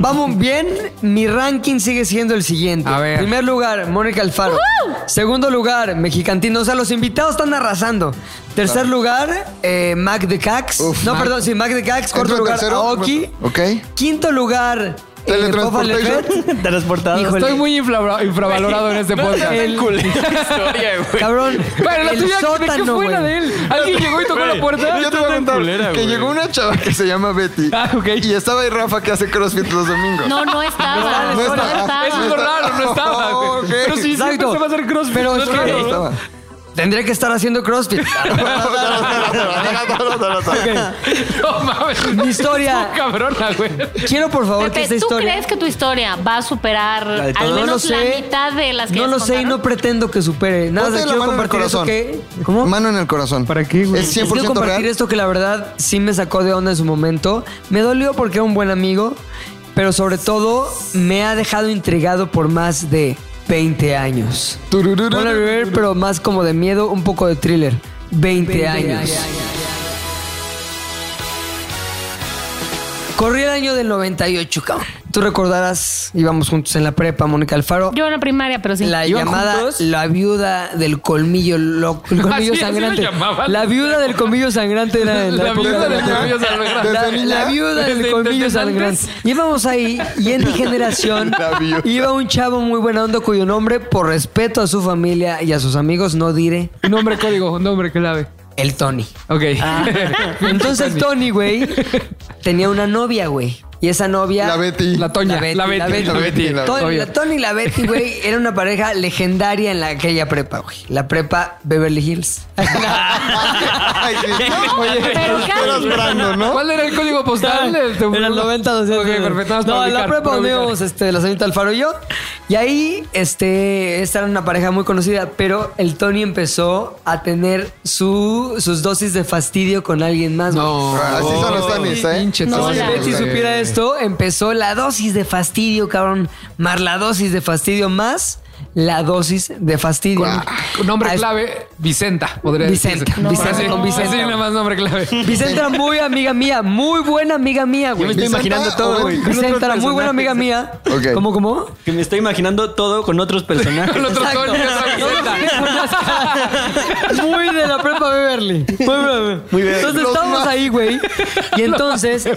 Speaker 2: Vamos bien, mi ranking sigue siendo el siguiente.
Speaker 7: A ver.
Speaker 2: Primer lugar, Mónica Alfaro. Segundo lugar, Mexicantino. O sea, los invitados están arrasando. Tercer lugar, eh, Mac de Cax.
Speaker 10: Uf,
Speaker 2: no,
Speaker 10: Mac.
Speaker 2: perdón, sí, Mac de Cax. Cuarto
Speaker 10: ¿Entro
Speaker 2: lugar,
Speaker 10: tercero?
Speaker 2: Aoki.
Speaker 10: Ok.
Speaker 2: Quinto lugar, eh, Pofa
Speaker 10: Teletransportation.
Speaker 2: Lefet.
Speaker 8: Transportado.
Speaker 2: Híjole.
Speaker 7: Estoy muy infravalo- infravalorado en este podcast.
Speaker 2: Cabrón.
Speaker 7: Bueno, la
Speaker 2: el
Speaker 7: tuya, ¿de qué
Speaker 2: sótano,
Speaker 7: fue la
Speaker 2: güey.
Speaker 7: de él? ¿Alguien llegó y tocó la puerta?
Speaker 10: Yo te voy a contar
Speaker 4: culera,
Speaker 10: que
Speaker 4: güey.
Speaker 10: llegó una chava que se llama Betty.
Speaker 7: Ah, ok.
Speaker 10: Y estaba ahí Rafa que hace crossfit los domingos.
Speaker 5: No, no estaba.
Speaker 10: No
Speaker 5: No
Speaker 10: estaba.
Speaker 5: estaba.
Speaker 7: Eso es lo raro, no estaba. güey.
Speaker 10: Oh, ok.
Speaker 7: Pero sí, siempre
Speaker 2: Exacto.
Speaker 7: se va a hacer crossfit.
Speaker 2: Pero
Speaker 7: no
Speaker 2: es
Speaker 7: es
Speaker 2: que-
Speaker 7: raro, ¿no?
Speaker 10: Estaba.
Speaker 2: Tendría que estar haciendo CrossFit.
Speaker 7: No mames.
Speaker 2: Mi historia.
Speaker 7: Tú, cabrona, güey.
Speaker 2: Quiero por favor que esta
Speaker 5: Pepe, ¿tú
Speaker 2: historia.
Speaker 5: crees que tu historia va a superar
Speaker 2: La de
Speaker 5: al
Speaker 2: todo.
Speaker 5: menos
Speaker 2: No lo
Speaker 5: la
Speaker 2: sé.
Speaker 5: mitad de las que
Speaker 2: no
Speaker 5: ellos
Speaker 2: lo sé y no
Speaker 5: contaron?
Speaker 2: pretendo que supere. Nada,
Speaker 10: Ponte la
Speaker 2: quiero
Speaker 10: mano en el
Speaker 2: compartir eso
Speaker 10: corazón.
Speaker 2: que. ¿Cómo?
Speaker 10: Mano en el corazón.
Speaker 7: ¿Para qué, güey?
Speaker 2: Les
Speaker 10: Es
Speaker 2: quiero
Speaker 10: 100%
Speaker 2: compartir
Speaker 10: real.
Speaker 2: esto que la verdad sí me sacó de onda en su momento. Me dolió porque era un buen amigo, pero sobre todo me ha dejado intrigado por más de 20 años. Bueno, River, pero más como de miedo, un poco de thriller. 20, años. Corría el año del 98, cabrón. Tú recordarás, íbamos juntos en la prepa, Mónica Alfaro.
Speaker 5: Yo en la primaria, pero sí.
Speaker 2: La
Speaker 5: Yo-
Speaker 2: llamada la viuda del colmillo loco,
Speaker 7: Ah,
Speaker 2: el colmillo
Speaker 7: así la
Speaker 2: sangrante.
Speaker 7: llamaban.
Speaker 2: la viuda del colmillo sangrante era en la,
Speaker 7: La
Speaker 2: época
Speaker 7: viuda
Speaker 2: de
Speaker 7: del
Speaker 2: la-
Speaker 7: colmillo sangrante.
Speaker 2: La,
Speaker 7: Desde
Speaker 2: la
Speaker 7: niña.
Speaker 2: viuda del
Speaker 7: Desde-
Speaker 2: colmillo
Speaker 7: desde
Speaker 2: sangrante.
Speaker 7: antes.
Speaker 2: Íbamos ahí y en mi generación iba un chavo muy buena onda cuyo nombre, por respeto a su familia y a sus amigos, no diré
Speaker 7: Nombre código, nombre clave.
Speaker 2: el Tony.
Speaker 7: Ok.
Speaker 2: Ah. Entonces el Tony, güey, tenía una novia, güey. Y esa novia...
Speaker 10: La Betty.
Speaker 7: La Toña.
Speaker 2: La Betty,
Speaker 7: La
Speaker 2: la Betty.
Speaker 7: Betty. La Betty. la
Speaker 2: Tony,
Speaker 7: Toña.
Speaker 2: la Tony y la Betty, güey, era una pareja legendaria en la, aquella prepa, güey. La prepa Beverly Hills.
Speaker 10: Ay, sí.
Speaker 5: Pero casi.
Speaker 10: Eras Brandon, ¿no?
Speaker 7: ¿Cuál era el código postal? Este,
Speaker 2: Era el 90 200.
Speaker 7: Ok, perfecto. nada más
Speaker 2: No,
Speaker 7: para
Speaker 2: en la
Speaker 7: ubicar,
Speaker 2: prepa
Speaker 7: para
Speaker 2: donde
Speaker 7: ubicar.
Speaker 2: íbamos, este, la señorita Alfaro y yo. Y ahí, este, esta era una pareja muy conocida, pero el Tony empezó a tener su, sus dosis de fastidio con alguien más. güey.
Speaker 7: No.
Speaker 10: Así son los tenis, ¿eh?
Speaker 7: Pinche
Speaker 5: No,
Speaker 2: eh. No,
Speaker 7: Toña,
Speaker 2: si
Speaker 5: la-
Speaker 7: güey.
Speaker 2: Betty supiera esto, empezó la dosis de fastidio, cabrón. Más la dosis de fastidio, más la dosis de fastidio.
Speaker 7: Nombre
Speaker 2: Ah, es-
Speaker 7: clave, Vicenta. Podría
Speaker 2: Vicenta,
Speaker 7: decirse.
Speaker 2: No. Vicenta,
Speaker 7: Así,
Speaker 2: con Vicenta.
Speaker 7: así nada más nombre clave.
Speaker 2: Vicenta era muy amiga mía, muy buena amiga mía, güey.
Speaker 10: estoy imaginando todo, güey.
Speaker 2: Vicenta era muy buena amiga mía.
Speaker 10: Ok.
Speaker 2: ¿Cómo, cómo?
Speaker 8: Que me estoy imaginando todo con otros personajes.
Speaker 7: El otro
Speaker 2: Exacto.
Speaker 7: Toño, otra Vicenta.
Speaker 2: Muy de la prepa Beverly. Muy bien. Entonces estábamos ahí, güey. Y entonces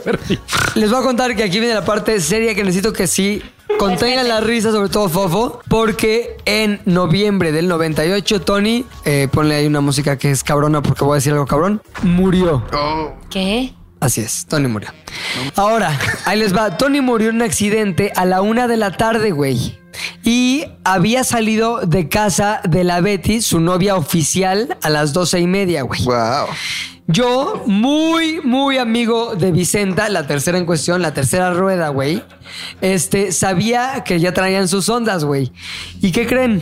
Speaker 2: les voy a contar que aquí viene la parte seria que necesito que sí contengan la risa, sobre todo Fofo, porque en noviembre del 98 Tony, eh, ponle ahí una música que es cabrona porque voy a decir algo cabrón, murió.
Speaker 5: ¿Qué?
Speaker 2: Así es, Tony murió. Ahora, ahí les va. Tony murió en un accidente a la una de la tarde, güey. Y había salido de casa de la Betty, su novia oficial, a las doce y media, güey.
Speaker 10: Wow.
Speaker 2: Yo, muy, muy amigo de Vicenta, la tercera en cuestión, la tercera rueda, güey. Este, sabía que ya traían sus ondas, güey. ¿Y qué creen?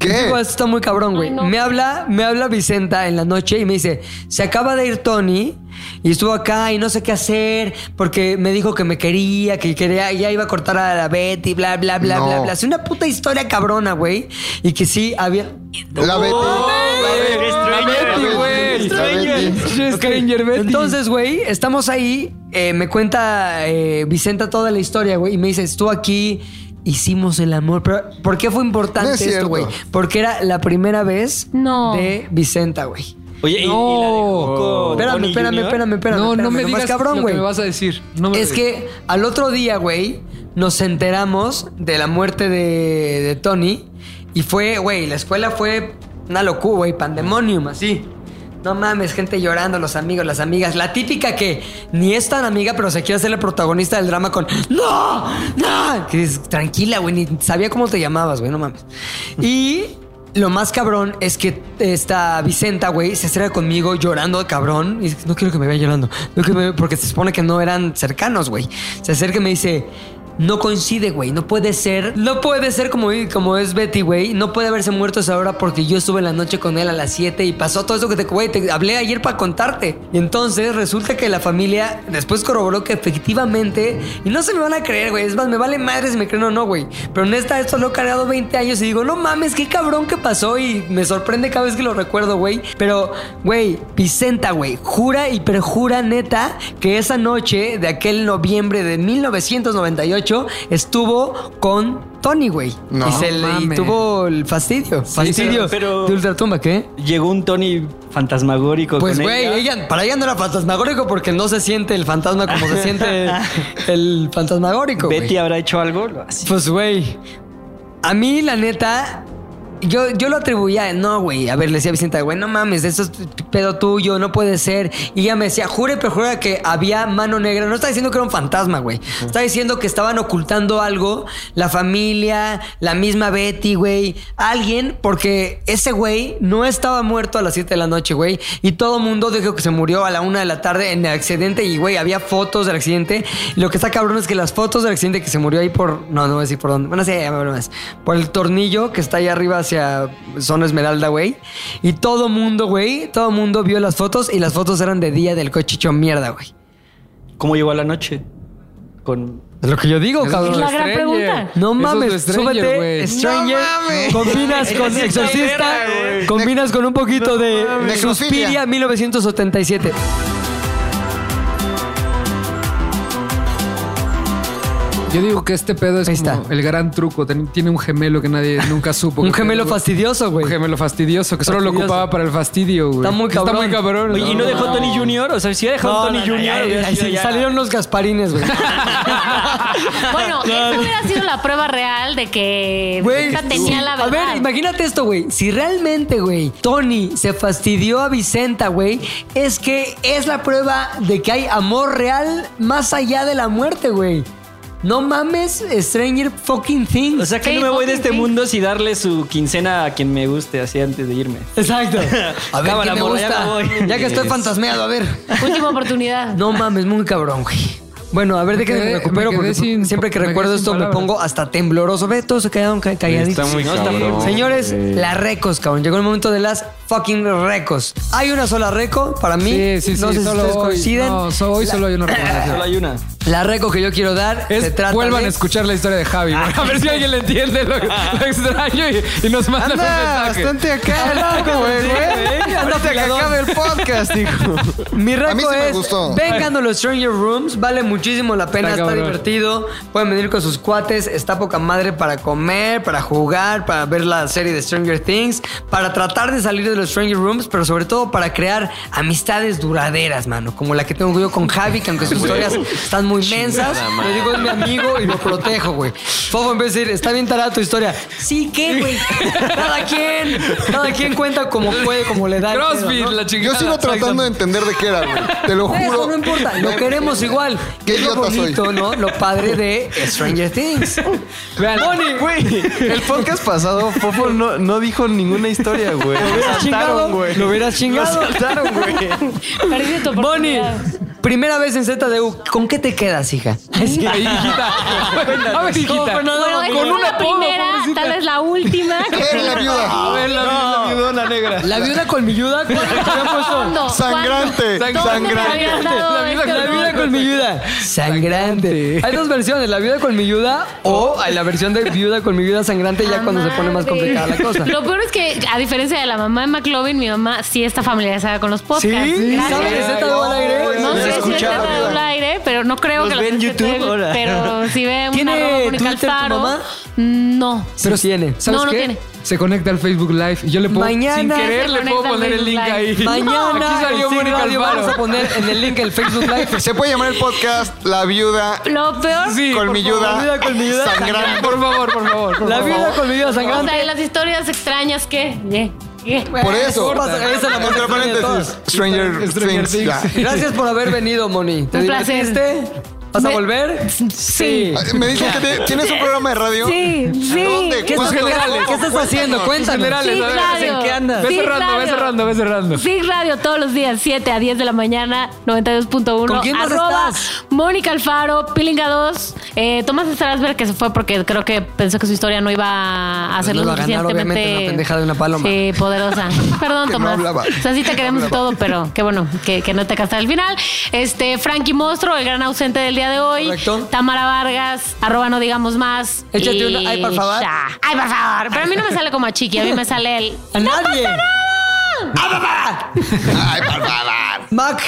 Speaker 10: ¿Qué?
Speaker 2: Les digo, esto está muy cabrón, güey.
Speaker 5: Ay, no.
Speaker 2: Me habla, me habla Vicenta en la noche y me dice, se acaba de ir Tony y estuvo acá y no sé qué hacer porque me dijo que me quería, que quería, ya iba a cortar a la Betty, bla, bla, bla,
Speaker 10: No.
Speaker 2: bla, bla. Es una puta historia cabrona, güey. Y que sí había...
Speaker 10: La Betty.
Speaker 7: güey.
Speaker 10: La Betty.
Speaker 2: Stranger Betty. Entonces, güey, estamos ahí. eh, me cuenta eh, Vicenta toda la historia, güey. Y me dice, estuvo aquí, hicimos el amor. Pero, ¿Por qué fue importante
Speaker 10: No es
Speaker 2: esto,
Speaker 10: cierto.
Speaker 2: güey? Porque era la primera vez
Speaker 5: No.
Speaker 2: de Vicenta, güey.
Speaker 8: Oye, y, y la dejó con
Speaker 2: Espérame,
Speaker 8: Tony
Speaker 2: espérame,
Speaker 8: Jr.
Speaker 2: espérame, espérame.
Speaker 7: No, no
Speaker 2: espérame,
Speaker 7: me
Speaker 2: lo más
Speaker 7: digas
Speaker 2: cabrón,
Speaker 7: lo que
Speaker 2: güey.
Speaker 7: me vas a decir. No me
Speaker 2: Es que al otro día, güey, nos enteramos de la muerte de, de Tony. Y fue, güey, la escuela fue una locura, güey, pandemonium, así. No mames, gente llorando, los amigos, las amigas. La típica que ni es tan amiga, pero se quiere hacer la protagonista del drama con ¡No! ¡No! Que dices, tranquila, güey, ni sabía cómo te llamabas, güey, no mames. Y lo más cabrón es que esta Vicenta, güey, se acerca conmigo llorando, cabrón. Y dice, no quiero que me vea llorando. No quiero que me- Porque se supone que no eran cercanos, güey. Se acerca y me dice, no coincide, güey. No puede ser. No puede ser como, como es Betty, güey. No puede haberse muerto a esa hora porque yo estuve en la noche con él a las 7 y pasó todo eso que te... Güey, te hablé ayer para contarte. Y entonces resulta que la familia después corroboró que efectivamente... Y no se me van a creer, güey. Es más, me vale madre si me creen o no, güey. Pero neta, esto lo he cargado 20 años y digo, no mames, qué cabrón que pasó. Y me sorprende cada vez que lo recuerdo, güey. Pero, güey, Vicenta, güey, jura y perjura neta que esa noche de aquel noviembre de 1998 estuvo con Tony, güey.
Speaker 10: No
Speaker 2: y se le y
Speaker 7: mames.
Speaker 2: tuvo el fastidio. fastidio.
Speaker 8: pero- pero-
Speaker 2: de Ultratumba, ¿qué?
Speaker 8: Llegó un Tony fantasmagórico
Speaker 2: Pues,
Speaker 8: con
Speaker 2: güey,
Speaker 8: ella.
Speaker 2: ella, para ella no era fantasmagórico porque no se siente el fantasma como se siente el fantasmagórico. güey.
Speaker 8: Betty habrá hecho algo. Así.
Speaker 2: Pues, güey, a mí la neta, yo, yo lo atribuía, no, güey. A ver, le decía a Vicenta, güey, no mames, eso es pedo tuyo, no puede ser. Y ella me decía, jure, pero jura que había mano negra. No está diciendo que era un fantasma, güey. Está diciendo que estaban ocultando algo, la familia, la misma Betty, güey, alguien, porque ese güey no estaba muerto a las 7 de la noche, güey. Y todo mundo dijo que se murió a la 1 de la tarde en el accidente. Y, güey, había fotos del accidente. Lo que está cabrón es que las fotos del accidente que se murió ahí por. No, no voy a decir por dónde. Bueno, sí, ya me acuerdo más. Por el tornillo que está allá arriba hacia Zona Esmeralda, güey. Y todo mundo, güey, todo mundo vio las fotos y las fotos eran de día del coche hecho mierda, güey.
Speaker 8: ¿Cómo llegó a la noche? Con.
Speaker 2: Es lo que yo digo, cabrón.
Speaker 5: Es la gran
Speaker 7: Stranger.
Speaker 5: pregunta.
Speaker 2: No
Speaker 7: Eso es
Speaker 2: mames,
Speaker 7: lo Stranger,
Speaker 2: súbete
Speaker 7: güey.
Speaker 2: Stranger, combinas con Exorcista, combinas con un poquito de
Speaker 10: mames.
Speaker 2: Suspiria 1977.
Speaker 7: Yo digo que este pedo es
Speaker 2: Ahí
Speaker 7: como
Speaker 2: está.
Speaker 7: el gran truco. Ten- Tiene un gemelo que nadie nunca supo.
Speaker 2: Un
Speaker 7: que
Speaker 2: gemelo
Speaker 7: tenía, güey.
Speaker 2: fastidioso, güey.
Speaker 7: Un gemelo fastidioso que solo lo
Speaker 2: Fastidioso.
Speaker 7: ocupaba para el fastidio, güey.
Speaker 2: Está muy cabrón.
Speaker 7: Está muy cabrón.
Speaker 8: Oye, ¿y no dejó
Speaker 7: mames.
Speaker 8: Tony Jr.? O sea, si hubiera dejado
Speaker 2: No,
Speaker 8: Tony
Speaker 2: no, no,
Speaker 8: Jr.
Speaker 2: ya, ya,
Speaker 8: hubiera
Speaker 2: ahí
Speaker 8: sido
Speaker 2: sí,
Speaker 8: ya-
Speaker 2: salieron los gasparines, güey.
Speaker 5: Bueno, eso hubiera sido la prueba real de que
Speaker 2: Güey,
Speaker 5: Vicenta tenía
Speaker 2: sí.
Speaker 5: la verdad.
Speaker 2: A ver, imagínate esto, güey. Si realmente, güey, Tony se fastidió a Vicenta, güey, es que es la prueba de que hay amor real más allá de la muerte, güey. No mames, Stranger fucking Things.
Speaker 8: O sea, que
Speaker 5: Sí,
Speaker 8: no me voy de
Speaker 5: ok,
Speaker 8: este
Speaker 5: sí.
Speaker 8: mundo si darle su quincena a quien me guste, así antes de irme.
Speaker 2: Exacto. A ver,
Speaker 8: Cámara,
Speaker 2: ¿qué me
Speaker 8: morra, ya
Speaker 2: gusta?
Speaker 8: me
Speaker 2: Ya,
Speaker 8: voy.
Speaker 2: que estoy
Speaker 8: Es-
Speaker 2: fantasmeado, a ver.
Speaker 5: Última oportunidad.
Speaker 2: No mames, muy cabrón, güey. Bueno, a ver, de qué
Speaker 7: quedé-
Speaker 2: me recupero,
Speaker 7: me quedé
Speaker 2: porque
Speaker 7: sin-
Speaker 2: siempre que
Speaker 7: me quedé
Speaker 2: recuerdo
Speaker 7: sin
Speaker 2: esto
Speaker 7: palabras.
Speaker 2: me pongo hasta tembloroso. Ve, todos se quedaron ca- calladitos.
Speaker 4: Está muy cabrón.
Speaker 2: Señores, las recos, cabrón. Llegó el momento de las fucking recos. Hay una sola reco para mí.
Speaker 7: Sí, sí, sí.
Speaker 2: no sé si
Speaker 7: solo
Speaker 2: ustedes
Speaker 7: hoy.
Speaker 2: coinciden.
Speaker 7: No, so- hoy
Speaker 2: La-
Speaker 7: solo hay una
Speaker 8: Solo
Speaker 7: recomendación.
Speaker 8: hay una.
Speaker 2: La reco que yo quiero dar se
Speaker 7: Es,
Speaker 2: trata
Speaker 7: vuelvan
Speaker 2: de- Ah.
Speaker 7: a escuchar la historia de Javi. güey. A ver si alguien le entiende lo, lo extraño y, y nos manda un
Speaker 3: Anda,
Speaker 7: mensaje.
Speaker 3: bastante acá, loco, güey, güey. Ahorita que acabe el podcast, hijo.
Speaker 2: Mi
Speaker 10: A mí
Speaker 2: reco
Speaker 10: sí me
Speaker 2: es,
Speaker 10: gustó.
Speaker 2: vengan a los Stranger Rooms, vale muchísimo la pena,
Speaker 7: Está
Speaker 2: está,
Speaker 7: cabrón.
Speaker 2: divertido, pueden venir con sus cuates, está poca madre para comer, para jugar, para ver la serie de Stranger Things, para tratar de salir de los Stranger Rooms, pero sobre todo para crear amistades duraderas, mano, como la que tengo yo con Javi, que aunque sus historias están muy mensas, le digo es mi amigo y lo protejo, güey. Fofo en vez de decir, está bien tarada tu historia, sí, ¿qué, güey? Cada quien, cada quien cuenta como puede, como le da. el pedo,
Speaker 7: Crossfit,
Speaker 2: ¿no?
Speaker 7: la
Speaker 10: Yo
Speaker 7: chingada.
Speaker 10: sigo tratando de entender de qué era, güey. Te lo juro.
Speaker 2: Eso no importa, lo queremos igual.
Speaker 10: Qué
Speaker 2: Es lo
Speaker 10: idiota soy.
Speaker 2: bonito, ¿no? Lo padre de Stranger Things.
Speaker 7: Vean,
Speaker 3: Güey, el podcast pasado, Fofo no, no dijo ninguna historia, güey. Lo
Speaker 2: hubieras chingado, lo hubieras chingado.
Speaker 3: Lo saltaron, güey.
Speaker 5: Perdiste tu
Speaker 2: Bonnie,
Speaker 5: oportunidad.
Speaker 2: primera vez en ZDU, ¿con qué te quedas, hija?
Speaker 7: Ay, hijita. A ver,
Speaker 2: ¿Cómo
Speaker 7: hijita.
Speaker 2: fue? No, no,
Speaker 5: Bueno,
Speaker 2: no,
Speaker 5: esta
Speaker 2: con
Speaker 5: fue
Speaker 2: un
Speaker 5: la
Speaker 2: apodo,
Speaker 5: primera,
Speaker 2: pobrecita.
Speaker 5: tal vez la última.
Speaker 10: Era la viuda.
Speaker 3: La viudona negra.
Speaker 2: La viuda colmilluda, ¿cuál te habían puesto?
Speaker 5: ¿Cuándo?
Speaker 10: Sangrante.
Speaker 5: ¿Cuándo? ¿Dónde me
Speaker 10: Sangrante.
Speaker 5: habías dado
Speaker 2: La viuda,
Speaker 5: este
Speaker 2: la viuda
Speaker 5: honor?
Speaker 2: colmilluda. Sangrante. Hay dos versiones, la viuda colmilluda o la versión de viuda colmilluda sangrante ya cuando se pone más
Speaker 5: Madre.
Speaker 2: complicada la cosa.
Speaker 5: Lo peor es que, a diferencia de la mamá de McLovin, mi mamá sí está familiarizada con los
Speaker 2: ¿Sí?
Speaker 5: podcasts.
Speaker 2: ¿Sabes de
Speaker 5: Gracias.
Speaker 2: ZDU al aire?
Speaker 5: No
Speaker 10: Los
Speaker 5: sé si está
Speaker 10: escuchaba,
Speaker 5: dando al
Speaker 10: mira.
Speaker 5: aire, pero no creo
Speaker 8: ¿Los
Speaker 5: que
Speaker 8: ve en
Speaker 5: escuche
Speaker 8: YouTube?
Speaker 5: todo el-
Speaker 8: Hola.
Speaker 5: Pero si ve una
Speaker 2: ¿Tiene
Speaker 5: arroba Mónica
Speaker 2: Twitter tu
Speaker 5: Alfaro,
Speaker 2: mamá?
Speaker 5: No.
Speaker 2: Pero tiene.
Speaker 7: ¿Sabes
Speaker 5: No, no
Speaker 7: qué?
Speaker 5: tiene.
Speaker 7: Se conecta al Facebook Live y yo le puedo.
Speaker 2: Mañana
Speaker 7: sin querer
Speaker 5: se
Speaker 7: le puedo
Speaker 5: conecta al
Speaker 7: poner el
Speaker 5: Facebook
Speaker 7: link
Speaker 5: Live.
Speaker 7: ahí.
Speaker 2: Mañana
Speaker 7: Aquí salió
Speaker 2: en Sir
Speaker 7: Mónica
Speaker 2: Radio vamos a
Speaker 7: Alfaro.
Speaker 2: poner en el link el Facebook Live.
Speaker 10: Se puede llamar el podcast La Viuda
Speaker 5: Lo peor.
Speaker 10: Colmilluda.
Speaker 2: La viuda colmilluda.
Speaker 10: Sangrante.
Speaker 7: Por favor, por favor. por
Speaker 2: La
Speaker 7: favor.
Speaker 2: vida con mi vida
Speaker 5: O sea, y
Speaker 2: sangrante.
Speaker 5: las historias extrañas que. eh, ye, ye.
Speaker 10: Por eso.
Speaker 2: Esa es la
Speaker 10: Entre
Speaker 2: mejor de
Speaker 10: paréntesis.
Speaker 2: todas.
Speaker 10: Stranger,
Speaker 7: Stranger
Speaker 10: Things. ya.
Speaker 2: Gracias por haber venido, Moni. ¿Te
Speaker 5: Un placer.
Speaker 2: divertiste? ¿Vas a
Speaker 5: Me-
Speaker 2: volver?
Speaker 5: Sí.
Speaker 10: Me dicen que te- tienes un programa de radio.
Speaker 5: Sí, sí.
Speaker 10: ¿Dónde?
Speaker 2: ¿Qué
Speaker 10: Pues
Speaker 2: estás,
Speaker 10: generales.
Speaker 2: ¿Qué estás haciendo? Cuéntanos.
Speaker 7: Generales,
Speaker 5: Sí,
Speaker 7: a ver,
Speaker 5: Flavio.
Speaker 7: ¿en qué andas? Ve
Speaker 5: Sí,
Speaker 7: cerrando, ve
Speaker 5: Flavio.
Speaker 7: cerrando, ve cerrando.
Speaker 5: Zig Radio todos los días, 7 a 10 de la mañana, 92.1.
Speaker 2: ¿Con quién más
Speaker 5: arroba
Speaker 2: estás?
Speaker 5: Mónica Alfaro, Pilinga 2, eh, Tomás Strasberg, que se fue porque creo que pensó que su historia no iba a ser
Speaker 2: Pues no
Speaker 5: lo
Speaker 2: iba a ganar,
Speaker 5: suficientemente...
Speaker 2: obviamente, la pendeja de una paloma.
Speaker 5: Sí, poderosa. Perdón,
Speaker 10: Que no
Speaker 5: Tomás.
Speaker 10: hablaba.
Speaker 5: o sea, sí te queremos y todo, pero qué bueno que, que no te casaste al final. Este, Frankie Mostro, el gran ausente del día de hoy.
Speaker 2: Correcto.
Speaker 5: Tamara Vargas, arroba no digamos más.
Speaker 2: Échate
Speaker 5: y
Speaker 2: una- ay, por favor.
Speaker 5: ya. Ay, por favor. Pero a mí no me sale como a Chiqui, a mí me sale el...
Speaker 2: ¡A nadie! ¡Ah, papá!
Speaker 10: Ay, por favor.
Speaker 2: Mac,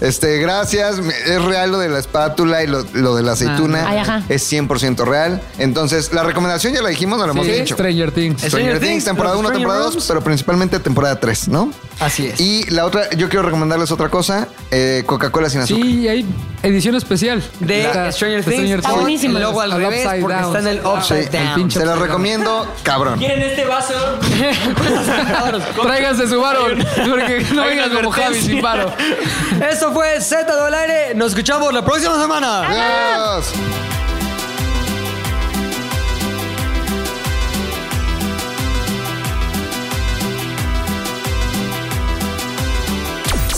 Speaker 10: Este, gracias. Me- Es real lo de la espátula y lo, lo de la
Speaker 2: Ah,
Speaker 10: aceituna.
Speaker 5: Ay, ajá.
Speaker 10: es 100% real. Entonces, la recomendación ya la dijimos, no la hemos
Speaker 7: Sí,
Speaker 10: dicho.
Speaker 7: Stranger Things.
Speaker 10: Stranger
Speaker 2: Stranger Things,
Speaker 10: Things, temporada
Speaker 2: los
Speaker 10: 1,
Speaker 2: Stranger
Speaker 10: temporada
Speaker 2: Rooms.
Speaker 10: 2, pero principalmente temporada 3, ¿no?
Speaker 2: Así es.
Speaker 10: Y la otra, yo quiero recomendarles otra cosa, eh, Coca-Cola sin azúcar.
Speaker 7: Sí, hay edición especial.
Speaker 2: de
Speaker 7: La-
Speaker 2: Stranger Things.
Speaker 5: Está buenísimo.
Speaker 2: El logo al
Speaker 7: Al
Speaker 2: revés
Speaker 7: upside
Speaker 2: porque
Speaker 7: down.
Speaker 2: está en el upside
Speaker 10: Sí, el
Speaker 2: down.
Speaker 7: pinche
Speaker 10: Se la recomiendo, cabrón.
Speaker 8: ¿Quieren este vaso?
Speaker 7: Tráiganse su varón, porque no
Speaker 8: hay una
Speaker 7: vengan como Javi
Speaker 8: advertencia.
Speaker 7: sin paro.
Speaker 2: Eso fue Z del aire. Nos escuchamos la próxima semana.
Speaker 10: Adiós.